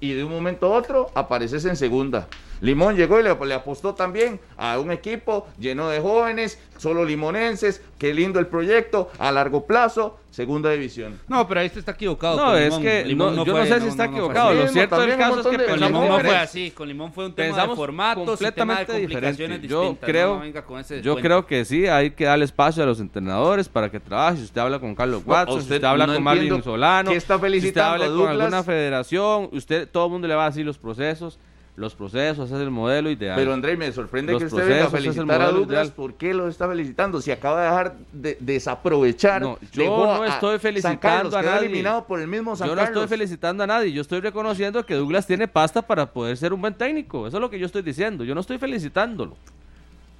S2: y de un momento a otro apareces en segunda. Limón llegó y le, le apostó también a un equipo lleno de jóvenes, solo limonenses, qué lindo el proyecto, a largo plazo, segunda división.
S4: No, pero ahí usted está equivocado.
S5: No,
S4: con
S5: es
S4: Limón.
S5: que
S4: Limón
S5: no- yo no
S4: fue-
S5: sé si está
S4: no fue
S5: equivocado.
S4: así.
S5: lo
S2: Mismo,
S5: cierto del
S2: también un
S5: caso es
S2: montón
S5: que
S2: de-
S4: Con
S5: pensamos
S4: Limón no fue
S2: diferente.
S4: así. Con Limón fue un tema de
S5: Pensamos
S4: formatos y tema de
S5: completamente
S4: complicaciones
S5: diferente. Yo
S4: distintas.
S5: creo-
S4: no venga con ese
S5: Yo
S4: cuento.
S5: creo que sí, hay que darle espacio a los entrenadores para que trabajen. Si usted habla con Carlos
S2: No, a
S5: Watson, si
S2: usted
S5: usted habla
S2: no
S5: con Marvin
S2: entiendo
S5: Solano,
S2: qué está
S5: si usted
S2: felicitando
S5: habla
S2: a
S5: con
S2: Douglas.
S5: alguna federación, usted, todo el mundo le va a decir los procesos, los procesos, ese es el modelo ideal.
S2: Pero André, me sorprende
S5: Los
S2: que usted venga a
S5: procesos es el
S2: felicitar a
S5: modelo
S2: Douglas.
S5: ideal.
S2: ¿Por qué lo está felicitando? Si acaba de dejar de desaprovechar.
S5: No, yo
S2: dejó
S5: no
S2: a- a
S5: estoy
S2: San
S5: felicitando
S2: Carlos,
S5: a
S2: quedó
S5: nadie.
S2: eliminado por el mismo San
S5: yo no
S2: Carlos.
S5: estoy felicitando a nadie, yo estoy reconociendo que Douglas tiene pasta para poder ser un buen técnico. Eso es lo que yo estoy diciendo, yo no estoy felicitándolo.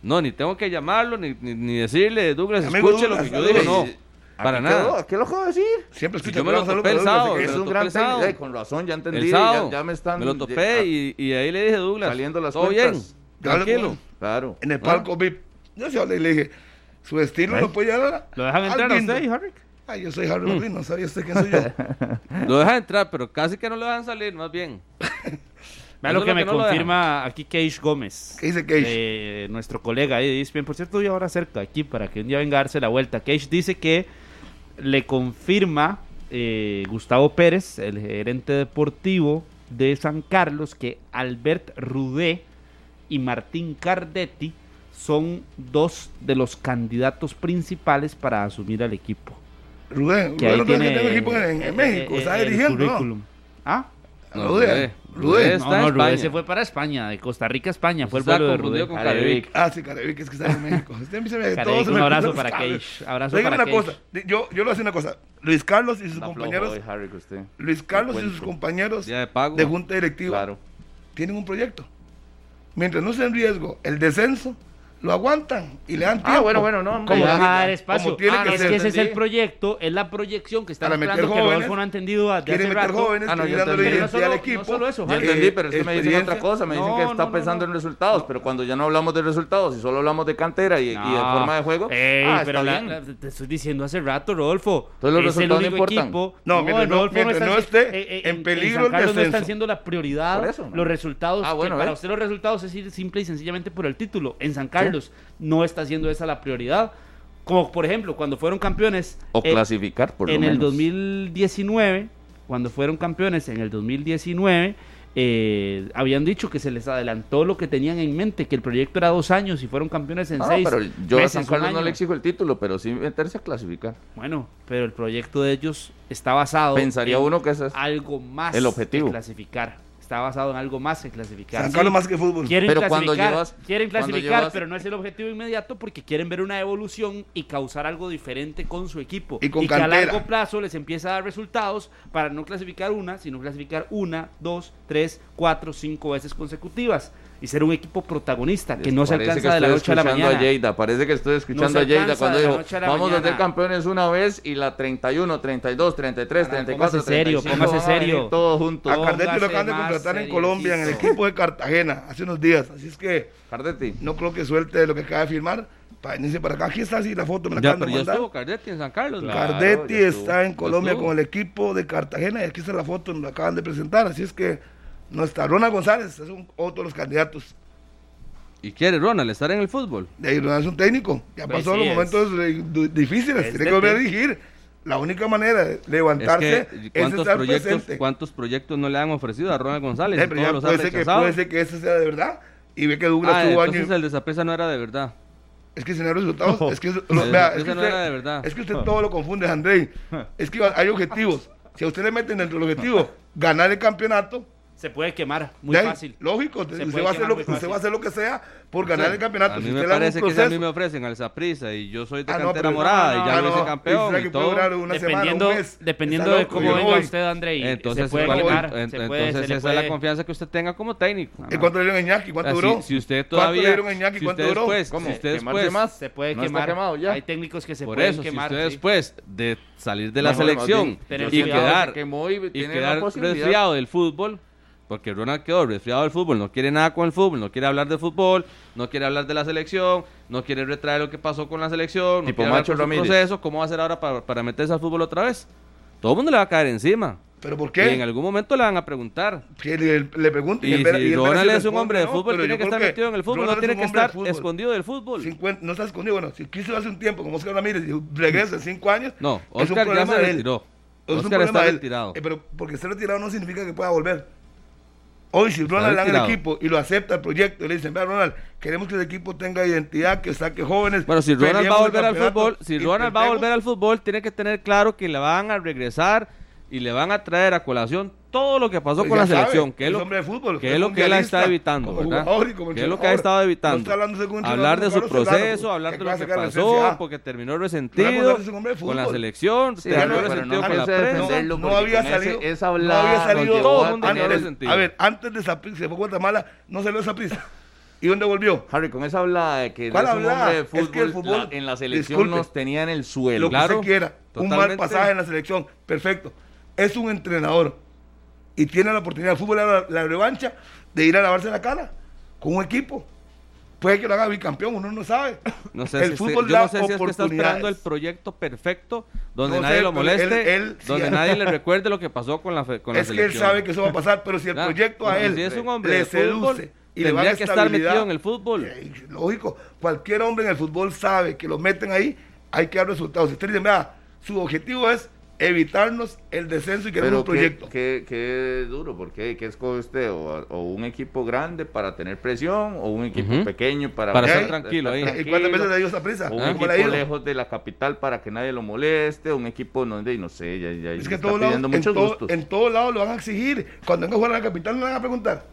S5: No, ni tengo que llamarlo, ni, ni, ni decirle, Douglas,
S3: Amigo
S5: escuche
S3: Douglas,
S5: lo que yo digo, no,
S2: saludos. ¿A
S5: para
S2: qué
S5: nada.
S2: quedó? ¿A ¿Qué lo acabo de decir?
S3: Siempre escucho
S5: yo me lo
S3: saludos
S5: topé el
S3: para Douglas,
S5: sábado,
S3: que
S5: me
S2: es
S5: lo
S2: un
S5: topé
S2: gran
S5: el sábado.
S2: técnico. Ay, con razón, ya entendí.
S5: El sábado
S2: ya, ya me están ah,
S5: me lo
S2: ya-
S3: ah,
S5: topé y, y ahí le dije, Douglas,
S2: saliendo las
S5: todo
S2: cuentas.
S3: Yo hablé con
S5: tranquilo.
S3: él
S2: Claro.
S3: En el
S4: ¿Ah?
S3: palco VIP. Yo se hablé y le dije, su estilo no puede llegar a-
S4: ¿Lo dejan
S3: al
S4: entrar a
S3: guindo.
S4: usted, Harry?
S3: Ay, yo soy Harry Martín, no sabía usted quién soy yo.
S5: bien. Lo dejan entrar, pero casi que no lo dejan salir, más bien.
S4: Vea
S5: Eso
S4: lo
S5: es
S4: que
S5: lo
S4: me
S5: que no lo
S4: confirma aquí Cage Gómez.
S3: ¿Qué dice Cage?
S4: Eh, nuestro colega ahí de ESPN. Por cierto, voy ahora cerca aquí para que un día venga a darse la vuelta. Cage dice que le confirma eh, Gustavo Pérez, el gerente deportivo de San Carlos, que Albert Rudé y Martín Cardetti son dos de los candidatos principales para asumir al equipo.
S3: Rubén,
S4: Que ahí
S3: Rubén no tiene que tener equipo en, en
S4: eh,
S3: México,
S4: eh,
S3: está
S4: el
S3: dirigiendo, ¿no?
S4: currículum. ¿Ah?
S5: No,
S3: Rubén,
S5: Rubén.
S3: Rubén.
S5: Está en
S4: no, no, Rudé
S5: España.
S4: se fue para España, de Costa Rica a España, fue el
S5: Está
S4: vuelo de
S5: Pues confundido
S4: Rudé.
S5: con
S2: Carevic.
S5: Carevic.
S3: Ah, sí, Carevic, que es que está en México. Usted me dice,
S4: Carevic,
S3: todos se
S4: un
S3: me
S4: abrazo
S3: cruzan
S4: para
S3: los cables.
S4: Cage. Abrazo
S3: Dígame
S4: para
S3: una
S4: Cage.
S3: cosa, di- yo, yo le voy a decir una cosa. Luis Carlos y sus
S2: Está flojo
S3: compañeros,
S2: hoy, Harry, que usted.
S3: Luis Carlos y sus
S2: Encuentro.
S3: compañeros
S5: Día de pago.
S3: de junta directiva
S2: Claro.
S3: tienen un proyecto. Mientras no sea en riesgo el descenso, lo aguantan y le dan tiempo.
S2: Ah, bueno, bueno, no. hombre,
S4: ¿Cómo
S2: ya.
S4: van a dar espacio?
S3: como tiene
S4: Ah,
S3: que
S4: es
S3: ser,
S4: que ese es el
S2: entendí.
S4: proyecto, es la proyección que está
S3: Para meter
S4: hablando que
S3: jóvenes.
S4: Rodolfo no ha entendido desde hace
S3: Quieren meter
S4: rato.
S3: jóvenes,
S2: Ah, no, yo
S3: quieren darle
S2: entendí.
S4: Pero no
S3: identidad al
S4: solo-
S3: equipo.
S4: no solo eso,
S2: Ya
S4: Harry.
S3: eh,
S2: entendí, pero usted me dice
S3: experiencia.
S2: otra cosa. Me dicen
S4: No,
S2: que está
S4: no, no,
S2: pensando
S4: no.
S2: en resultados, pero cuando ya no hablamos de resultados y solo hablamos de cantera y, y de
S4: No.
S2: forma de juego.
S4: Ey,
S2: ah,
S4: pero
S2: está
S4: la-
S2: bien.
S4: la- te estoy diciendo hace rato, Rodolfo.
S2: Entonces los
S4: es
S2: resultados
S4: el
S2: no
S4: único
S2: importan.
S4: equipo.
S3: No, mientras no-
S4: Rodolfo
S3: mientras no
S4: está- eh,
S3: esté en peligro
S4: San
S3: el
S4: Carlos no están
S3: descenso.
S4: siendo la prioridad.
S2: Por eso, ¿no?
S4: Los resultados.
S2: Ah,
S4: que
S2: bueno,
S4: para
S2: ¿ves?
S4: usted los resultados es ir simple y sencillamente por el título. En San Carlos no está siendo esa la prioridad. Como por ejemplo, cuando fueron campeones.
S2: O
S4: eh,
S2: clasificar, por lo
S4: en el
S2: menos.
S4: 2019, cuando fueron campeones en el 2019, eh, habían dicho que se les adelantó lo que tenían en mente, que el proyecto era dos años y fueron campeones en
S2: Ah,
S4: seis.
S2: pero yo a
S4: meses,
S2: San
S4: un
S2: Carlos no
S4: año.
S2: le exijo el título, pero sí meterse a clasificar.
S4: Bueno, pero el proyecto de ellos está basado
S2: Pensaría
S4: en
S2: uno que ese es.
S4: algo más
S2: el objetivo.
S4: que clasificar. Está basado en algo más que clasificar.
S3: San
S4: Sí,
S3: Carlos más que fútbol.
S4: Quieren
S2: Pero cuando
S4: clasificar,
S2: llevas-
S4: quieren
S2: cuando
S4: clasificar
S2: llevas-
S4: pero no es el objetivo inmediato porque quieren ver una evolución y causar algo diferente con su equipo.
S3: Y con
S4: que a
S3: cantera.
S4: largo plazo les empieza a dar resultados para no clasificar una, sino clasificar una, dos, tres, cuatro, cinco veces consecutivas. Y ser un equipo protagonista que no se
S2: Parece
S4: alcanza de la
S2: estoy
S4: noche a la
S2: escuchando
S4: mañana.
S2: Lleida, parece que estoy
S4: No se
S2: escuchando a Lleida
S4: alcanza
S2: cuando
S4: de la
S2: dijo,
S4: noche a la
S2: vamos a
S4: mañana".
S2: ser campeones una vez y la 31, 32, 33,
S4: Arran,
S2: 34,
S4: póngase serio,
S2: 35,
S4: póngase
S2: van a venir
S4: serio.
S2: Todos juntos.
S3: A Cardetti lo
S4: Póngase
S3: acaban de
S4: más
S3: contratar en Colombia, en el
S4: seriecito.
S3: equipo de Cartagena, hace unos días. Así es que
S2: Cardetti.
S3: no creo que suelte lo que acaba de firmar. Para venirse para acá. Aquí está así la foto, me la
S5: Ya,
S3: acaban
S5: pero
S3: de
S5: ya
S3: mandar.
S5: estuvo Cardetti en San Carlos. ¿no?
S2: Claro,
S3: Cardetti
S2: ya estuvo,
S3: está en
S5: ya
S3: Colombia
S5: estuvo.
S3: con el equipo de Cartagena y aquí está la foto, nos la acaban de presentar. Así es que no está. Rona González es un, otro de los candidatos.
S5: Y quiere Ronald estar en el fútbol.
S3: De ahí Ronald es un técnico. Ya
S4: Pues
S3: pasó
S4: sí
S3: los
S4: es.
S3: momentos eh, du- difíciles,
S4: Es
S3: tiene
S4: de
S3: que volver a
S4: ti.
S3: dirigir. La única manera de
S5: Es
S3: levantarse
S5: que,
S3: es,
S5: ¿cuántos
S3: estar
S5: proyectos,
S3: presente.
S5: ¿cuántos proyectos no le han ofrecido a Ronald González?
S3: Eh,
S5: Y
S3: pero ya
S5: todos los ha
S3: puede, ser que,
S5: rechazado.
S3: puede ser que ese sea de verdad. Y ve que Douglas
S5: Ah,
S3: tuvo años.
S5: entonces el de Saprissa no era de verdad.
S3: Es que si no hay resultados, es que, lo-
S5: Esa-
S3: vea, es
S5: esa
S3: que
S5: no
S3: usted,
S5: era de verdad.
S3: es que usted todo lo confunde, André. Es que hay objetivos. Si a usted le meten dentro del objetivo ganar el campeonato,
S6: Se puede quemar muy
S3: de ahí,
S6: fácil.
S3: Lógico, usted,
S6: Se
S3: usted
S6: puede
S3: va a hacer
S6: quemar
S3: lo,
S6: muy
S3: usted
S6: fácil.
S3: va a hacer lo que sea por ganar el campeonato.
S5: A
S3: Si
S5: mí
S3: usted le
S5: me
S3: hace un
S5: parece que si a mí
S3: proceso-
S5: me ofrecen al Saprissa y yo soy de
S3: Ah, no,
S5: cantera
S3: pero-
S5: morada
S6: no,
S5: y ya
S6: no,
S5: lo hice
S3: no,
S5: campeón
S3: dice
S5: y
S3: que
S5: todo.
S3: puede durar una semana,
S6: Dependiendo,
S3: un mes.
S6: dependiendo
S3: Está
S6: de
S3: loco,
S6: cómo
S3: yo no
S6: venga
S3: voy.
S6: usted, André, y
S5: Entonces,
S6: se puede
S5: ¿cuál-
S6: quemar. se
S5: ent-
S6: puede,
S5: entonces
S6: se le
S5: esa
S6: puede-
S5: es la confianza que usted tenga como técnico.
S3: ¿Y cuánto le dieron a Iñaki? ¿Cuánto
S5: Ah, si-
S3: duró?
S5: Si, usted
S3: ¿Cuánto
S5: todavía.
S3: le dieron a Iñaki?
S5: si
S3: ¿Cuánto
S5: usted
S3: duró?
S5: después-
S2: ¿Cómo?
S5: si usted
S2: ¿Quemarse
S5: después-
S2: más?
S6: Se puede
S2: No está
S6: quemar.
S2: quemado ya.
S6: Hay técnicos que se
S5: Por
S6: pueden
S5: eso,
S6: quemar.
S5: si usted
S6: sí.
S5: después de salir de la
S2: Mejor,
S5: selección
S2: más
S6: bien,
S5: y
S6: tener cuidado,
S5: quedar,
S2: se quemó y
S5: y
S2: tiene
S5: quedar
S2: la posibilidad.
S5: resfriado del fútbol, porque Ronald quedó resfriado del fútbol, no quiere nada con el fútbol, no quiere hablar de fútbol, no quiere hablar de la selección, no quiere retraer lo que pasó con la selección, no
S2: Tipo
S5: quiere hablar
S2: Macho
S5: con su
S2: Ramírez.
S5: proceso, ¿cómo va a hacer ahora para, para meterse al fútbol otra vez? Todo el mundo le va a caer encima.
S3: ¿Pero por
S5: Y en
S3: qué?
S5: algún momento le van a preguntar.
S3: Que le, le pregunto
S5: Y,
S3: él verá-
S5: si
S3: él verá
S5: Ronald es un
S3: responde,
S5: hombre de
S3: ¿no?
S5: fútbol,
S3: Pero
S5: tiene
S3: yo
S5: que
S3: creo
S5: estar metido en el fútbol,
S3: Ronald
S5: no
S3: es
S5: tiene
S3: un
S5: que
S3: hombre de
S5: estar
S3: fútbol.
S5: escondido del fútbol.
S3: 50 no está escondido, bueno, si quiso hace un tiempo como Oscar Ramírez y regresa en 5 años,
S5: No,
S3: es un
S5: Oscar ya
S3: problema
S5: se
S3: de él.
S5: retiró.
S3: Es un
S5: Oscar
S3: problema
S5: está
S3: de él.
S5: retirado.
S3: Eh, pero porque esté retirado no significa que pueda volver. Hoy si Ronald le dan el
S5: retirado.
S3: equipo y lo acepta el proyecto y le dicen, vea Ronald, queremos que el equipo tenga identidad, que saque jóvenes.
S5: Bueno, si Ronald va
S3: peleemos
S5: a
S3: el
S5: volver al
S3: campeonato,
S5: fútbol, si Ronald va a
S3: intentemos".
S5: volver al fútbol, tiene que tener claro que le van a regresar y le van a traer a colación todo lo que pasó
S3: Pues
S5: con
S3: ya
S5: la selección,
S3: sabe,
S5: que es
S3: es
S5: lo
S3: hombre de fútbol,
S5: que
S3: es
S5: es lo que él ha
S3: mundialista,
S5: estado evitando,
S3: como
S5: ¿verdad?
S3: jugador y como
S5: Que es lo que ha estado
S3: entrenador.
S5: evitando.
S3: No está hablando según Chino,
S5: hablar
S3: como
S5: de su
S3: Carlos Solano,
S5: proceso, hablar de
S3: que
S5: lo
S3: acaba de
S5: que
S3: sacar la
S5: pasó,
S3: CSA.
S5: porque terminó
S3: Ronald
S5: resentido
S3: González es un hombre de
S5: con la
S3: fútbol.
S5: selección,
S2: Sí,
S3: ya
S5: terminó
S3: no,
S2: pero no
S5: resentido con la
S2: alcancé a
S5: prensa.
S3: defender.
S2: defenderlo,
S3: No
S2: porque
S3: había
S2: con ese-
S3: salido-
S2: Esa
S3: no había
S2: hablada nos
S3: salido
S2: llevó
S5: todo
S2: a
S5: el mundo
S2: tener-
S5: en el-
S3: antes,
S5: sentido.
S3: a ver, antes de Saprissa, se fue a Guatemala, no salió esa prisa. ¿Y dónde volvió?
S2: Harry, con esa hablada de que
S3: ¿Cuál
S2: eres un
S3: hablada?
S2: hombre de
S3: Es que
S2: fútbol,
S3: el fútbol-
S2: la- en la selección
S3: disculpe,
S2: nos tenía en el suelo.
S3: Lo
S5: Pues Claro,
S3: que usted quiera. Un
S5: totalmente.
S3: mal pasaje en la selección. Perfecto. Es un entrenador y tiene la oportunidad, el fútbol era la, la revancha, de ir a lavarse la cara con un equipo. Puede que lo haga bicampeón, uno no sabe.
S5: No sé, si
S3: el
S5: es-
S3: fútbol
S5: yo
S3: da
S5: no sé si es que está esperando el
S3: oportunidades.
S5: proyecto perfecto donde
S3: No sé,
S5: nadie lo
S3: pero él-
S5: moleste,
S3: él sí
S5: donde
S3: ha-
S5: nadie le recuerde lo que pasó con la, fe- con la
S3: es que
S5: selección.
S3: él sabe que eso va a pasar, pero si el
S5: Ya,
S3: proyecto a
S5: pero
S3: él
S5: si es un hombre
S3: le
S5: de fútbol,
S3: seduce y le va a
S5: tendría
S3: dar
S5: que estar metido
S3: estabilidad,
S5: en el fútbol.
S3: eh, lógico, cualquier hombre en el fútbol sabe que lo meten ahí, hay que dar resultados. Si usted dice, mira, su objetivo es evitarnos el descenso y
S2: Pero
S3: queremos un
S2: qué-
S3: proyecto.
S2: Qué, qué duro, porque qué escoge usted? O, o un equipo grande para tener presión, o un equipo
S5: Ujú.
S2: pequeño para,
S5: Para
S3: estar
S5: tranquilo ahí.
S3: ¿Y cuántas veces le dio esa prisa?
S2: O un
S5: Ah.
S2: equipo
S3: ¿Cómo le ha ido?
S2: lejos de la capital para que nadie lo moleste, un equipo donde, no sé, ya, ya
S3: Es
S2: me
S3: que en
S2: está
S3: todos lados,
S2: pidiendo
S3: en,
S2: muchos
S3: todo-
S2: gustos.
S3: en todos lados lo van a exigir. Cuando venga a jugar a la capital no le van a preguntar.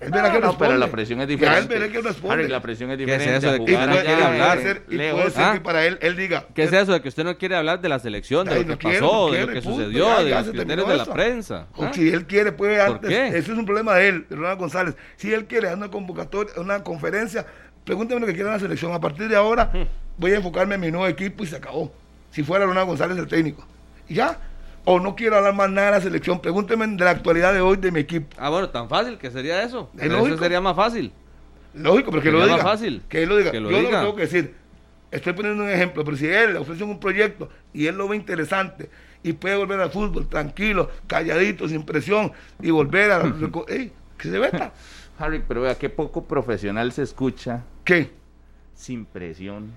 S3: Él
S2: Ah,
S3: verá que
S2: no,
S3: responde.
S2: pero la presión es
S3: Ya
S2: diferente.
S3: él verá que responde.
S2: Harry, la presión es
S5: ¿Qué es
S2: diferente.
S5: eso
S2: a
S5: de que
S3: Y
S2: jugar
S5: Ahora
S3: puede,
S2: allá,
S5: quiere
S3: y puede
S5: hablar,
S3: ser, y
S2: lejos.
S3: puede ser
S5: Ah.
S3: que para él, él diga.
S5: ¿Qué es eso de que usted no quiere hablar de la selección, de
S3: Ay,
S5: lo que
S3: no quiere,
S5: pasó,
S3: no
S5: de lo
S3: quiere,
S5: que
S3: punto,
S5: sucedió,
S3: ya,
S5: de
S3: ya
S5: los
S3: se
S5: criterios
S3: terminó
S5: de la
S3: eso.
S5: prensa?
S3: O
S5: ¿Ah?
S3: si él quiere, puede
S5: ¿Por
S3: antes.
S5: qué?
S3: Ese es un problema de él, de Ronald González. Si él quiere, dar una convocatoria, una conferencia, pregúnteme lo que quiera en la selección. A partir de ahora,
S5: Hmm.
S3: voy a enfocarme en mi nuevo equipo y se acabó. Si fuera Ronald González el técnico. Y ya. O no quiero hablar más nada de la selección. Pregúnteme de la actualidad de hoy de mi equipo.
S5: Ah, bueno, tan fácil que sería eso.
S3: Es
S5: Pero Eso
S3: lógico.
S5: sería más fácil.
S3: Lógico, pero que lo
S5: Sería
S3: diga.
S5: más fácil.
S3: Que él lo diga.
S5: Que lo
S3: Yo lo
S5: diga.
S3: que tengo que decir, estoy poniendo un ejemplo, pero si él le ofrecen un proyecto y él lo ve interesante y puede volver al fútbol tranquilo, calladito, sin presión y volver a. ¡Ey! ¿Qué se veta?
S2: Harry, pero vea qué poco profesional se escucha
S3: ¿Qué?
S2: sin presión.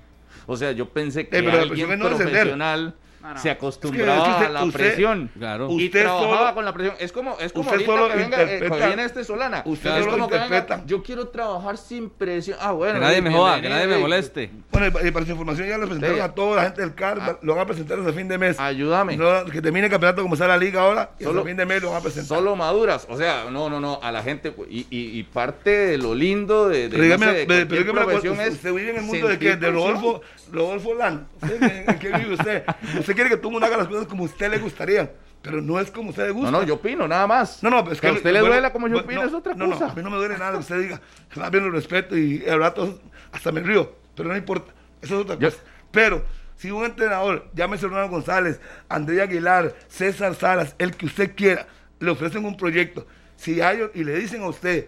S2: O sea, yo pensé que
S3: Eh, pero la
S2: alguien
S3: presión es no descender.
S2: profesional
S6: No, no.
S2: se
S6: Es
S2: acostumbraba
S3: es que usted-
S2: a la
S3: usted-
S2: presión.
S5: Claro.
S2: Y
S3: Usted
S2: trabajaba
S3: solo-
S2: con la presión. Es como, es como
S3: usted
S2: ahorita
S3: solo
S2: que venga, eh,
S3: interpreta-
S2: cuando viene este Solana.
S3: usted
S2: es
S3: solo
S2: como que
S3: interpreta.
S2: venga, yo quiero trabajar sin presión. Ah, bueno.
S5: Que nadie me joda, que
S2: bienvenido,
S5: nadie me
S2: eh,
S5: moleste.
S3: Bueno, y pa- y para su información ya lo presentaron
S2: Sí.
S3: a toda la gente del CAR,
S2: Ah.
S3: lo van a presentar hasta fin de mes.
S5: Ah,
S2: Ayúdame.
S3: No, que termine el campeonato como está la liga ahora, y
S2: Solo-
S3: hasta fin de mes lo van a presentar.
S2: Solo maduras, o sea, no, no, no, a la gente, pues, y, y- y parte de lo lindo de, de,
S3: Pero dígame,
S2: no sé, de
S3: pero-
S2: cualquier
S3: pero dígame una cosa,
S2: profesión es
S3: ¿usted vive en el mundo de
S2: sentir
S3: qué? De
S2: presión.
S3: Rodolfo, Rodolfo Land. ¿Usted ¿En en qué vive usted? Usted quiere que todo el mundo haga las cosas como a usted le gustaría, pero no es como a usted le gusta.
S2: No, no, yo opino, nada más.
S3: No, no, pero es
S2: Que
S3: que...
S2: a usted le
S3: bueno,
S2: duela como yo
S3: bueno,
S2: opino
S3: no,
S2: es otra
S3: no,
S2: cosa.
S3: No, a mí no me duele nada lo que usted diga. Más bien lo respeto y al rato hasta me río, pero no importa. Eso es otra
S2: Yo-
S3: cosa. Pero si un entrenador, llámese Ronald González, André Aguilar, César Salas, el que usted quiera, le ofrecen un proyecto, si hay, y le dicen a usted,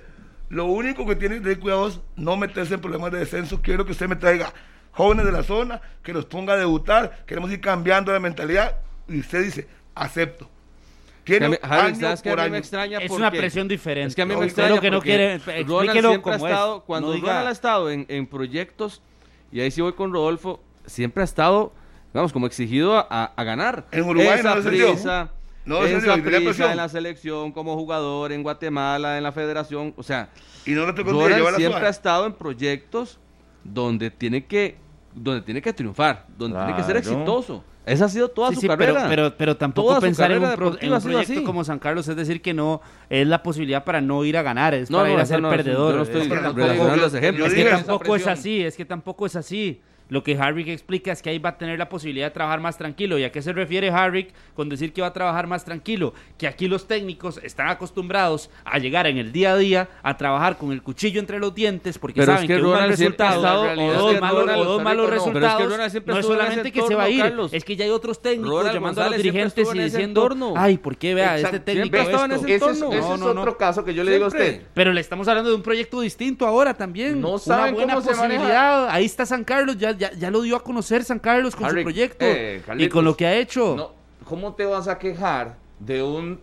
S3: lo único que tiene que tener cuidado es no meterse en problemas de descenso, quiero que usted me traiga jóvenes de la zona, que los ponga a debutar, queremos ir cambiando la mentalidad, y usted dice, acepto.
S5: Que a mí-
S3: Tiene
S5: Harry,
S3: año
S5: ¿sabes qué?
S3: por
S5: a mí me
S3: año.
S5: extraña
S6: una
S5: porque-
S6: presión diferente.
S5: Es que a mí me
S3: No,
S6: Usted
S5: extraña
S6: lo que no
S5: porque
S6: quiere,
S5: Ronald
S6: explíquelo
S5: siempre ha
S6: como es.
S5: estado, cuando
S6: No diga-
S5: Ronald ha estado en, en proyectos, y ahí sí voy con Rodolfo, siempre ha estado, vamos, como exigido a, a ganar.
S3: En Uruguay
S5: Esa
S3: no lo sintió.
S5: prisa,
S3: No lo sintió,
S5: esa
S3: y tenía
S5: prisa
S3: presión.
S5: en la selección, como jugador, en Guatemala, en la federación, o sea,
S3: Y no le tocó un día
S5: Ronald
S3: llevar la
S5: siempre ha
S3: suave.
S5: estado en proyectos donde tiene que donde tiene que triunfar, donde tiene que ser
S2: Claro.
S5: exitoso. Esa ha sido toda
S4: Sí,
S5: su
S4: sí, pero-
S5: carrera.
S4: Pero, pero tampoco
S5: Toda su
S4: pensar en
S5: carrera
S4: un, pro- en
S5: deportiva
S4: un
S5: ha sido
S4: proyecto
S5: así.
S4: como San Carlos, es decir, que no es la posibilidad para no ir a ganar, es
S5: No,
S4: para
S5: no,
S4: ir a
S5: eso
S4: ser
S5: no, eso-
S4: perdedor.
S5: yo no
S4: es
S5: estoy
S4: que
S5: relacionando
S4: tampoco-
S5: los ejemplos.
S3: yo
S4: es
S3: dije
S4: que
S3: esa
S4: tampoco es así, es que tampoco es así. Lo que Harvick explica es que ahí va a tener la posibilidad de trabajar más tranquilo. ¿Y a qué se refiere Harvick con decir que va a trabajar más tranquilo? Que aquí los técnicos están acostumbrados a llegar en el día a día, a trabajar con el cuchillo entre los dientes, porque
S5: Pero es
S4: saben
S5: que
S4: que, un mal
S5: Ronald siempre ha
S4: resultado
S5: estado-
S4: o
S5: es
S4: dos,
S5: que
S4: malos,
S5: Ronald
S4: o dos
S5: está
S4: malos
S5: rico, no. Pero es que
S4: resultados.
S5: Ronald siempre
S4: no es
S5: estuvo en ese
S4: solamente que se
S5: entorno,
S4: va a ir,
S5: Carlos.
S4: es que ya hay otros técnicos
S5: Ronald
S4: llamando a
S5: González
S4: los
S5: siempre
S4: dirigentes
S5: estuvo
S4: y
S5: en ese
S4: diciendo,
S5: entorno.
S4: ay, ¿por qué vea
S2: Exacto,
S4: este técnico
S5: siempre ha estado en
S4: esto?
S5: ese
S2: Ese es,
S5: entorno.
S2: ese
S4: No,
S2: es
S4: no, no.
S2: otro caso que yo le digo a
S5: Siempre.
S2: usted.
S4: Pero le estamos hablando de un proyecto distinto ahora también.
S2: No
S4: Una
S2: saben
S4: buena
S2: cómo se
S4: posibilidad. Ahí está San Carlos, ya, ya, ya lo dio a conocer San Carlos con
S2: Harry,
S4: su proyecto
S2: eh, Carlitos,
S4: y con lo que ha hecho.
S2: No, ¿Cómo te vas a quejar de un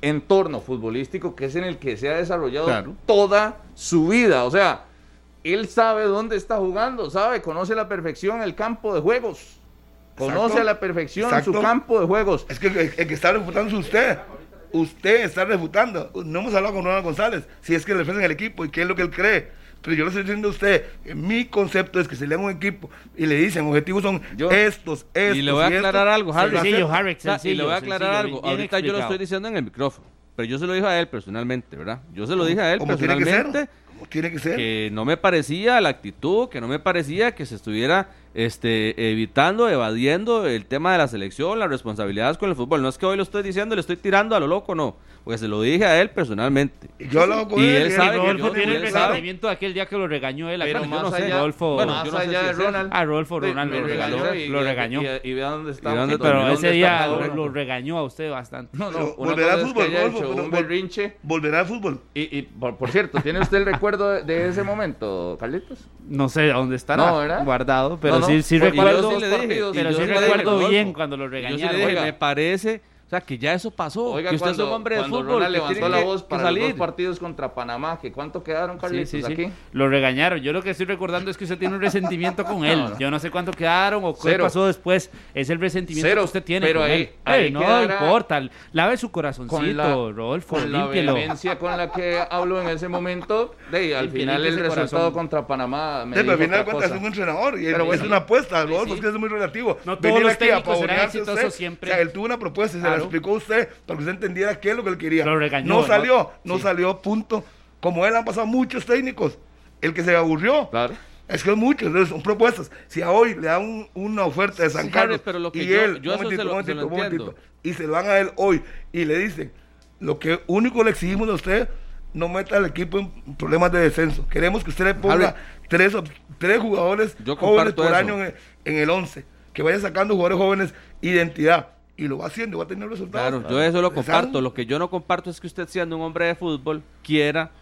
S2: entorno futbolístico que es en el que se ha desarrollado
S3: Claro.
S2: toda su vida? O sea, él sabe dónde está jugando, sabe, conoce a la perfección el campo de juegos. Conoce
S3: Exacto.
S2: a la perfección su
S3: Exacto.
S2: campo de juegos.
S3: Es que el, el que está refutando es usted. Usted está refutando. No hemos hablado con Ronald González. Si es que le ofrecen el equipo y qué es lo que él cree. Pero yo le estoy diciendo a usted, eh, mi concepto es que se le dan un equipo y le dicen, objetivos son
S2: Yo-
S3: estos, estos.
S5: y le voy a
S3: estos.
S5: aclarar algo,
S3: Se
S5: Harry.
S3: lo
S4: Sencillo,
S3: acepta.
S4: Harry,
S5: O sea, y le voy a
S4: sencillo,
S5: aclarar
S4: sencillo,
S5: algo.
S4: bien
S5: Ahorita yo lo
S4: explicado.
S5: estoy diciendo en el micrófono, pero yo se lo dije a él personalmente, ¿verdad? Yo se lo dije a él
S3: Como tiene que
S5: personalmente
S3: ser. Como tiene que ser.
S5: que no me parecía la actitud, que no me parecía que se estuviera este, evitando, evadiendo el tema de la selección, las responsabilidades con el fútbol. No es que hoy lo estoy diciendo, le estoy tirando a lo loco, no. Pues se lo dije a él personalmente.
S3: Y yo lo hago con
S5: Y
S3: él.
S5: él
S3: y
S5: sabe que
S3: él-
S5: yo-
S4: Rodolfo tiene el
S5: él sabe.
S4: resentimiento de aquel día que lo regañó él.
S2: Pero
S4: acuérdate,
S2: más
S4: yo no sé,
S2: allá,
S4: Rodolfo.
S2: bueno,
S4: yo
S2: más
S4: no sé
S2: allá
S5: si
S2: de
S5: es eso.
S2: Ronald.
S4: Ah, Rodolfo, Ronald lo regañó,
S2: y-
S4: lo
S2: y-
S4: regañó.
S2: Y, y vea dónde está.
S5: Y dónde-
S2: dónde
S4: pero
S2: está
S4: ese día
S2: ahora.
S4: lo regañó a usted bastante.
S2: No, no,
S3: Pero
S2: una cosa
S3: volverá al
S2: es que
S3: fútbol,
S2: haya
S3: Rodolfo,
S2: hecho
S3: pero
S2: un
S3: vol-
S2: berrinche.
S3: Volverá al fútbol.
S2: Y, y, por, por cierto, ¿tiene usted el recuerdo de- de ese momento, Carlitos?
S4: No sé dónde estará
S2: No, ¿verdad?
S4: guardado, pero
S2: No, no,
S4: sí, sí
S2: porque yo
S4: recuerdo,
S2: sí le dije, y
S4: pero
S2: yo
S4: sí
S2: sí le dije,
S4: recuerdo
S2: Rodolfo.
S4: bien cuando lo
S5: Yo sí
S4: regañaron.
S5: le dije,
S2: oiga.
S5: me parece, o sea, que ya eso pasó.
S2: Oiga,
S5: que usted
S2: cuando,
S5: es un hombre de
S2: cuando
S5: fútbol.
S2: Ronald
S5: que
S2: levantó
S5: tiene
S2: la
S5: que-
S2: voz
S5: que
S2: para
S5: salir.
S2: los dos partidos contra Panamá, que ¿cuánto quedaron,
S4: Sí,
S2: Carlitos,
S4: sí, sí.
S2: aquí?
S4: Lo regañaron. Yo lo que estoy recordando es que usted tiene un resentimiento con él. Yo no sé cuánto quedaron o qué
S2: Cero.
S4: pasó después. Es el resentimiento
S2: Cero.
S4: que usted tiene.
S2: Pero
S4: con
S2: ahí-
S4: él.
S2: ahí
S4: Ey, no
S2: quedará-
S4: importa. Lave su corazoncito,
S2: Con la,
S4: Rodolfo.
S2: con la
S4: límpielo.
S2: vehemencia con la que hablo en ese momento, de, y al
S4: Limpie,
S2: final
S4: limpie
S2: el
S4: ese
S2: resultado
S4: corazón.
S2: contra Panamá me
S3: Sí, pero al
S2: dijo
S3: final de
S2: otra
S3: cuentas es
S2: cosa.
S3: un entrenador y
S2: Pero
S3: es-
S2: bueno,
S3: es una apuesta,
S2: sí,
S3: Rodolfo,
S2: sí.
S3: es que es muy relativo.
S4: No todos
S3: Venir
S4: los
S3: aquí a
S4: técnicos serán
S3: pavonearse a
S4: exitosos
S3: usted,
S4: siempre.
S3: O sea, él tuvo una propuesta y se la
S4: Claro.
S3: explicó a usted para que usted entendiera qué es lo que él quería.
S4: Lo regañó,
S3: no
S4: ¿no?
S3: salió, no
S4: Sí.
S3: salió, punto. Como él han pasado muchos técnicos. El que se aburrió.
S2: Claro.
S3: Es que es mucho, entonces son propuestas. Si a hoy le dan un- una oferta de San
S5: Sí,
S3: Carlos
S5: Harry, pero lo que
S3: y
S5: yo-
S3: él,
S5: yo eso se lo- se lo entiendo.
S3: y se lo dan a él hoy y le dicen, lo que único le exigimos a usted, no meta al equipo en problemas de descenso. Queremos que usted le ponga
S5: Harry.
S3: tres, op- tres jugadores
S5: Yo
S3: jóvenes
S5: comparto
S3: por
S5: eso.
S3: año en el, en el 11, que vaya sacando jugadores jóvenes identidad y lo va haciendo, va a tener resultados.
S5: Claro, yo eso lo
S3: ¿Saben?
S5: comparto. Lo que yo no comparto es que usted siendo un hombre de fútbol quiera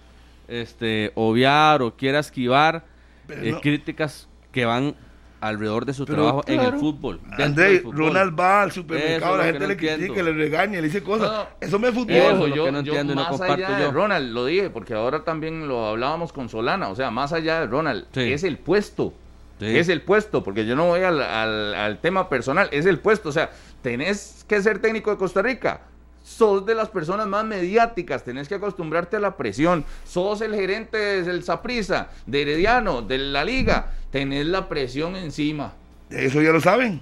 S5: este, obviar o quiera esquivar
S3: Pero
S5: eh,
S3: no.
S5: críticas que van alrededor de su
S3: Pero
S5: trabajo en
S3: claro.
S5: el fútbol. dentro del
S3: André,
S5: fútbol.
S3: Ronald va al
S5: Eso
S3: supermercado, la
S5: es lo que
S3: gente
S5: no
S3: le
S5: entiendo.
S3: critica, le regaña, le dice cosas.
S2: No, no.
S3: Eso no es fútbol.
S2: Y ojo,
S5: Eso es lo
S2: yo,
S5: que no
S2: yo
S5: entiendo y no
S2: más
S5: comparto
S2: allá de
S5: yo.
S2: Ronald, lo dije, porque ahora también lo hablábamos con Solana, o sea, más allá de Ronald,
S5: Sí.
S2: es el puesto.
S5: Sí.
S2: Es el puesto, porque yo no voy al, al- al tema personal, es el puesto, o sea, tenés que ser técnico de Costa Rica. Sos de las personas más mediáticas, tenés que acostumbrarte a la presión. Sos el gerente del Saprisa, de Herediano, de la liga, tenés la presión encima.
S3: Eso ya lo saben.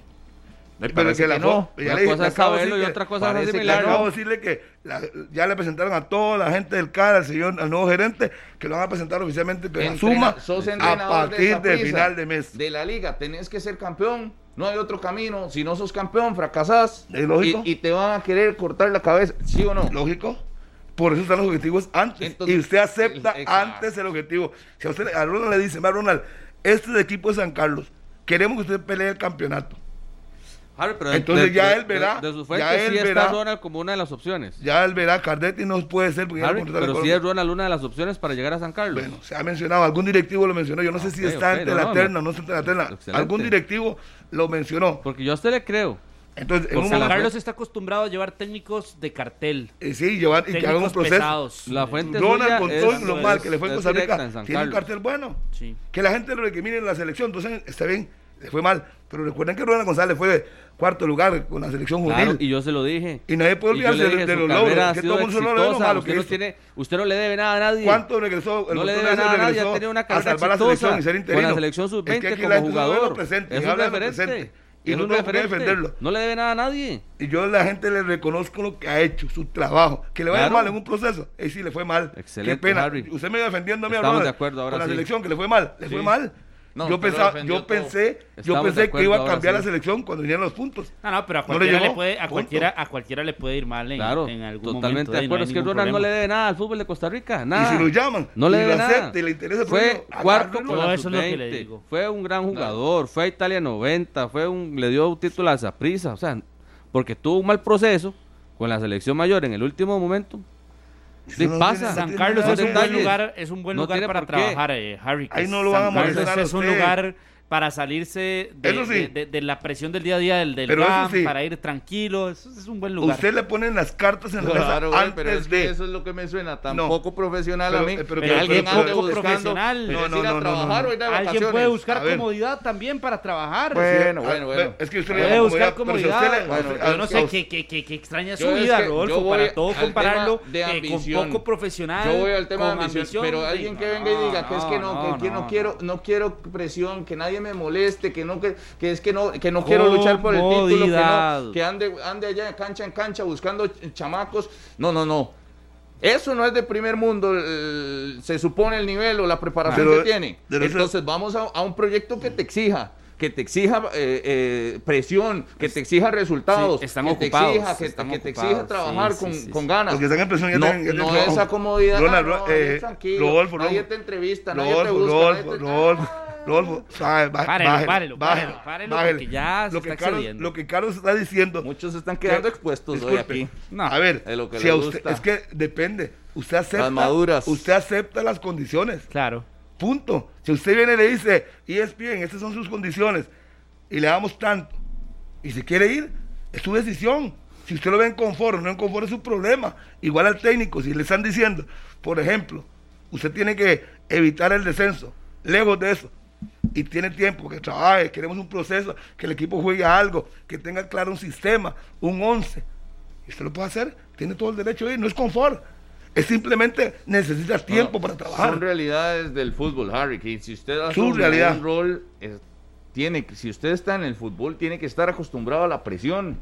S2: Me
S3: Pero
S2: parece
S3: que la
S2: que no.
S3: fo-
S5: Una
S3: ya le-
S5: cosa
S3: le
S5: es
S3: acabo de
S5: saberlo
S3: decir
S5: y
S3: que-
S5: otra cosa es
S2: parece que
S3: Le
S5: asimilarlo.
S3: acabo de decirle que la- ya le presentaron a toda la gente del CAR, al señor, al nuevo gerente, que lo van a presentar oficialmente pero
S2: Entrena-
S3: suma
S2: sos
S3: a
S2: entrenador
S3: partir del
S2: Saprissa,
S3: final de mes.
S2: De la liga, tenés que ser campeón. No hay otro camino. Si no sos campeón, fracasás.
S3: Es lógico.
S2: Y, y te van a querer cortar la cabeza. ¿Sí o no?
S3: Lógico. Por eso están los objetivos antes.
S2: Entonces,
S3: y usted acepta
S2: el- exacto.
S3: antes el objetivo. Si a usted a Ronald le dice, "Va, Ronald, este es el equipo de San Carlos. Queremos que usted pelee el campeonato.
S5: Harry, pero
S3: Entonces ya él
S5: de-
S3: verá,
S5: De, sus
S3: ya
S5: fuentes
S3: él
S5: sí está
S3: verá.
S5: Ronald como una de las opciones.
S3: Ya él verá, Cardetti no puede ser porque ya lo
S5: Harry,
S3: contrataron
S5: pero
S3: con-
S5: sí es Ronald una de las opciones para llegar a San Carlos.
S3: Bueno, se ha mencionado, algún directivo lo mencionó, yo no sé si
S5: Ah, ok,
S3: está
S5: ok,
S3: entre
S5: no,
S3: la
S5: no,
S3: terna
S5: no.
S3: o no está entre la terna,
S5: Excelente.
S3: algún directivo lo mencionó.
S5: Porque yo a usted le creo.
S3: Entonces, en
S5: Por
S3: un momento-
S5: San Carlos
S4: Carlos está acostumbrado a llevar técnicos de cartel.
S3: eh, sí, llevar y que haga un
S4: técnicos
S3: proceso.
S4: pesados.
S5: La fuente suya
S3: Ronald, con todo
S5: es-
S3: lo mal
S5: es-
S3: que le fue en
S5: es
S3: Costa
S5: directa
S3: Rica,
S5: en San
S3: tiene un
S5: Carlos.
S3: cartel bueno.
S4: Sí.
S3: Que la gente lo recrimine en la selección, entonces está bien. le fue mal. Pero recuerden que Rubén González fue cuarto lugar con la selección
S5: Claro,
S3: juvenil.
S5: y yo se lo dije.
S3: Y nadie puede
S5: Y yo
S3: olvidarse
S5: le
S3: de-
S5: dije,
S3: de
S5: su
S3: los logros,
S5: carrera ha
S3: que
S5: sido
S3: todo el mundo solo logra lo
S5: exitosa,
S3: malo
S5: usted
S3: que
S5: no
S3: hizo.
S5: tiene- Usted no le debe nada a nadie.
S3: ¿Cuánto regresó?
S5: No le
S3: doctor
S5: debe
S3: Nelson
S5: nada a nadie,
S3: regresó
S5: ha tenido una
S3: a
S5: carrera
S3: salvar la
S5: exitosa
S3: selección y ser
S5: con la
S3: interino.
S5: selección sub-20
S3: Es que aquí
S5: como
S3: la gente no habla de lo
S5: jugador.
S3: presente,
S5: Es un
S3: habla de lo
S5: referente.
S3: presente. Y
S5: Es
S3: no
S5: un
S3: tengo por qué
S5: referente.
S3: defenderlo.
S5: No le debe nada a nadie.
S3: Y yo a la gente le reconozco lo que ha hecho, su trabajo. Que le vaya
S5: Claro.
S3: mal en un proceso. Ahí sí le fue mal.
S5: Excelente,
S3: Qué pena.
S5: Harry.
S3: Usted me iba defendiendo a mí
S5: Estamos
S3: Ronald,
S5: de acuerdo, ahora
S3: con la
S5: sí.
S3: selección, que le fue mal. Le fue
S5: Sí.
S3: mal.
S2: No,
S3: yo,
S2: pero
S3: pensaba-
S2: defendió
S3: yo
S2: todo.
S3: pensé, yo
S5: Estamos de
S3: pensé que
S5: acuerdo,
S3: iba a
S5: ahora
S3: cambiar
S5: sí.
S3: la selección cuando vinieran los puntos.
S4: No, no, pero a
S3: No le
S4: cualquiera,
S3: llegó,
S4: le puede, a
S3: punto.
S4: cualquiera, a cualquiera le puede ir mal en,
S5: Claro,
S4: en algún
S5: totalmente
S4: momento.
S5: de acuerdo. es que Ronald no le debe nada al fútbol de Costa Rica, nada.
S3: Y si lo llaman,
S5: no le
S3: y
S5: debe
S3: lo
S5: nada.
S3: acepta y le interesa el
S5: fue
S3: premio,
S5: cuarto
S3: agárrelo.
S5: con la
S4: No, eso es lo que le
S5: sub-20,
S4: digo.
S5: Fue un gran jugador, fue a Italia 90, fue un, le dio un título a Zaprisa, o sea, porque tuvo un mal proceso con la selección mayor en el último momento.
S3: Eso
S5: Sí,
S3: no
S5: pasa.
S3: tiene- no
S4: San
S3: tiene
S4: Carlos
S3: nada
S4: es
S3: que
S4: un
S3: ver.
S4: buen lugar, es un buen
S5: No
S4: lugar
S5: tiene
S4: para
S5: por qué.
S4: trabajar, eh, Harry.
S3: Ahí
S4: que
S3: no lo
S4: San
S3: van a molestar
S4: Carlos
S3: a
S4: es un
S3: usted.
S4: lugar para salirse de,
S3: Eso sí.
S4: de- de- de la presión del día a día del, del
S3: Pero eso
S4: GAM,
S3: sí.
S4: para ir tranquilo. Eso es un buen lugar.
S3: Usted le ponen las cartas en la mesa
S2: Claro, güey,
S3: antes
S2: pero es
S3: de.
S2: que eso es lo que me suena tan poco profesional a
S3: Pero-
S2: mí.
S3: eh, pero-
S2: que
S3: pero-
S2: alguien
S3: pero-
S2: ande
S4: poco
S2: buscando
S4: profesional.
S2: pero
S3: No,
S2: es
S3: no,
S2: ir a
S3: no, no,
S2: trabajar
S3: no.
S2: o ir a
S4: Alguien
S2: vacaciones.
S4: puede
S3: A
S4: buscar
S3: ver.
S4: comodidad también para trabajar.
S2: Bueno,
S3: Ah,
S2: bueno, bueno.
S3: Es que usted le
S4: Puede
S3: llama
S4: buscar
S3: comodidad, pero si a usted le-
S2: comodidad.
S3: a-
S2: Bueno,
S3: a-
S4: Yo no
S2: es
S4: sé
S2: que-
S4: qué, qué- qué- qué extraña su
S2: Yo es
S4: vida,
S2: que yo
S4: Rodolfo,
S2: voy
S4: para todo
S2: al
S4: compararlo
S2: tema de
S4: eh, con
S2: ambición.
S4: poco profesional.
S2: Yo voy al tema de
S4: con
S2: ambición, pero
S4: sí,
S2: alguien que
S4: no,
S2: venga y diga que es que no, que, que no, quiero, no quiero presión, que nadie me moleste, que no que, que es que no que no quiero luchar por el título, que,
S4: Comodidad.
S2: no, que ande ande allá de cancha en cancha buscando ch- chamacos. No, no, no. Eso no es de primer mundo, el- se supone el nivel o la preparación
S3: Pero-
S2: que tiene.
S3: pero eso-
S2: Entonces vamos a, a un proyecto que te exija, que te exija eh, eh, presión, que te exija resultados,
S4: Sí, están
S2: que
S4: ocupados,
S2: te exija, que,
S4: están
S2: que te
S4: ocupados,
S2: exija trabajar
S4: sí, sí,
S2: con,
S4: sí,
S2: con
S4: sí.
S2: ganas.
S3: Los que están en presión ya
S2: no,
S3: tienen- ya
S2: no
S3: tienen
S2: esa
S3: trabajo.
S2: comodidad, Ah,
S3: Ronald,
S2: no,
S3: Ro-
S2: no,
S3: eh,
S2: tranquilo,
S3: Rodolfo,
S2: nadie
S3: Rodolfo.
S2: te entrevista, nadie te
S3: Rodolfo,
S2: busca,
S3: Rodolfo,
S2: nadie te-
S3: Rodolfo, Rodolfo, sabe, ba-
S4: Párelo,
S3: bájele, bájele,
S4: párelo, párelo, párelo,
S3: bájele.
S4: porque ya se
S3: lo que
S4: está
S3: Carlos,
S4: excediendo.
S3: lo que Carlos está diciendo.
S2: Muchos se están quedando
S3: que-
S2: expuestos hoy
S3: disculpe,
S2: aquí.
S4: No,
S3: a ver,
S2: es lo que
S3: si
S2: le
S3: a usted-
S2: gusta.
S3: es que depende. Usted acepta,
S2: Las maduras.
S3: usted acepta las condiciones.
S4: Claro.
S3: Punto. Si usted viene y le dice, "E ESPN, estas son sus condiciones, y le damos tanto, y se quiere ir, es su decisión. Si usted lo ve en confort o no en confort es su problema. Igual al técnico, si le están diciendo, por ejemplo, usted tiene que evitar el descenso, lejos de eso, y tiene tiempo, que trabaje, queremos un proceso, que el equipo juegue a algo, que tenga claro un sistema, un 11. Y usted lo puede hacer, tiene todo el derecho de ir, no es confort. Es simplemente necesita tiempo para trabajar.
S2: Son realidades del fútbol, Harry. Que si usted hace
S3: Su realidad.
S2: un rol, es- tiene, que- si usted está en el fútbol, tiene que estar acostumbrado a la presión.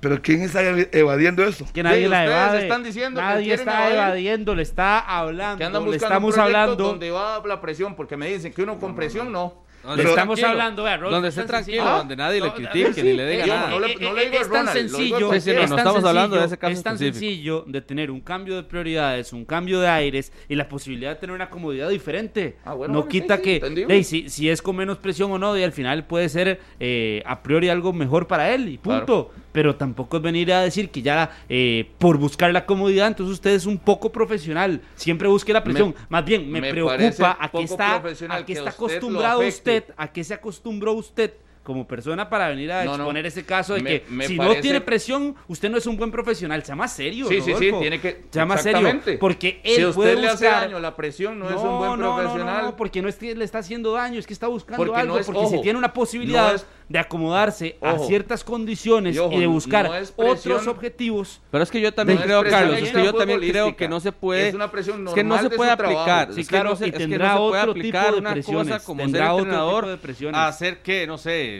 S3: Pero ¿quién está ev- evadiendo eso?
S4: Que nadie
S2: Sí,
S4: la
S2: ustedes
S4: evade.
S2: están diciendo que
S4: nadie
S2: quieren
S4: está
S2: evadir.
S4: evadiendo, le está hablando.
S2: Que andan
S4: le
S2: buscando un
S4: estamos
S2: proyecto
S4: hablando.
S2: donde va la presión, porque me dicen que uno con presión no.
S5: Donde
S4: Le
S5: esté
S4: estamos
S5: tranquilo,
S4: hablando, vea, Rolf,
S5: Donde
S4: es
S5: esté
S4: tan
S5: tranquilo,
S4: sencillo.
S5: donde nadie
S4: No,
S5: le
S4: a ver,
S5: critique ni
S4: sí,
S5: le diga
S4: es-
S5: nada.
S2: No le- no le
S4: es-
S2: digo a
S4: es tan
S2: Ronald, lo digo a
S4: sencillo.
S2: cualquiera. Sí, sí, no,
S4: es
S5: no
S4: tan
S5: estamos hablando de
S4: sencillo,
S5: ese caso
S4: Es tan
S5: específico.
S4: sencillo de tener un cambio de prioridades, un cambio de aires y la posibilidad de tener una comodidad diferente.
S2: Ah, bueno,
S4: no
S2: bueno, sí,
S4: quita
S2: sí,
S4: que
S2: entendible.
S4: de ahí, si, si es con menos presión o no, y al final puede ser eh, a priori algo mejor para él y punto. Pero tampoco es venir a decir que ya eh, por buscar la comodidad, entonces usted es un poco profesional. Siempre busque la presión. Más bien, me,
S2: me parece
S4: preocupa a qué
S2: poco
S4: está,
S2: profesional
S4: a qué
S2: que
S4: está
S2: a usted lo
S4: acostumbrado
S2: afecte.
S4: usted ¿A qué se acostumbró usted como persona para venir a
S2: No, no.
S4: exponer ese caso de
S2: Me-
S4: que
S2: me
S4: si no
S2: parece-
S4: tiene presión, usted no es un buen profesional? Sea más serio.
S2: Sí, sí, sí,
S4: Rodolfo.
S2: tiene que.
S4: Sea más serio.
S2: exactamente.
S4: Porque él
S2: si a usted
S4: puede
S2: le hace
S4: buscar-
S2: daño, la presión no, es un buen
S4: no, no,
S2: profesional.
S4: No, no, porque no es que le está haciendo daño, es que está buscando
S2: Porque
S4: algo.
S2: no es-
S4: porque si
S2: ojo,
S4: tiene una posibilidad
S2: no es-
S4: de acomodarse a
S2: ojo.
S4: ciertas condiciones y,
S2: Y ojo,
S4: de buscar
S2: no es presión-
S4: otros objetivos.
S5: Pero es que yo también
S2: No es
S5: creo,
S2: presión
S5: Carlos, es que yo también creo
S2: extrafutbolística.
S5: que no se puede.
S2: Es una presión
S5: es que no
S2: normal
S5: se
S2: de
S5: puede
S2: su trabajo.
S5: aplicar.
S4: Sí,
S5: es que
S4: claro,
S5: no se,
S4: y
S5: es que no
S4: tendrá
S5: se puede
S4: otro tipo
S5: aplicar
S4: de
S5: una
S4: presiones,
S5: cosa como
S4: tendrá
S5: ser
S4: otro
S5: entrenador
S4: tipo de presiones.
S5: a ser que, no sé,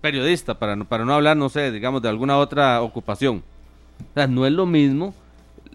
S5: periodista, para no, para no hablar, no sé, digamos, de alguna otra ocupación. O sea, no es lo mismo,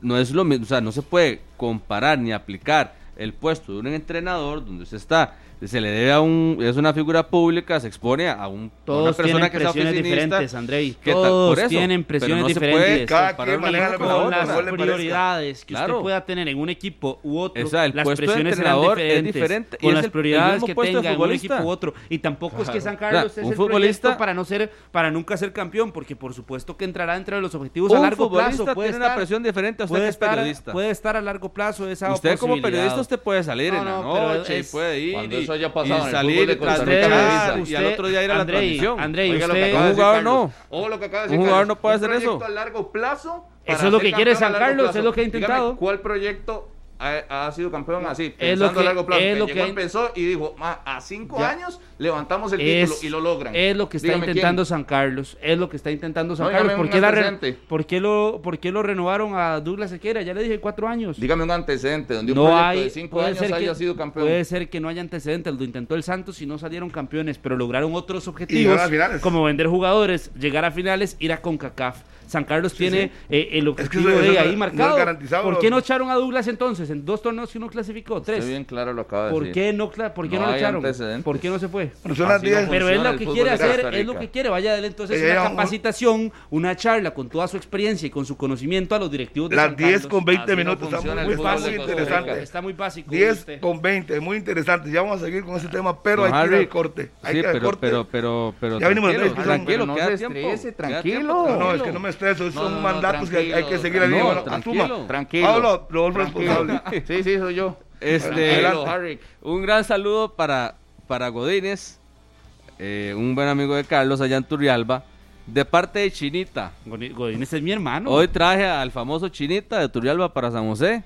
S5: no es lo mismo, o sea, no se puede comparar ni aplicar el puesto de un entrenador donde usted está, se le debe a un, es una figura pública, se expone a un, a una
S4: Todos tienen
S5: persona que sea
S4: presiones
S5: oficinista,
S4: diferentes, Andrei.
S5: que tal- por
S4: Todos
S5: eso,
S4: tienen
S5: pero
S4: presiones
S5: no se puede
S4: diferentes.
S3: cada
S5: comparar
S3: quien
S5: una
S3: maneja lo que
S5: cosa con
S3: mejor,
S4: con
S5: otra.
S4: las
S3: mejor le parezca.
S4: prioridades que
S5: Claro.
S4: usted pueda tener en un equipo u otro,
S5: O sea, el
S4: las
S5: puesto de
S4: presiones serán
S5: entrenador es
S4: diferentes.
S5: diferente y
S4: con
S5: es
S4: las
S5: el- el
S4: prioridades
S5: mismo
S4: que
S5: puesto de
S4: tenga en un
S5: futbolista.
S4: equipo u otro. Y tampoco es que San
S5: sea,
S4: Carlos es
S5: un
S4: el futbolista
S5: futbolista-
S4: para no ser, para nunca ser campeón, porque por supuesto que entrará entre los objetivos a
S5: Un
S4: largo plazo.
S5: futbolista
S4: Puede
S5: tiene
S4: estar,
S5: una presión diferente a usted
S4: puede
S5: que es
S4: estar-
S5: periodista.
S4: puede estar a largo plazo esa
S5: Usted como periodista
S4: posibilidad.
S5: usted puede salir
S4: No,
S5: en la
S4: no, pero
S5: noche y
S4: es-
S5: puede ir
S2: Cuando
S5: y,
S2: eso haya pasado
S5: y
S2: en el
S5: salir
S2: fútbol de
S5: y
S2: Costa
S5: transmitir
S2: Rica,
S5: la
S2: revisa.
S5: y al otro día ir a la
S4: Andrei,
S5: transmisión.
S4: Andrei,
S2: Oiga lo que
S4: usted-
S2: acaba de
S5: Un
S2: decir
S5: jugador
S2: Carlos.
S5: no.
S2: Ojo lo que acaba de
S5: Un
S2: decir
S5: jugador
S2: Carlos.
S5: no puede
S2: Un
S5: hacer
S2: proyecto
S5: eso.
S2: a largo plazo. para
S4: Eso es lo
S2: ser
S4: que quiere
S2: campeón a
S4: San
S2: largo
S4: Carlos,
S2: plazo.
S4: es lo que ha
S2: Dígame,
S4: intentado.
S2: ¿Cuál proyecto ha, ha sido campeón así,
S4: Es
S2: pensando
S4: lo
S2: a
S4: que-
S2: largo plazo.
S4: es
S2: Que
S4: lo
S2: llegó,
S4: que hay-
S2: empezó y dijo, "Ma, a cinco
S4: Ya.
S2: años levantamos el título
S4: Es,
S2: y lo logran.
S4: es lo que está
S2: Dígame quién.
S4: intentando San Carlos. Es lo que está intentando San
S2: No, dígame
S4: Carlos. ¿Por
S2: un
S4: qué, la re-
S2: antecedente.
S4: por qué lo, por qué lo renovaron a Douglas Sequeira? Ya le dije cuatro años.
S2: Dígame un antecedente donde un
S4: no
S2: proyecto
S4: hay,
S2: de cinco
S4: puede
S2: años
S4: ser
S2: haya
S4: que,
S2: sido campeón.
S4: Puede ser que no haya antecedentes, lo intentó el Santos y no salieron campeones, pero lograron otros objetivos,
S3: llegar a finales.
S4: como vender jugadores, llegar a finales, ir a CONCACAF. San Carlos tiene eh, el objetivo
S3: eso-
S4: de
S3: eso no-
S4: ahí
S3: no es
S4: marcado.
S3: garantizado,
S4: ¿Por qué
S3: loco.
S4: no echaron a Douglas entonces? En dos torneos que uno clasificó, tres.
S2: Usted bien claro lo acaba de
S4: ¿Por
S2: decir.
S4: qué no, cla- por qué no,
S2: No
S4: lo
S2: hay
S4: echaron?
S2: antecedentes.
S4: ¿Por qué no se fue?
S3: Bueno, son las
S2: Así
S3: 10.
S2: no
S4: Pero es
S2: funciona
S4: lo
S2: el
S4: que
S2: fútbol
S4: quiere
S2: de Costa
S4: hacer, es lo
S2: Rica.
S4: que quiere. Vaya a darle entonces
S3: Ella
S4: una
S3: era Eh, un-
S4: capacitación, una charla con toda su experiencia y con su conocimiento a los directivos de
S3: Las
S4: San
S3: 10
S4: Carlos.
S3: con 20
S2: Así no
S3: minutos.
S2: funciona
S3: está
S2: el
S3: muy
S2: fútbol de
S3: fácil,
S2: Costa
S3: interesante.
S2: Rica.
S4: Está muy básico.
S3: 10
S4: usted.
S3: con 20, muy interesante. Ya vamos a seguir con ese tema, pero
S5: Don
S3: hay que ir
S5: Harry,
S3: al corte. Hay
S5: sí,
S3: que ir al
S5: pero,
S3: corte.
S5: pero, pero, pero.
S3: Ya venimos,
S5: tranquilo,
S3: no,
S5: tranquilo,
S2: pero no
S5: queda
S2: se
S5: tiempo,
S2: estrese,
S5: queda
S2: tranquilo.
S5: tiempo,
S3: no, es que no me estreso,
S2: No,
S3: son
S2: no, no,
S3: mandatos que hay, hay que
S2: tranquilo,
S3: seguir al día.
S5: no,
S3: Bueno,
S5: tranquilo,
S3: asuma.
S2: Tranquilo.
S3: Pablo, lo vuelvo responsable.
S2: Sí, sí, soy yo.
S5: Este,
S2: Tranquilo,
S3: Adelante.
S2: Harry.
S5: Un gran saludo para, para Godínez, eh, un buen amigo de Carlos allá en Turrialba, de parte de Chinita.
S4: Godi- Godínez es mi hermano.
S5: Hoy traje al famoso Chinita de Turrialba para San José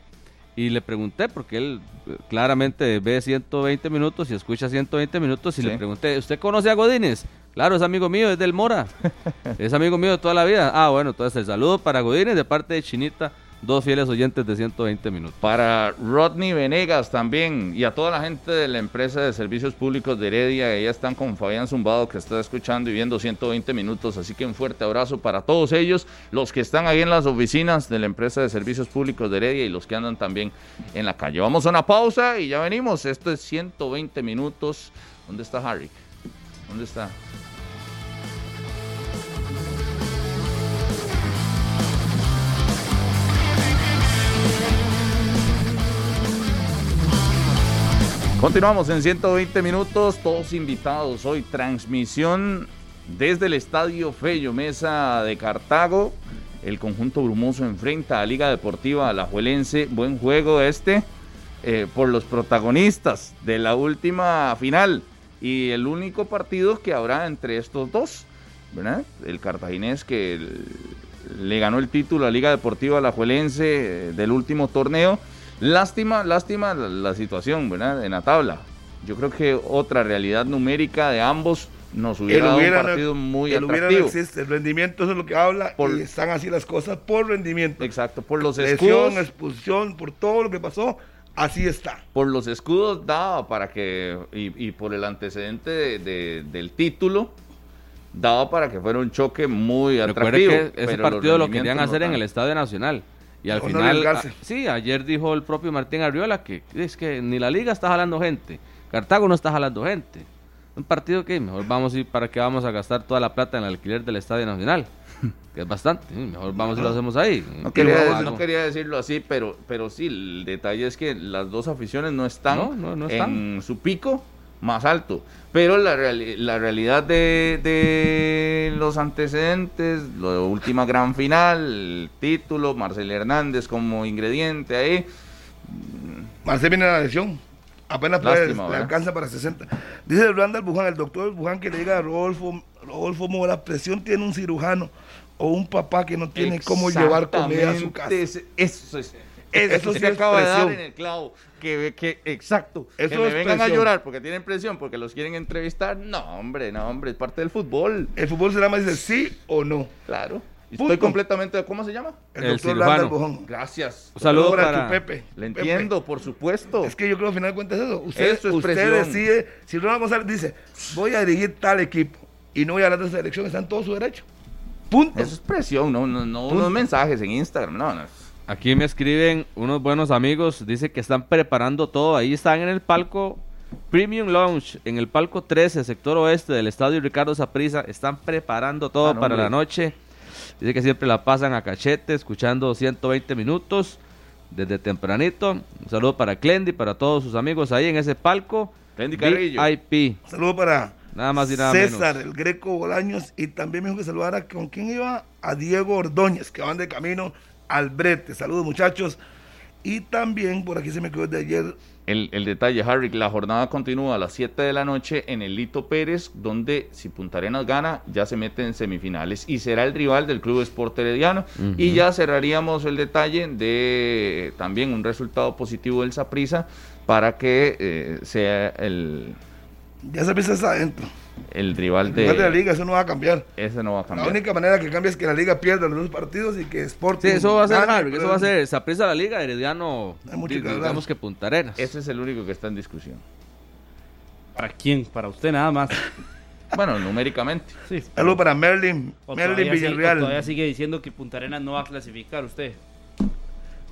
S5: y le pregunté, porque él eh, claramente ve 120 minutos y escucha 120 minutos, y
S2: Sí.
S5: le pregunté, ¿usted conoce a Godínez? Claro, es amigo mío, es del Mora. es amigo mío de toda la vida. Ah, bueno, entonces el saludo para Godínez de parte de Chinita, dos fieles oyentes de 120 minutos.
S2: Para Rodney Venegas también y a toda la gente de la empresa de servicios públicos de Heredia, que ya están con Fabián Zumbado que está escuchando y viendo 120 minutos, así que un fuerte abrazo para todos ellos, los que están ahí en las oficinas de la empresa de servicios públicos de Heredia y los que andan también en la calle. Vamos a una pausa y ya venimos. Esto es 120 minutos. ¿Dónde está Harry? ¿Dónde está? Continuamos en 120 minutos, todos invitados hoy, transmisión desde el Estadio Fello Mesa de Cartago. El conjunto brumoso enfrenta a Liga Deportiva Alajuelense. Buen juego este eh, por los protagonistas de la última final y el único partido que habrá entre estos dos, ¿verdad? El cartaginés que el- le ganó el título a Liga Deportiva Alajuelense eh, del último torneo. Lástima, lástima la, la situación, ¿verdad? En la tabla. Yo creo que otra realidad numérica de ambos nos
S3: El
S2: hubiera dado un
S3: hubiera,
S2: partido
S3: no-
S2: muy
S3: el hubiera no
S2: atractivo.
S3: existe, el rendimiento eso es lo que habla
S2: Por-
S3: y están así las cosas por rendimiento.
S2: Exacto, por los escudos,
S3: Lesión, expulsión, por todo lo que pasó, así está.
S2: por los escudos daba para que y, y por el antecedente de- de- del título daba para que fuera un choque muy
S5: Recuerde
S2: atractivo.
S5: que ese
S2: pero
S5: partido
S2: los
S5: lo querían
S2: rendimientos
S5: hacer
S2: no
S5: en el
S2: tanto.
S5: Estadio Nacional. Y al
S3: Por no
S5: final,
S3: arriesgarse.
S5: a- sí, ayer dijo el propio Martín Arriola que es que ni la liga está jalando gente, Cartago no está jalando gente. Un partido que mejor vamos a ir para que vamos a gastar toda la plata en el alquiler del Estadio Nacional, que es bastante, ¿eh? mejor vamos y lo hacemos ahí.
S2: No
S5: Y
S2: quería,
S5: luego-
S2: decir- no quería decirlo así, pero, pero sí, el detalle es que las dos aficiones no están,
S5: No, no, no están.
S2: en su pico más alto. Pero la, reali- la realidad de, de los antecedentes, la última gran final, el título, Marcel Hernández como ingrediente ahí.
S3: Marcel viene a la lesión. Apenas puede-
S2: Lástima,
S3: le
S2: ¿verdad?
S3: alcanza para 60. Dice el Randall Buján, el doctor Buján que le diga a Rodolfo, Rodolfo Mora, presión tiene un cirujano o un papá que no tiene cómo llevar comida a su casa.
S2: Exactamente, ese- Eso es. Eso,
S3: Eso sí
S2: se
S3: es
S2: acaba de dar
S3: presión.
S2: en el clavo. Que, que, exacto.
S3: Eso
S2: que me
S3: es
S2: vengan a
S3: presión.
S2: llorar porque tienen presión, porque los quieren entrevistar. No, hombre, no, hombre, es parte del fútbol.
S3: El fútbol se llama dice sí o no.
S2: Claro. Estoy
S3: Punto.
S2: completamente. ¿Cómo se llama?
S3: El,
S5: El
S3: doctor
S5: cirujano.
S3: Randall Buján.
S2: Gracias.
S5: Un saludo
S3: Ahora
S5: para-
S3: tu Pepe.
S2: Le
S3: Pepe.
S2: entiendo, por supuesto.
S3: Eh, Es que yo creo que al final de cuentas es eso. Usted,
S2: Eso es
S3: usted
S2: presión.
S3: decide, si Ronald González dice, voy a dirigir tal equipo y no voy a hablar de selección, está en todo su derecho. Punto.
S2: Eso es presión, no, no, no unos mensajes en Instagram, no, no.
S5: Aquí me escriben unos buenos amigos, dice que están preparando todo, ahí están en el palco Premium Lounge, en el palco 13, sector oeste del estadio Ricardo Saprissa, están preparando todo
S2: Ah, no,
S5: para
S2: hombre.
S5: la noche. Dice que siempre la pasan a cachete, escuchando 120 minutos desde tempranito. Un saludo para Clendy, para todos sus amigos ahí en ese palco.
S2: Clendy Carrillo.
S5: VIP.
S3: Un saludo para
S5: Nada más y nada
S3: César,
S5: menos.
S3: el Greco Bolaños, y también me dijo que saludara con quién iba, a Diego Ordóñez, que van de camino al brete. Saludos muchachos. Y también por aquí se me quedó de ayer
S2: El, el detalle, Harry, la jornada continúa a las 7 de la noche en el Lito Pérez, donde si Punta Arenas gana, ya se mete en semifinales y será el rival del Club Sport Herediano. Y ya cerraríamos el detalle de también un resultado positivo del Saprisa para que eh, sea el,
S3: Ya se piensa está adentro.
S2: el rival
S3: El de la
S2: de.
S3: liga, eso no va a cambiar.
S2: Ese no va a
S3: La
S2: cambiar.
S3: única manera que cambia es que la liga pierda los dos partidos y que
S5: Sí,
S3: Sporting.
S5: eso va a
S2: Ah,
S5: ser,
S3: gane,
S5: Harry,
S3: pero-
S5: eso va a ser Saprissa la Liga, Herediano,
S3: Hay mucho
S5: di-
S3: que hablar.
S5: digamos que Punta Arenas.
S2: Ese es el único que está en discusión.
S4: ¿Para quién? Para usted nada más.
S2: Bueno, numéricamente.
S4: Sí.
S3: Saludos para Merlin,
S4: O
S3: Merlin
S4: todavía sigue- o todavía
S3: Villarreal.
S4: sigue diciendo que Punta Arenas no va a clasificar usted.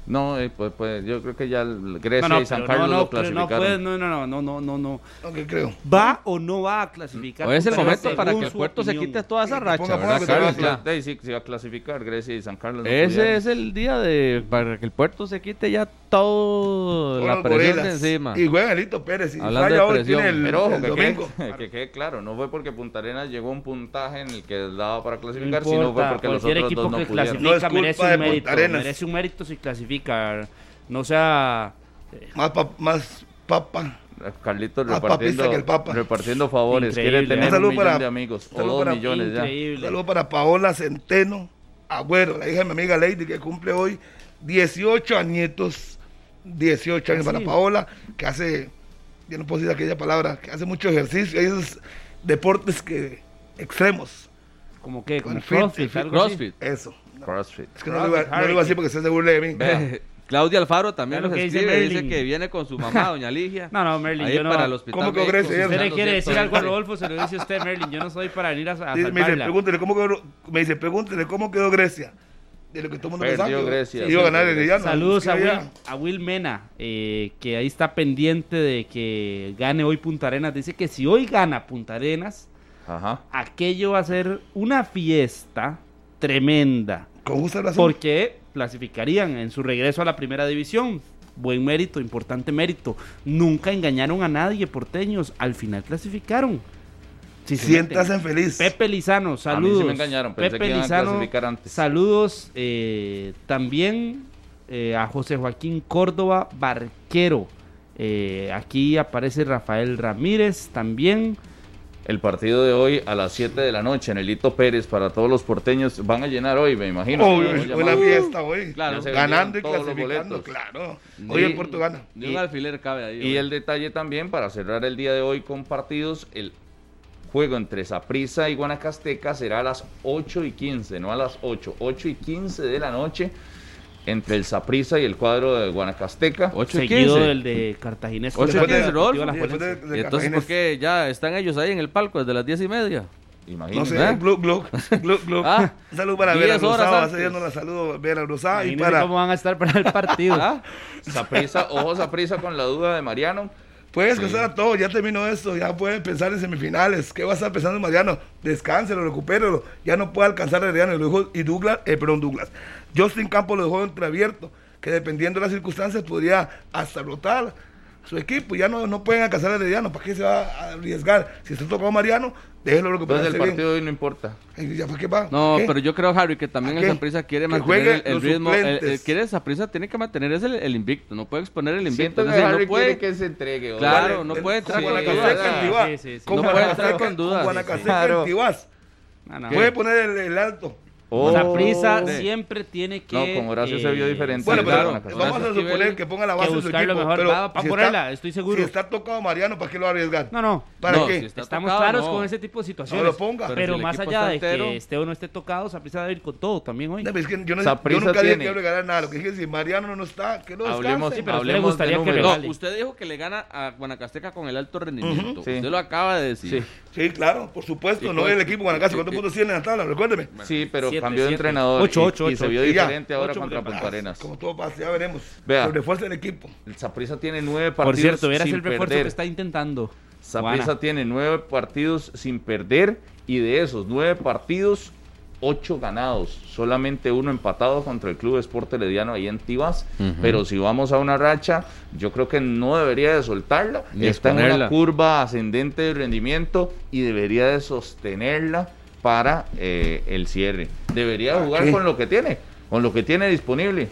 S2: No, eh, pues, pues, yo creo que ya el Grecia
S4: No, no,
S2: y San
S4: pero
S2: Carlos
S4: no,
S2: lo
S4: no, pero no,
S2: clasificaron.
S4: puede, no, no, no, no, no, no, no.
S3: No, que creo.
S4: ¿Va o no va a clasificar?
S5: Hoy es el
S4: Punta Arenas
S5: momento para que
S4: según
S5: el
S4: su
S5: puerto se
S4: opinión?
S5: quite toda esa
S3: Que te
S5: racha,
S3: ponga
S5: ¿verdad,
S3: fuerte,
S5: Carlos?
S3: ¿verdad?
S5: Ya.
S2: De ahí sí se va a clasificar Grecia y San Carlos. no
S5: Ese
S2: pudieron.
S5: es el día de para que el puerto se quite ya toda
S3: Con
S5: la
S3: los
S5: presión de
S3: gorilas.
S5: encima.
S3: Y juega Elito Pérez. Y
S5: Hablando de
S3: falla hoy
S5: presión,
S3: tiene el,
S2: Pero ojo,
S3: el
S2: que
S3: domingo.
S2: quede, que quede claro, no fue porque Punta Arenas llegó a un puntaje en el que daba para
S4: No
S2: clasificar,
S4: importa,
S2: sino fue porque los
S4: cualquier
S2: otros
S4: equipo
S2: dos no
S4: que
S2: pudieron.
S3: No es
S4: clasifica
S3: culpa
S4: merece
S3: de
S4: un
S3: Punta
S4: mérito.
S3: Arenas.
S4: Merece un mérito si clasifica. No sea...
S3: Más, pa- más papa.
S2: Eh, Carlitos
S3: Más
S2: repartiendo,
S3: papista Ah, que el Papa.
S2: repartiendo favores, quiere
S4: Increíble. ¿eh?
S2: tener un
S3: Un saludo
S2: millón
S3: para-
S2: de amigos, o
S3: saludo
S2: dos
S3: para-
S2: millones ya.
S3: Un
S4: Increíble.
S3: saludo para Paola Centeno Agüero, la hija de mi amiga Lady, que cumple hoy 18 añitos. 18 años para Paola, que hace, yo no puedo decir aquella palabra, que hace mucho ejercicio, hay esos deportes que extremos.
S4: Como que, como
S3: El fit, el
S4: CrossFit,
S3: fit.
S4: algo así.
S5: CrossFit.
S3: Eso.
S2: CrossFit.
S3: Es que no lo iba, no lo iba a decir porque se se burle de mí.
S2: Vea,
S5: Claudia Alfaro también
S4: Claro
S5: nos
S4: que dice
S5: escribe, dice,
S4: Merlin.
S5: que viene con su mamá, doña Ligia.
S4: No, no, Merlin,
S5: ahí
S4: yo no-
S5: para el hospital
S3: ¿Cómo que
S5: médico,
S3: crece
S5: si
S3: ella?
S4: Usted le
S5: están
S4: quiere decir algo a
S5: 220.
S4: Rodolfo, se lo dice usted, Merlin. Yo no soy para venir a, a
S3: Dice, me, dice,
S4: salvarla.
S3: pregúntele, ¿cómo quedó, me dice, pregúntele cómo quedó Grecia. De lo que todo el mundo
S2: Perdió
S3: pensaba. que
S2: Grecia,
S3: Iba a ganar
S2: perdió
S3: el
S2: Grecia.
S3: Llano.
S4: Saludos
S3: Es
S4: a
S3: que
S4: Will,
S3: ya-
S4: a Will Mena, eh, que ahí está pendiente de que gane hoy Punta Arenas. Dice que si hoy gana Punta Arenas,
S2: Ajá.
S4: aquello va a ser una fiesta tremenda.
S3: Con justa razón.
S4: Porque clasificarían en su regreso a la primera división. Buen mérito, importante mérito. Nunca engañaron a nadie, porteños. Al final clasificaron. Si se meten.
S3: Siéntase feliz.
S4: Pepe Lizano, saludos.
S2: me engañaron, pensé
S4: Pepe
S2: que iban a clasificar antes.
S4: Saludos eh, también eh, a José Joaquín Córdoba Barquero. Eh, aquí aparece Rafael Ramírez también.
S2: El partido de hoy a las 7 de la noche en el Hito Pérez para todos los porteños. Van a llenar hoy, me imagino.
S3: Obvio,
S2: Vamos a
S3: fue la
S2: llamar.
S3: fiesta hoy.
S5: Claro. Ya se
S3: Ganando y
S2: vendieron todos los
S3: clasificando,
S2: boletos.
S3: claro. Hoy
S2: Y-
S3: el Puerto gana.
S5: Ni un
S2: Y-
S5: alfiler cabe ahí.
S2: Y
S5: güey.
S2: el detalle también para cerrar el día de hoy con partidos, el juego entre Saprissa y Guanacasteca será a las 8 y 15, no a las 8, 8 y 15 de la noche entre el Saprissa y el cuadro de Guanacasteca.
S5: 8 y
S4: Seguido
S5: 15.
S4: del de Cartaginés.
S5: Ocho y
S4: Deportivo
S5: quince, Rodolfo.
S3: Y después
S4: Alajuelense.
S3: de- de
S5: Y entonces,
S3: Cartagena
S5: ¿por qué ya están ellos ahí en el palco desde las 10 y media?
S3: No
S2: Imagínense.
S3: sé,
S5: ¿Eh?
S3: Gluck, Gluck, Gluck, Gluck.
S5: Ah,
S3: Un saludo para
S5: diez
S3: Vera Cruzado,
S5: horas
S3: hace días no la saludo, Vera Cruzado. Y
S4: Imagínense
S3: para,
S4: cómo van a estar para el partido.
S5: Ah,
S2: Saprissa, ojo Saprissa con la duda de Mariano.
S3: puedes descansar a todo, ya terminó esto, ya puedes pensar en semifinales. ¿Qué va a estar pensando Mariano? Descánselo, recupérelo. Ya no puede alcanzar a Adriano y lo dijo- y Douglas, eh, perdón, Douglas. Justin Campos lo dejó entreabierto, que dependiendo de las circunstancias podría hasta rotar su equipo. Ya no, no pueden alcanzar a Adriano, ¿para qué se va a arriesgar? Si está tocado Mariano, déjelo recuperarse
S2: Entonces el
S3: bien.
S2: partido de hoy no importa.
S3: Ay, ¿Ya para qué va?
S5: No,
S3: ¿Qué?
S5: pero yo creo, Harry, que también
S3: ¿A
S5: el
S3: qué?
S5: Saprissa quiere
S3: Que
S5: mantener
S3: jueguen
S5: el, el
S3: los
S5: ritmo. El, el-
S3: suplentes.
S5: quiere Saprissa tiene que mantener es el, el invicto. No puede exponer el invicto.
S2: Siento
S5: Es
S2: que
S5: decir, no
S2: Harry
S5: puede-
S2: quiere que se entregue. hoy.
S5: Claro, no
S3: El-
S5: puede entrar
S3: con
S5: con
S3: Guanacasteca
S2: dudas.
S3: en Tibás.
S4: Sí, sí, sí.
S3: Con
S5: No puede entrar
S3: Guanacasteca-
S5: con dudas. Ah.
S3: Con Guanacasteca
S2: Claro.
S3: en Tibás.
S4: No, no.
S3: Puede poner el, el alto.
S2: Oh.
S4: La prisa
S2: Sí.
S4: siempre tiene que. eh,
S2: No, con Horacio se vio diferente.
S3: Bueno,
S2: Sí,
S3: pero
S2: claro, claro.
S3: vamos a
S5: Horacio Esquivel,
S3: suponer que ponga la base
S4: que
S3: de su
S4: buscar lo
S3: equipo.
S4: mejor.
S3: pero
S4: Va- va a
S3: si
S4: ponerla,
S3: está-
S4: estoy seguro.
S3: Si está tocado Mariano, ¿para qué lo va a arriesgar?
S4: No, no.
S3: ¿Para
S5: No,
S3: qué?
S5: si está
S4: Estamos
S5: tocado,
S4: claros
S5: no.
S4: con ese tipo de situaciones.
S3: No lo ponga.
S4: Pero,
S5: Pero si el
S4: más
S5: equipo
S4: allá
S5: está
S4: de
S5: entero-
S4: que esté o no esté tocado, Saprissa debe ir con todo también hoy.
S3: No, pero es que yo, no,
S2: Saprissa
S3: yo nunca dije
S2: tiene-
S3: que iba a regalar nada. Lo que dije es si Mariano no está, que lo
S2: Hablemos,
S3: descanse.
S4: pero a usted le
S2: hablemos
S4: gustaría
S2: de
S4: que
S2: números.
S5: No,
S4: Dale.
S5: usted dijo que le gana a Guanacasteca con el alto rendimiento.
S2: Sí.
S5: Usted lo acaba de decir.
S2: Sí.
S3: Sí, claro, por supuesto.
S5: Y
S3: No
S2: pues,
S5: con-
S3: el equipo Guanacaste. ¿Cuántos
S5: y-
S3: puntos tiene en la tabla? Recuérdeme.
S2: Sí, pero
S4: Siete,
S2: cambió de
S4: siete.
S2: entrenador
S4: Ocho,
S2: y-
S4: ocho,
S2: y, se
S4: ocho.
S2: vio
S3: Y ya.
S2: diferente ahora
S4: Ocho
S2: contra
S4: preparados.
S2: Punta Arenas.
S3: Como todo pasa, ya veremos.
S2: Vea.
S3: Se refuerza el equipo.
S2: El Saprissa tiene nueve
S4: Por
S2: partidos
S4: cierto, verás
S2: sin
S4: el refuerzo
S2: perder.
S4: que está intentando.
S2: Saprissa
S4: Juana.
S2: tiene nueve partidos sin perder y de esos nueve partidos, ocho ganados. Solamente uno empatado contra el Club Esporte Lediano ahí en Tibas. Pero si vamos a una racha, yo creo que no debería de soltarla.
S5: Ni
S2: está en una
S5: exponerla.
S2: curva ascendente de rendimiento y debería de sostenerla para eh, el cierre. Debería jugar
S3: qué?
S2: con lo que tiene, con lo que tiene disponible.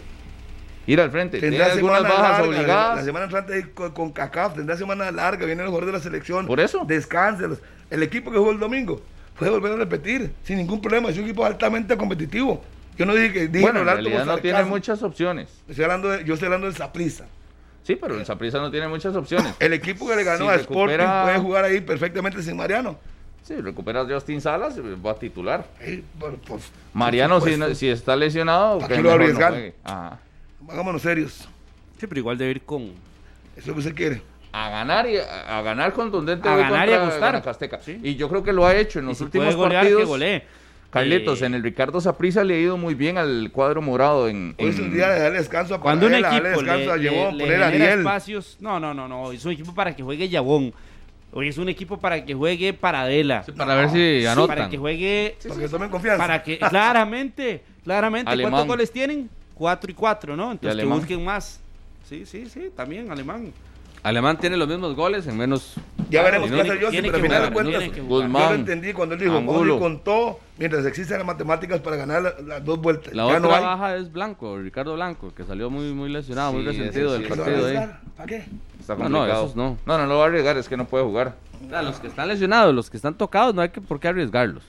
S2: ir al frente. Tiene
S3: Tendrá
S2: algunas
S3: semana
S2: bajas
S3: larga.
S2: obligadas.
S3: La semana entrante ahí con, con CACAF tendrá semana larga. Viene el jugador de la selección.
S2: Por eso.
S3: Descansen. El equipo que jugó el domingo puede volver a repetir sin ningún problema. Es un equipo altamente competitivo. Yo no dije que. Dije
S2: bueno, en
S3: hablar como
S2: realidad no tiene
S3: sarcasmo.
S2: muchas opciones.
S3: Estoy hablando de- yo estoy hablando del Saprissa.
S2: Sí, pero el Saprissa no tiene muchas opciones.
S3: El equipo que le ganó
S2: Si
S3: a
S2: recupera-
S3: Sporting puede jugar ahí perfectamente sin Mariano.
S2: Sí, recupera a Justin Salas, eh, va a titular.
S3: Ey, bueno, pues,
S2: Mariano,
S3: por
S2: si,
S3: supuesto.
S2: no- si está lesionado,
S3: ¿Para
S2: que
S3: qué lo
S2: mejor no
S3: arriesgan?
S2: juegue. Ajá.
S3: Hagámonos serios.
S4: Sí, pero igual debe ir con.
S3: Eso es lo que usted quiere.
S2: A ganar y a, a ganar contundente.
S4: A
S2: hoy
S4: ganar y a
S2: contra
S4: gustar.
S2: Guanacasteca. Y yo creo que lo ha hecho en
S4: y
S2: los
S4: si
S2: últimos
S4: puede golear, que
S2: partidos.
S4: golee.
S2: Carlitos,
S4: Eh,
S2: en el Ricardo Saprissa le ha ido muy bien al cuadro morado en,
S3: Hoy es
S2: en-
S3: un día de darle descanso a
S4: Eh, Cuando un
S3: Paradela,
S4: equipo
S3: darle
S4: le,
S3: descanso a
S4: le-
S3: Llevón,
S4: le
S3: poner a
S4: genera
S3: Ariel.
S4: espacios, no, no, no, no, es un equipo para que juegue Yabón. Hoy es un equipo para que juegue Paradela.
S5: Para ver si
S4: Para
S5: anotan.
S4: que juegue
S3: Para que tomen confianza.
S4: para que claramente, claramente
S2: Alemán.
S4: ¿cuántos goles tienen? 4 y 4, ¿no? Entonces que
S2: alemán.
S4: busquen más. Sí, sí, sí, también alemán.
S5: Alemán tiene los mismos goles en menos.
S3: Ya veremos qué
S5: tiene
S3: hace
S5: que-
S3: yo, si,
S4: tiene
S3: pero al
S4: que
S3: final de
S4: jugar,
S3: cuentas,
S4: tiene que jugar.
S2: Guzmán.
S3: yo lo entendí cuando él dijo, vamos a
S2: Angulo.
S3: ir con todo, mientras existan las matemáticas para ganar la- las dos vueltas.
S5: La
S3: ya
S5: otra
S3: no hay.
S5: baja es Blanco, Ricardo Blanco, que salió muy, muy lesionado, muy
S2: Sí, ese
S5: resentido
S2: sí
S5: del
S2: es-
S3: ¿Cuándo
S5: partido.
S3: van a
S5: ahí.
S3: estar? ¿Para qué?
S4: Ah,
S2: Está
S5: No, no,
S2: complicado.
S5: esos no.
S2: no, no lo va a arriesgar, es que no puede jugar.
S5: O sea, los que están lesionados, los que están tocados, no hay que, por qué arriesgarlos.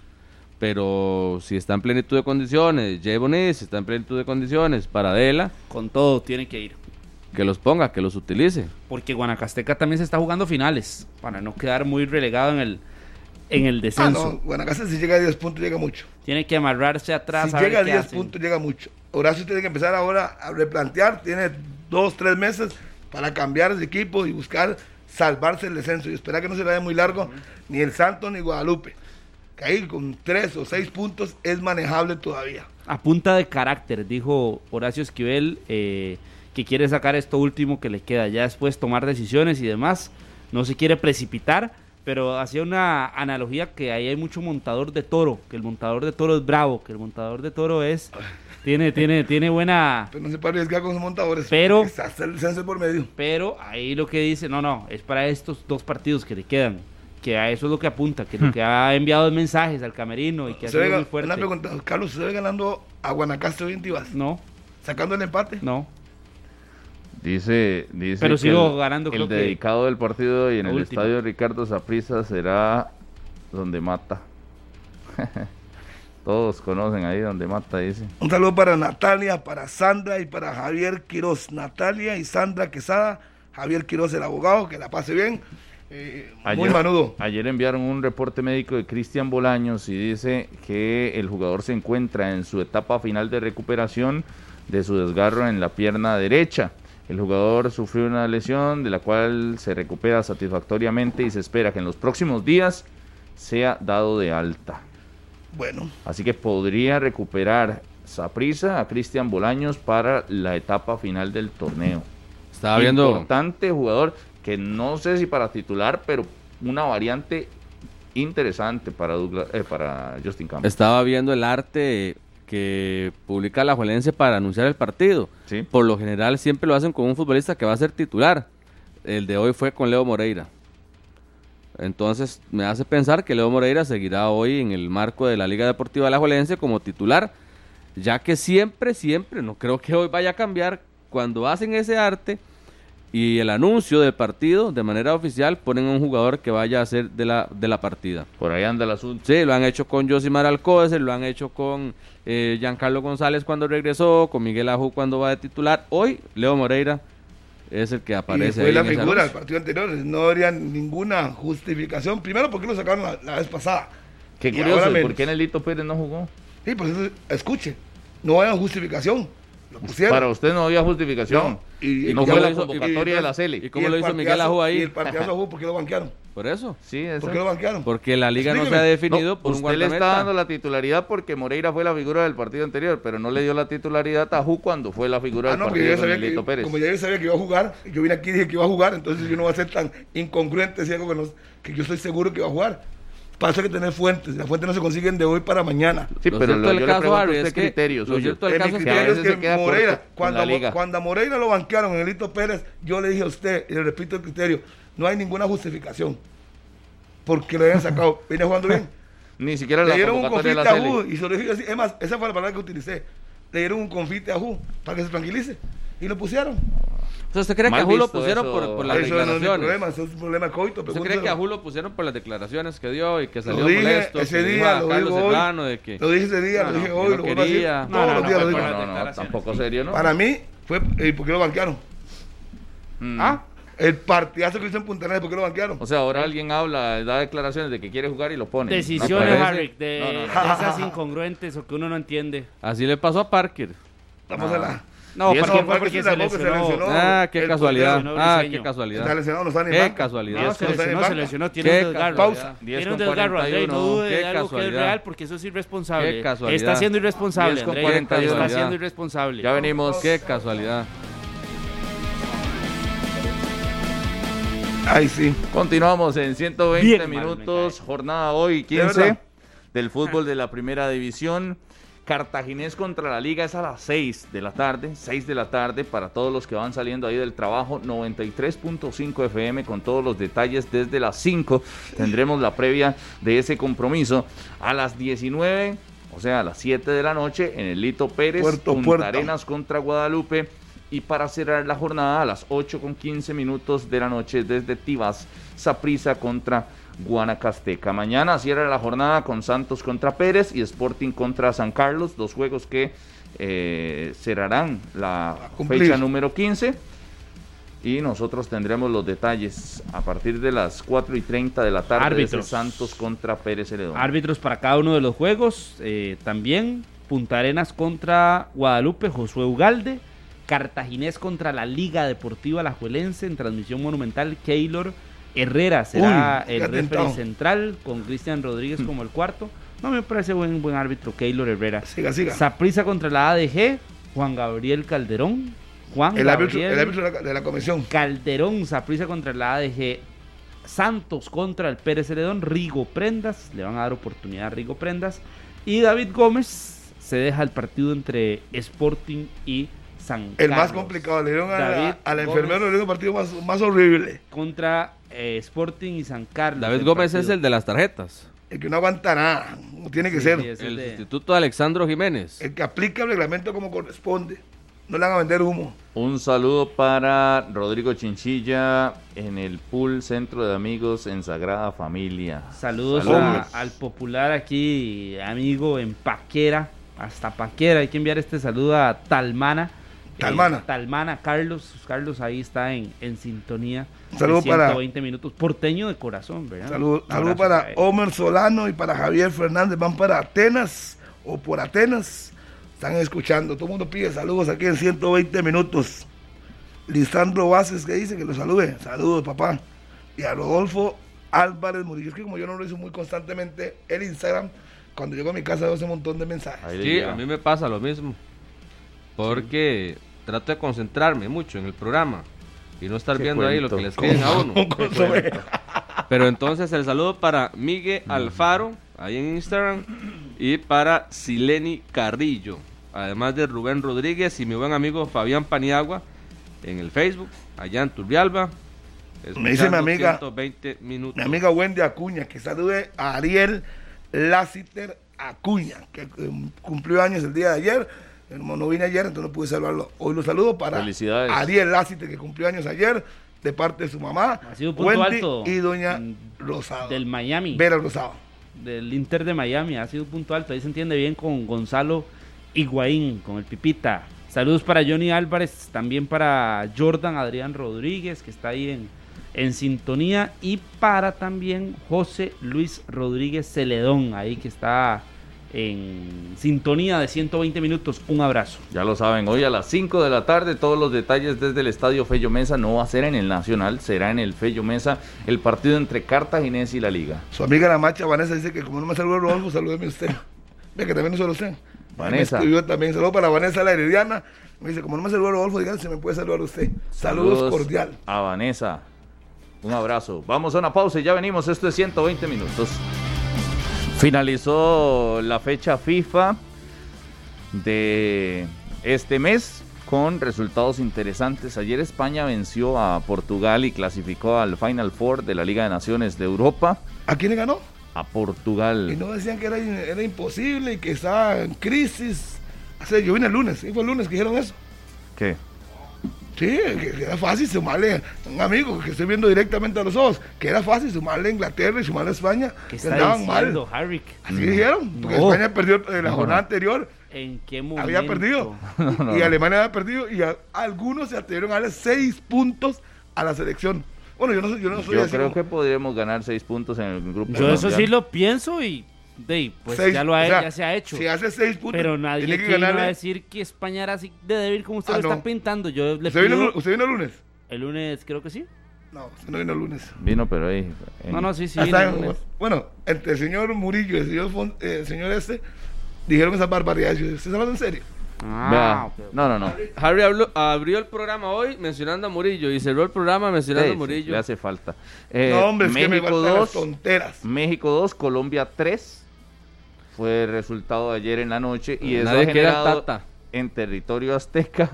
S5: Pero si está en plenitud de condiciones, Jay Bonet, si está en plenitud de condiciones, Paradela,
S4: Con todo tiene que ir.
S5: que los ponga, que los utilice.
S4: Porque Guanacasteca también se está jugando finales. Para no quedar muy relegado en el, en el
S3: Ah,
S4: descenso.
S3: no, Guanacaste si llega a 10 puntos llega mucho.
S4: Tiene que amarrarse atrás.
S3: Si
S4: a ver
S3: llega a
S4: qué
S3: 10
S4: hacen.
S3: puntos llega mucho. Horacio tiene que empezar ahora a replantear, tiene dos, tres meses para cambiar de equipo y buscar salvarse el descenso y esperar que no se le vaya muy largo ni el Santo ni Guadalupe. Que ahí con tres o seis puntos es manejable todavía.
S4: A punta de carácter, dijo Horacio Esquivel, eh, que quiere sacar esto último que le queda, ya después tomar decisiones y demás. No se quiere precipitar, pero hacía una analogía que ahí hay mucho montador de toro, que el montador de toro es bravo, que el montador de toro es... Tiene, tiene, tiene buena...
S3: Pero no se puede arriesgar con los montadores.
S4: Pero-
S3: porque Está hasta el descenso por medio.
S4: Pero ahí lo que dice, no, no, es para estos dos partidos que le quedan. Que a eso es lo que apunta, que lo que ha enviado es mensajes al camerino y que ha
S3: Hmm. Se ve
S4: sido
S3: ga-
S4: muy fuerte.
S3: Una pregunta, Carlos, ¿se ve ganando a Guanacaste hoy en Tibás?
S4: No,
S3: ¿Sacando el empate?
S4: no.
S2: Dice, dice
S4: Pero
S2: que
S4: sigo
S2: el,
S4: ganando,
S2: el
S4: creo que-
S2: dedicado del partido y en
S4: La
S2: el
S4: última.
S2: estadio Ricardo Saprissa será donde mata. Todos conocen ahí donde mata, dice.
S3: Un saludo para Natalia, para Sandra y para Javier Quiroz. Natalia y Sandra Quesada. Javier Quiroz, el abogado, que la pase bien. Eh, muy manudo.
S2: Ayer enviaron un reporte médico de Cristian Bolaños y dice que el jugador se encuentra en su etapa final de recuperación de su desgarro en la pierna derecha. El jugador sufrió una lesión de la cual se recupera satisfactoriamente y se espera que en los próximos días sea dado de alta.
S3: Bueno,
S2: Así que podría recuperar Saprisa a Cristian Bolaños para la etapa final del torneo.
S5: Estaba viendo.
S2: Importante jugador que no sé si para titular, pero una variante interesante para, Douglas- eh, para Justin Campbell.
S5: Estaba viendo el arte que publica la Juelense para anunciar el partido.
S2: Sí.
S5: Por lo general siempre lo hacen con un futbolista que va a ser titular. El de hoy fue con Leo Moreira. Entonces me hace pensar que Leo Moreira seguirá hoy en el marco de la Liga Deportiva La Juelense como titular, ya que siempre, siempre, no creo que hoy vaya a cambiar, cuando hacen ese arte y el anuncio del partido de manera oficial ponen a un jugador que vaya a ser de la, de la partida.
S2: Por ahí anda el asunto.
S5: Sí, lo han hecho con Josimar Alcócer, lo han hecho con eh, Giancarlo González cuando regresó, con Miguel Ajú cuando va de titular. Hoy, Leo Moreira es el que
S3: y
S5: aparece.
S3: fue
S5: ahí
S3: la
S5: en esa
S3: figura del
S5: luz.
S3: partido anterior. No habría ninguna justificación. Primero, porque lo sacaron la, la vez pasada?
S2: Qué
S3: Y
S2: curioso,
S3: ahora
S2: ¿y
S3: menos.
S2: ¿por qué Nelito Pérez no jugó?
S3: Sí, pues eso- escuche. No había justificación. Lo pusieron.
S2: Para usted no había justificación.
S3: No, y-
S2: y, no
S5: y
S2: fue
S5: cómo
S2: la
S5: hizo- y-
S2: convocatoria
S3: y-
S2: de la Cele.
S5: y- cómo
S3: el
S5: lo hizo
S3: partidazo-
S5: Miguel Ajú ahí?
S3: Y el partidazo Ajú, ¿por qué lo banquearon?
S5: Por eso.
S2: Sí, eso.
S3: ¿Por qué lo banquearon? Ah,
S5: Porque la liga no se ha
S3: Explíqueme.
S5: definido
S2: No,
S5: por un
S2: usted le está
S5: guardameta.
S2: dando la titularidad porque Moreira fue la figura del partido anterior, pero no le dio la titularidad a Ju cuando fue la figura
S3: Ah,
S2: del
S3: no, porque
S2: partido
S3: yo ya
S2: con
S3: sabía
S2: Nelito
S3: que,
S2: Pérez.
S3: como ya yo sabía que iba a jugar, yo vine aquí y dije que iba a jugar, entonces yo no voy a ser tan incongruente si algo que, no- que yo estoy seguro que iba a jugar. Pasa que tener fuentes, las fuentes no se consiguen de hoy para mañana.
S2: Sí,
S5: Lo
S2: pero
S5: cierto
S2: lo,
S5: del
S2: yo
S5: caso,
S2: le pregunto a
S5: Harry,
S2: usted
S5: es que-
S2: criterios.
S5: lo
S2: oye.
S5: cierto del
S3: Eh,
S5: caso
S3: mi
S5: es que
S2: a
S3: criterio es
S2: veces se
S3: que
S2: queda corto
S3: Moreira,
S2: con
S3: cuando,
S2: la
S3: Mo-
S2: liga.
S3: cuando a Moreira lo banquearon en Elito Pérez, yo le dije a usted, y le repito el criterio, no hay ninguna justificación. Porque lo habían sacado, viene jugando bien.
S2: Ni siquiera
S3: Le
S2: la
S3: dieron un
S2: convocatoria de
S3: confite
S2: la
S3: a
S2: Cele.
S3: Ju y se lo dije así. Es más, esa fue la palabra que utilicé. Le dieron un confite a Ju para que se tranquilice. Y lo pusieron.
S5: O sea, ¿usted cree que
S2: Mal
S5: a Ju lo
S2: visto
S5: pusieron
S2: eso.
S5: por, por las
S3: eso no es mi
S5: declaraciones?
S3: problema, eso es un problema coito.
S5: ¿Usted cree
S3: pregúntelo.
S5: que a Ju lo pusieron por las declaraciones que dio y que salió
S3: Lo dije
S5: molesto?
S3: ese
S5: que
S3: día,
S5: dijo a
S3: lo
S5: Carlos
S3: digo hoy.
S5: Serrano de que...
S3: Lo dije ese día,
S5: No,
S3: lo dije
S5: no,
S3: hoy,
S5: que no
S3: lo vuelvo a decir.
S5: quería.
S3: Todos
S7: No, no,
S3: los
S7: no,
S3: días lo
S7: fue
S3: digo.
S7: por las
S2: No, no, no,
S7: declaraciones.
S2: tampoco serio, ¿no?
S3: Para mí, fue. ¿Y por qué lo banquearon?
S2: Mm.
S3: ¿Ah? El partidazo que hizo en Punta Arenas, ¿por qué lo banquearon?
S2: O sea, ahora alguien habla, da declaraciones de que quiere jugar y lo pone.
S7: Decisiones,
S2: ¿No
S7: Harry,
S2: parece?
S7: de,
S2: No, no,
S7: de
S2: no.
S7: esas incongruentes o que uno no entiende.
S5: Así le pasó a Parker.
S3: Vamos a la.
S7: No,
S2: Y eso
S7: porque,
S3: fue que
S7: porque se
S3: se la boca, se
S7: lesionó.
S3: lesionó. No,
S5: ah, qué
S3: el
S5: casualidad.
S7: portero, no,
S5: Ah,
S7: Briseño.
S5: qué casualidad.
S3: Está lesionado, no está ni en
S5: Qué
S3: banca.
S7: No,
S5: casualidad.
S7: se
S3: no está en
S7: lesionó,
S3: banca.
S7: se lesionó, tiene
S5: Qué
S7: un desgarro.
S5: casualidad.
S7: Tiene
S2: 10
S7: un
S2: con
S7: desgarro, André, no
S2: 41.
S7: dude de
S5: Qué
S7: algo que es
S5: casualidad.
S7: real porque eso es irresponsable.
S5: Qué casualidad.
S7: Está siendo
S2: 10
S7: irresponsable,
S2: con
S7: André,
S2: 41.
S7: está siendo irresponsable.
S2: Ya venimos.
S5: Qué casualidad.
S3: Ay, sí.
S2: Continuamos en 120
S7: Bien mal,
S2: minutos, jornada hoy
S3: ¿De
S2: 15
S3: verdad? Ah.
S2: del fútbol de la primera división. Cartaginés contra la Liga es a las 6 de la tarde, 6 de la tarde para todos los que van saliendo ahí del trabajo, 93.5 FM con todos los detalles desde las 5. Tendremos la previa de ese compromiso a las 19, o sea, a las 7 de la noche en el Lito Pérez,
S3: Puerto,
S2: Punta
S3: puerto.
S2: Arenas contra Guadalupe. Y para cerrar la jornada a las 8 con 15 minutos de la noche desde Tibas, Saprisa contra Guanacasteca. Mañana cierra la jornada con Santos contra Pérez y Sporting contra San Carlos, dos juegos que eh, cerrarán la
S3: cumplir.
S2: fecha número 15. Y nosotros tendremos los detalles a partir de las 4 y 30 de la tarde. de ese
S4: Árbitros.
S2: Santos contra Pérez Celedón.
S4: Árbitros para cada uno de los juegos. eh, también Punta Arenas contra Guadalupe, Josué Ugalde. Cartaginés contra la Liga Deportiva Alajuelense en transmisión monumental. Keylor Herrera será
S3: Uy, qué
S4: el
S3: atentado. Mm.
S4: referee central con Cristian Rodríguez como el cuarto. No me parece buen, buen árbitro Keylor Herrera.
S3: Siga, siga.
S4: Saprisa contra la ADG. Juan Gabriel Calderón. Juan
S3: El árbitro,
S4: Gabriel
S3: el árbitro de, la, de la comisión.
S4: Calderón, Saprisa contra la ADG. Santos contra el Pérez Celedón. Rigo Prendas. Le van a dar oportunidad a Rigo Prendas. Y David Gómez se deja el partido entre Sporting y San
S3: El más
S4: Carlos.
S3: complicado. Le dieron a la-
S4: David
S3: al
S4: Gómez
S3: enfermero, le dieron un partido más, más horrible.
S4: Contra eh, Sporting y San Carlos.
S5: David Gómez es el de las tarjetas.
S3: El que no aguanta nada. como Tiene que
S4: Sí,
S3: ser.
S4: sí, es
S5: El
S4: de-
S5: sustituto de Alexandro Jiménez.
S3: El que aplica el reglamento como corresponde. No le van a vender humo.
S2: Un saludo para Rodrigo Chinchilla en el pool Centro de Amigos en Sagrada Familia.
S4: Saludos
S2: Saludos.
S4: a- al popular aquí, amigo en Paquera, hasta Paquera. Hay que enviar este saludo a Talmana. Eh,
S3: Talmana.
S4: Talmana, Carlos. Carlos ahí está en, en sintonía.
S3: Un saludo para-
S4: 20 minutos. Porteño de corazón, ¿verdad?
S3: Salud,
S4: ¿eh? Un
S3: salud
S4: abrazo
S3: para
S4: él.
S3: Homer Solano y para Javier Fernández. Van para Atenas o por Atenas. Están escuchando. Todo el mundo pide saludos aquí en 120 minutos. Lisandro Vázquez que dice que lo salude. Saludos, papá. Y a Rodolfo Álvarez Murillo. Es que como yo no lo hice muy constantemente el Instagram, cuando llego a mi casa veo ese montón de mensajes.
S2: Ahí le
S5: Sí,
S2: llega.
S5: a mí me pasa lo mismo. Porque trato de concentrarme mucho en el programa y no estar
S2: Qué
S5: viendo ahí lo
S2: cuento.
S5: que les piden a uno.
S3: Un consomé.
S5: Pero entonces el saludo para Miguel
S3: Mm.
S5: Alfaro, ahí en Instagram, y para Sileni Carrillo, además de Rubén Rodríguez y mi buen amigo Fabián Paniagua en el Facebook, allá en Turbialba.
S3: Me dice mi
S5: escuchando
S3: amiga-
S5: 120 minutos.
S3: Mi amiga Wendy Acuña, que salude a Ariel Lassiter Acuña, que eh, cumplió años el día de ayer. Hermano, no vine ayer, entonces no pude saludarlo. Hoy lo saludo para
S2: Felicidades.
S3: Ariel Lassiter, que cumplió años ayer, de parte de su mamá,
S4: Ha sido punto
S3: Wendy
S4: alto
S3: y doña
S4: mm,
S3: Rosado.
S4: Del Miami.
S3: Vera Rosado.
S4: Del Inter de Miami. Ha sido un punto alto. Ahí se entiende bien con Gonzalo Higuaín, con el Pipita. Saludos para Johnny Álvarez. También para Jordan Adrián Rodríguez, que está ahí en, en sintonía. Y para también José Luis Rodríguez Celedón, ahí que está en sintonía de 120 minutos. Un abrazo.
S2: Ya lo saben, hoy a las 5 de la tarde todos los detalles desde el Estadio Fello Mesa. No va a ser en el Nacional, será en el Fello Mesa el partido entre Cartaginés y la Liga.
S3: Su amiga la macha Vanessa dice que como no me saludó Rodolfo, salúdeme usted. Ve que también no solo usted.
S2: Vanessa.
S3: Me escribió también. Saludo para Vanessa la Herediana. Me dice, como no me saludó Rodolfo, dígale si me puede saludar usted. Saludos, cordial.
S2: A Vanessa. Un abrazo. Vamos a una pausa y ya venimos. Esto es 120 minutos. Finalizó la fecha FIFA de este mes con resultados interesantes. Ayer España venció a Portugal y clasificó al Final Four de la Liga de Naciones de Europa.
S3: ¿A quién le ganó?
S2: A Portugal.
S3: Y no decían que era, in- era imposible y que estaba en crisis. O sea, yo vine el lunes, y fue el lunes que dijeron eso.
S2: ¿Qué?
S3: Sí, que, que era fácil sumarle a un amigo que estoy viendo directamente a los ojos, que era fácil sumarle a Inglaterra y sumarle a España,
S4: ¿Qué
S3: que
S4: está
S3: andaban
S4: diciendo,
S3: mal.
S4: Harry?
S3: Así dijeron,
S2: Mm.
S3: porque
S4: No.
S3: España perdió eh, la jornada anterior,
S4: ¿En qué momento?
S3: había perdido, y Alemania había perdido, y a- algunos se atrevieron a darle seis puntos a la selección. Bueno, yo no, soy- yo no soy
S2: Yo
S3: así
S2: creo
S3: como-
S2: que podríamos ganar seis puntos en el grupo.
S4: Yo eso
S2: mundial.
S4: sí lo pienso y de ahí, pues
S3: seis-
S4: ya lo ha,
S3: o sea,
S4: ya se ha hecho.
S3: Si hace seis puntos,
S4: pero nadie
S3: tiene
S4: que
S3: que
S4: vino a
S3: ganarle.
S4: decir que España era así de débil como usted
S3: Ah,
S4: lo está
S3: no.
S4: pintando. Yo le
S3: ¿Usted vino,
S4: pido
S3: el- ¿Usted vino el lunes?
S4: el lunes, creo que sí.
S3: No, usted no vino el lunes.
S2: Vino, pero ahí. en-
S4: No, no, sí, sí.
S3: Ah,
S4: vino el
S3: está bien.
S4: lunes.
S3: Bueno, entre el señor Murillo y el señor, Fon- eh, el señor este dijeron esas barbaridades. Yo, ¿Usted está hablando en serio?
S2: Vea.
S4: Ah, ok.
S2: No, no, no.
S5: Harry habló- abrió el programa hoy mencionando a Murillo y cerró el programa mencionando
S2: Sí,
S5: a
S2: sí,
S5: Murillo.
S2: Le hace falta. Eh,
S3: no, hombre, es que me
S2: México
S3: faltan las
S2: 2,
S3: tonteras.
S2: México 2, Colombia 3. Fue el resultado de ayer en la noche. Y eso
S5: Nadie
S2: ha
S5: quiere
S2: generado
S5: al Tata.
S2: en territorio azteca.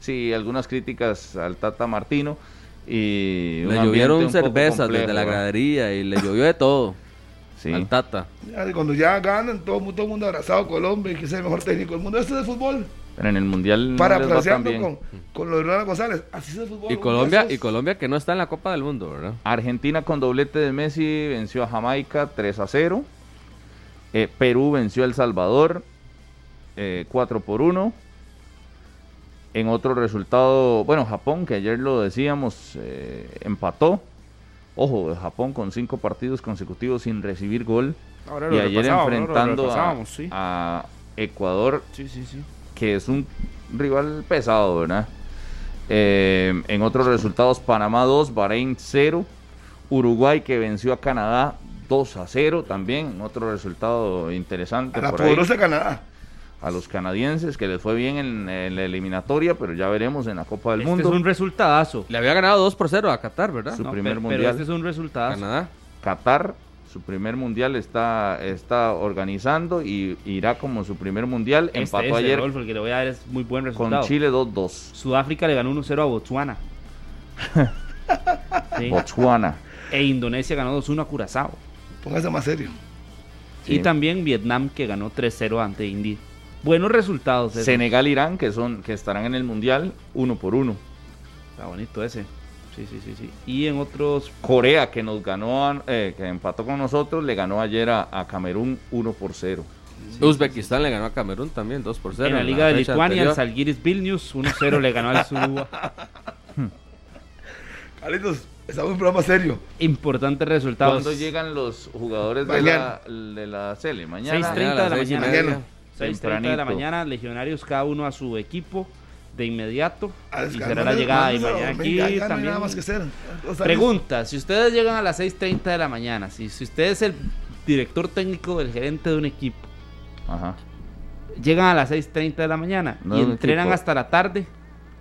S2: Sí, algunas críticas al Tata Martino. Y un
S5: Le
S2: ambiente un
S5: llovieron
S2: poco
S5: cervezas
S2: complejo,
S5: desde la
S2: ¿verdad?
S5: gradería y le llovió de todo
S2: Sí.
S5: al Tata.
S3: Ya, Cuando ya ganan, todo, mu- todo el mundo abrazado, Colombia, y que es el mejor técnico del mundo. Eso es el fútbol.
S2: Pero en el mundial. no les va tan
S3: Parafraseando
S2: bien.
S3: con, con lo de Ronald González. Así es el fútbol.
S5: Y
S3: hombre,
S5: Colombia,
S3: eso es-
S5: y Colombia que no está en la Copa del Mundo, ¿verdad?
S2: Argentina con doblete de Messi venció a Jamaica 3 a 0. Eh, Perú venció a El Salvador eh, 4 por 1. En otro resultado, bueno, Japón, que ayer lo decíamos, eh, empató. Ojo, Japón con cinco partidos consecutivos sin recibir gol.
S8: Ahora lo
S2: Y ayer
S8: repasamos, ahora lo
S2: enfrentando a,
S8: repasábamos, sí.
S2: a Ecuador,
S8: Sí, sí, sí.
S2: que es un rival pesado, ¿verdad? Eh, en otros resultados, Panamá 2, Bahrein 0, Uruguay que venció a Canadá 2 a 0 también, otro resultado interesante
S3: A la
S2: por ahí.
S3: poderosa Canadá.
S2: A los canadienses que les fue bien en, en la eliminatoria, pero ya veremos en la Copa del
S4: Este
S2: Mundo.
S4: es un resultadazo.
S5: Le había ganado 2 por 0 a Qatar, ¿verdad?
S2: Su
S4: No,
S2: primer
S4: pe-
S2: mundial.
S4: Pero este es un resultado.
S5: Canadá.
S2: Qatar, su primer mundial está, está organizando y irá como su primer mundial. Empató ayer
S4: Rolfo, Este el que le voy a dar es muy buen
S2: con
S4: resultado.
S2: Chile 2-2.
S4: Sudáfrica le ganó 1-0 a Botswana. Sí.
S2: Botswana.
S4: E Indonesia ganó 2-1 a Curazao.
S3: Póngase más serio.
S2: Sí.
S4: Y también Vietnam que ganó 3-0 ante India. Buenos resultados. ese.
S2: Senegal, Irán, que son que estarán en el mundial uno por uno.
S4: Está bonito ese. Sí, sí, sí, sí. Y en otros
S2: Corea, que nos ganó, a- eh, que empató con nosotros, le ganó ayer a, a Camerún 1 por 0.
S5: Uzbekistán le ganó a Camerún también 2 por 0.
S4: en la Liga de
S5: fecha
S4: Lituania, el
S5: anterior.
S4: Salguiris Vilnius 1-0 le ganó al Suruba.
S3: Carlitos, estamos en un programa serio.
S4: Importantes resultados.
S2: ¿Cuándo llegan los jugadores de
S3: Mañana.
S2: la, de la Sele? Mañana.
S4: 6:30
S5: Mañana a
S4: de
S5: las
S4: la
S5: seis y
S4: mañana.
S5: media.
S3: Mañana.
S4: 6.30 de la
S2: Tempranito.
S4: mañana, legionarios cada uno a su equipo de inmediato.
S3: A
S4: Y
S3: descansar,
S4: será la
S3: no,
S4: llegada de
S3: no,
S4: mañana
S3: no,
S4: aquí
S3: ya- ya no hay
S4: también.
S3: nada más que hacer. O sea,
S4: Pregunta, si ustedes llegan a las 6.30 de la mañana, si, si usted es el director técnico del gerente de un equipo,
S2: Ajá.
S4: llegan a las 6.30 de la mañana
S2: No,
S4: y
S2: un
S4: entrenan
S2: equipo.
S4: hasta la tarde,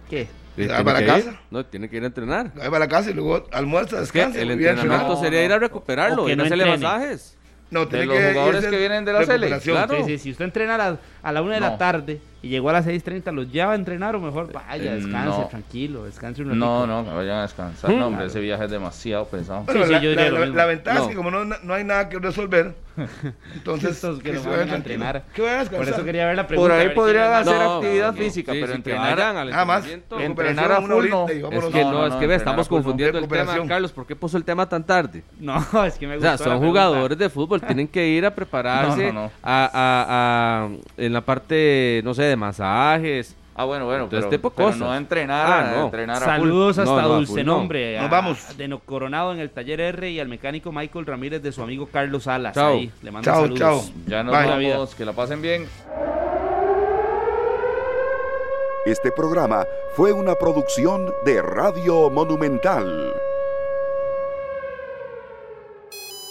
S4: ¿qué?
S5: Y
S3: ¿Va
S5: tiene
S3: para
S5: que
S3: casa?
S5: ir, No, tiene que ir a entrenar.
S3: Ahí va a la casa y luego almuerza,
S5: Es que
S3: descansa. y viene
S5: el
S3: a entrenar.
S5: entrenamiento
S4: no,
S5: sería ir a
S4: no.
S5: recuperarlo,
S4: O que
S5: ir a
S4: no
S5: hacerle
S4: entrene.
S5: masajes.
S3: No, tiene
S2: los jugadores
S3: irse
S2: que vienen de la sele,
S3: recuperación.
S5: claro.
S4: Sí, sí, si usted entrena a la, a la 1 de la
S2: No.
S4: tarde y llegó a las 6.30, ¿los lleva a entrenar o mejor vaya,
S2: Eh,
S4: descanse,
S2: no.
S4: tranquilo, descanse un ratito?
S2: No, no, que vayan a descansar.
S5: Mm.
S2: No, hombre, ese viaje es demasiado pesado.
S3: Bueno,
S4: sí,
S3: la,
S4: yo diría
S3: la-
S4: lo
S3: la-
S4: mismo.
S3: la ventaja es
S5: No.
S3: que como no, no hay nada que resolver, entonces
S4: Estos que lo
S3: se
S4: mandan
S3: vayan
S4: a
S3: tranquilos.
S4: entrenar.
S3: Que vayan a
S4: Por
S3: descansar.
S4: eso quería ver la pregunta.
S2: Por
S4: a
S2: ahí
S4: ver
S2: podrían
S4: quién era
S2: hacer
S5: No,
S2: actividad
S5: no,
S2: física,
S5: sí,
S2: pero
S5: sí, que
S2: entrenar,
S5: vayan al
S3: Nada más.
S5: entrenamiento.
S3: Recuperación,
S2: entrenar a
S3: una
S2: full,
S3: horita
S2: no.
S3: y
S5: Es
S3: vámonos.
S5: que
S2: No,
S5: no,
S2: no,
S5: es
S2: no,
S5: que ve,
S2: entrenar
S5: estamos
S2: a full, no.
S5: confundiendo el tema,
S3: Recuperación.
S5: Carlos. ¿Por qué puso el tema tan tarde?
S4: más. No, es que me
S5: O
S4: gusta.
S5: sea, son jugadores de fútbol, tienen que ir a prepararse
S2: No, no, no.
S5: A, a- a- en la parte, no sé, de masajes.
S2: Ah, bueno, bueno,
S5: Entonces,
S2: pero,
S5: tipo
S2: pero
S5: cosas.
S2: no a entrenar,
S5: Ah,
S2: a
S5: no.
S2: entrenar a full.
S4: Saludos
S5: No,
S4: hasta
S5: no, a
S4: Dulce
S5: full, no.
S4: Nombre.
S3: Nos
S4: a-
S3: vamos.
S4: De no Coronado en el taller R y al mecánico Michael Ramírez de su amigo Carlos Salas.
S5: Chao.
S4: Ahí, le mando
S3: Chao,
S4: saludos.
S3: chao.
S2: Ya nos
S3: Bye.
S2: vamos, que la pasen bien.
S1: Este programa fue una producción de Radio Monumental.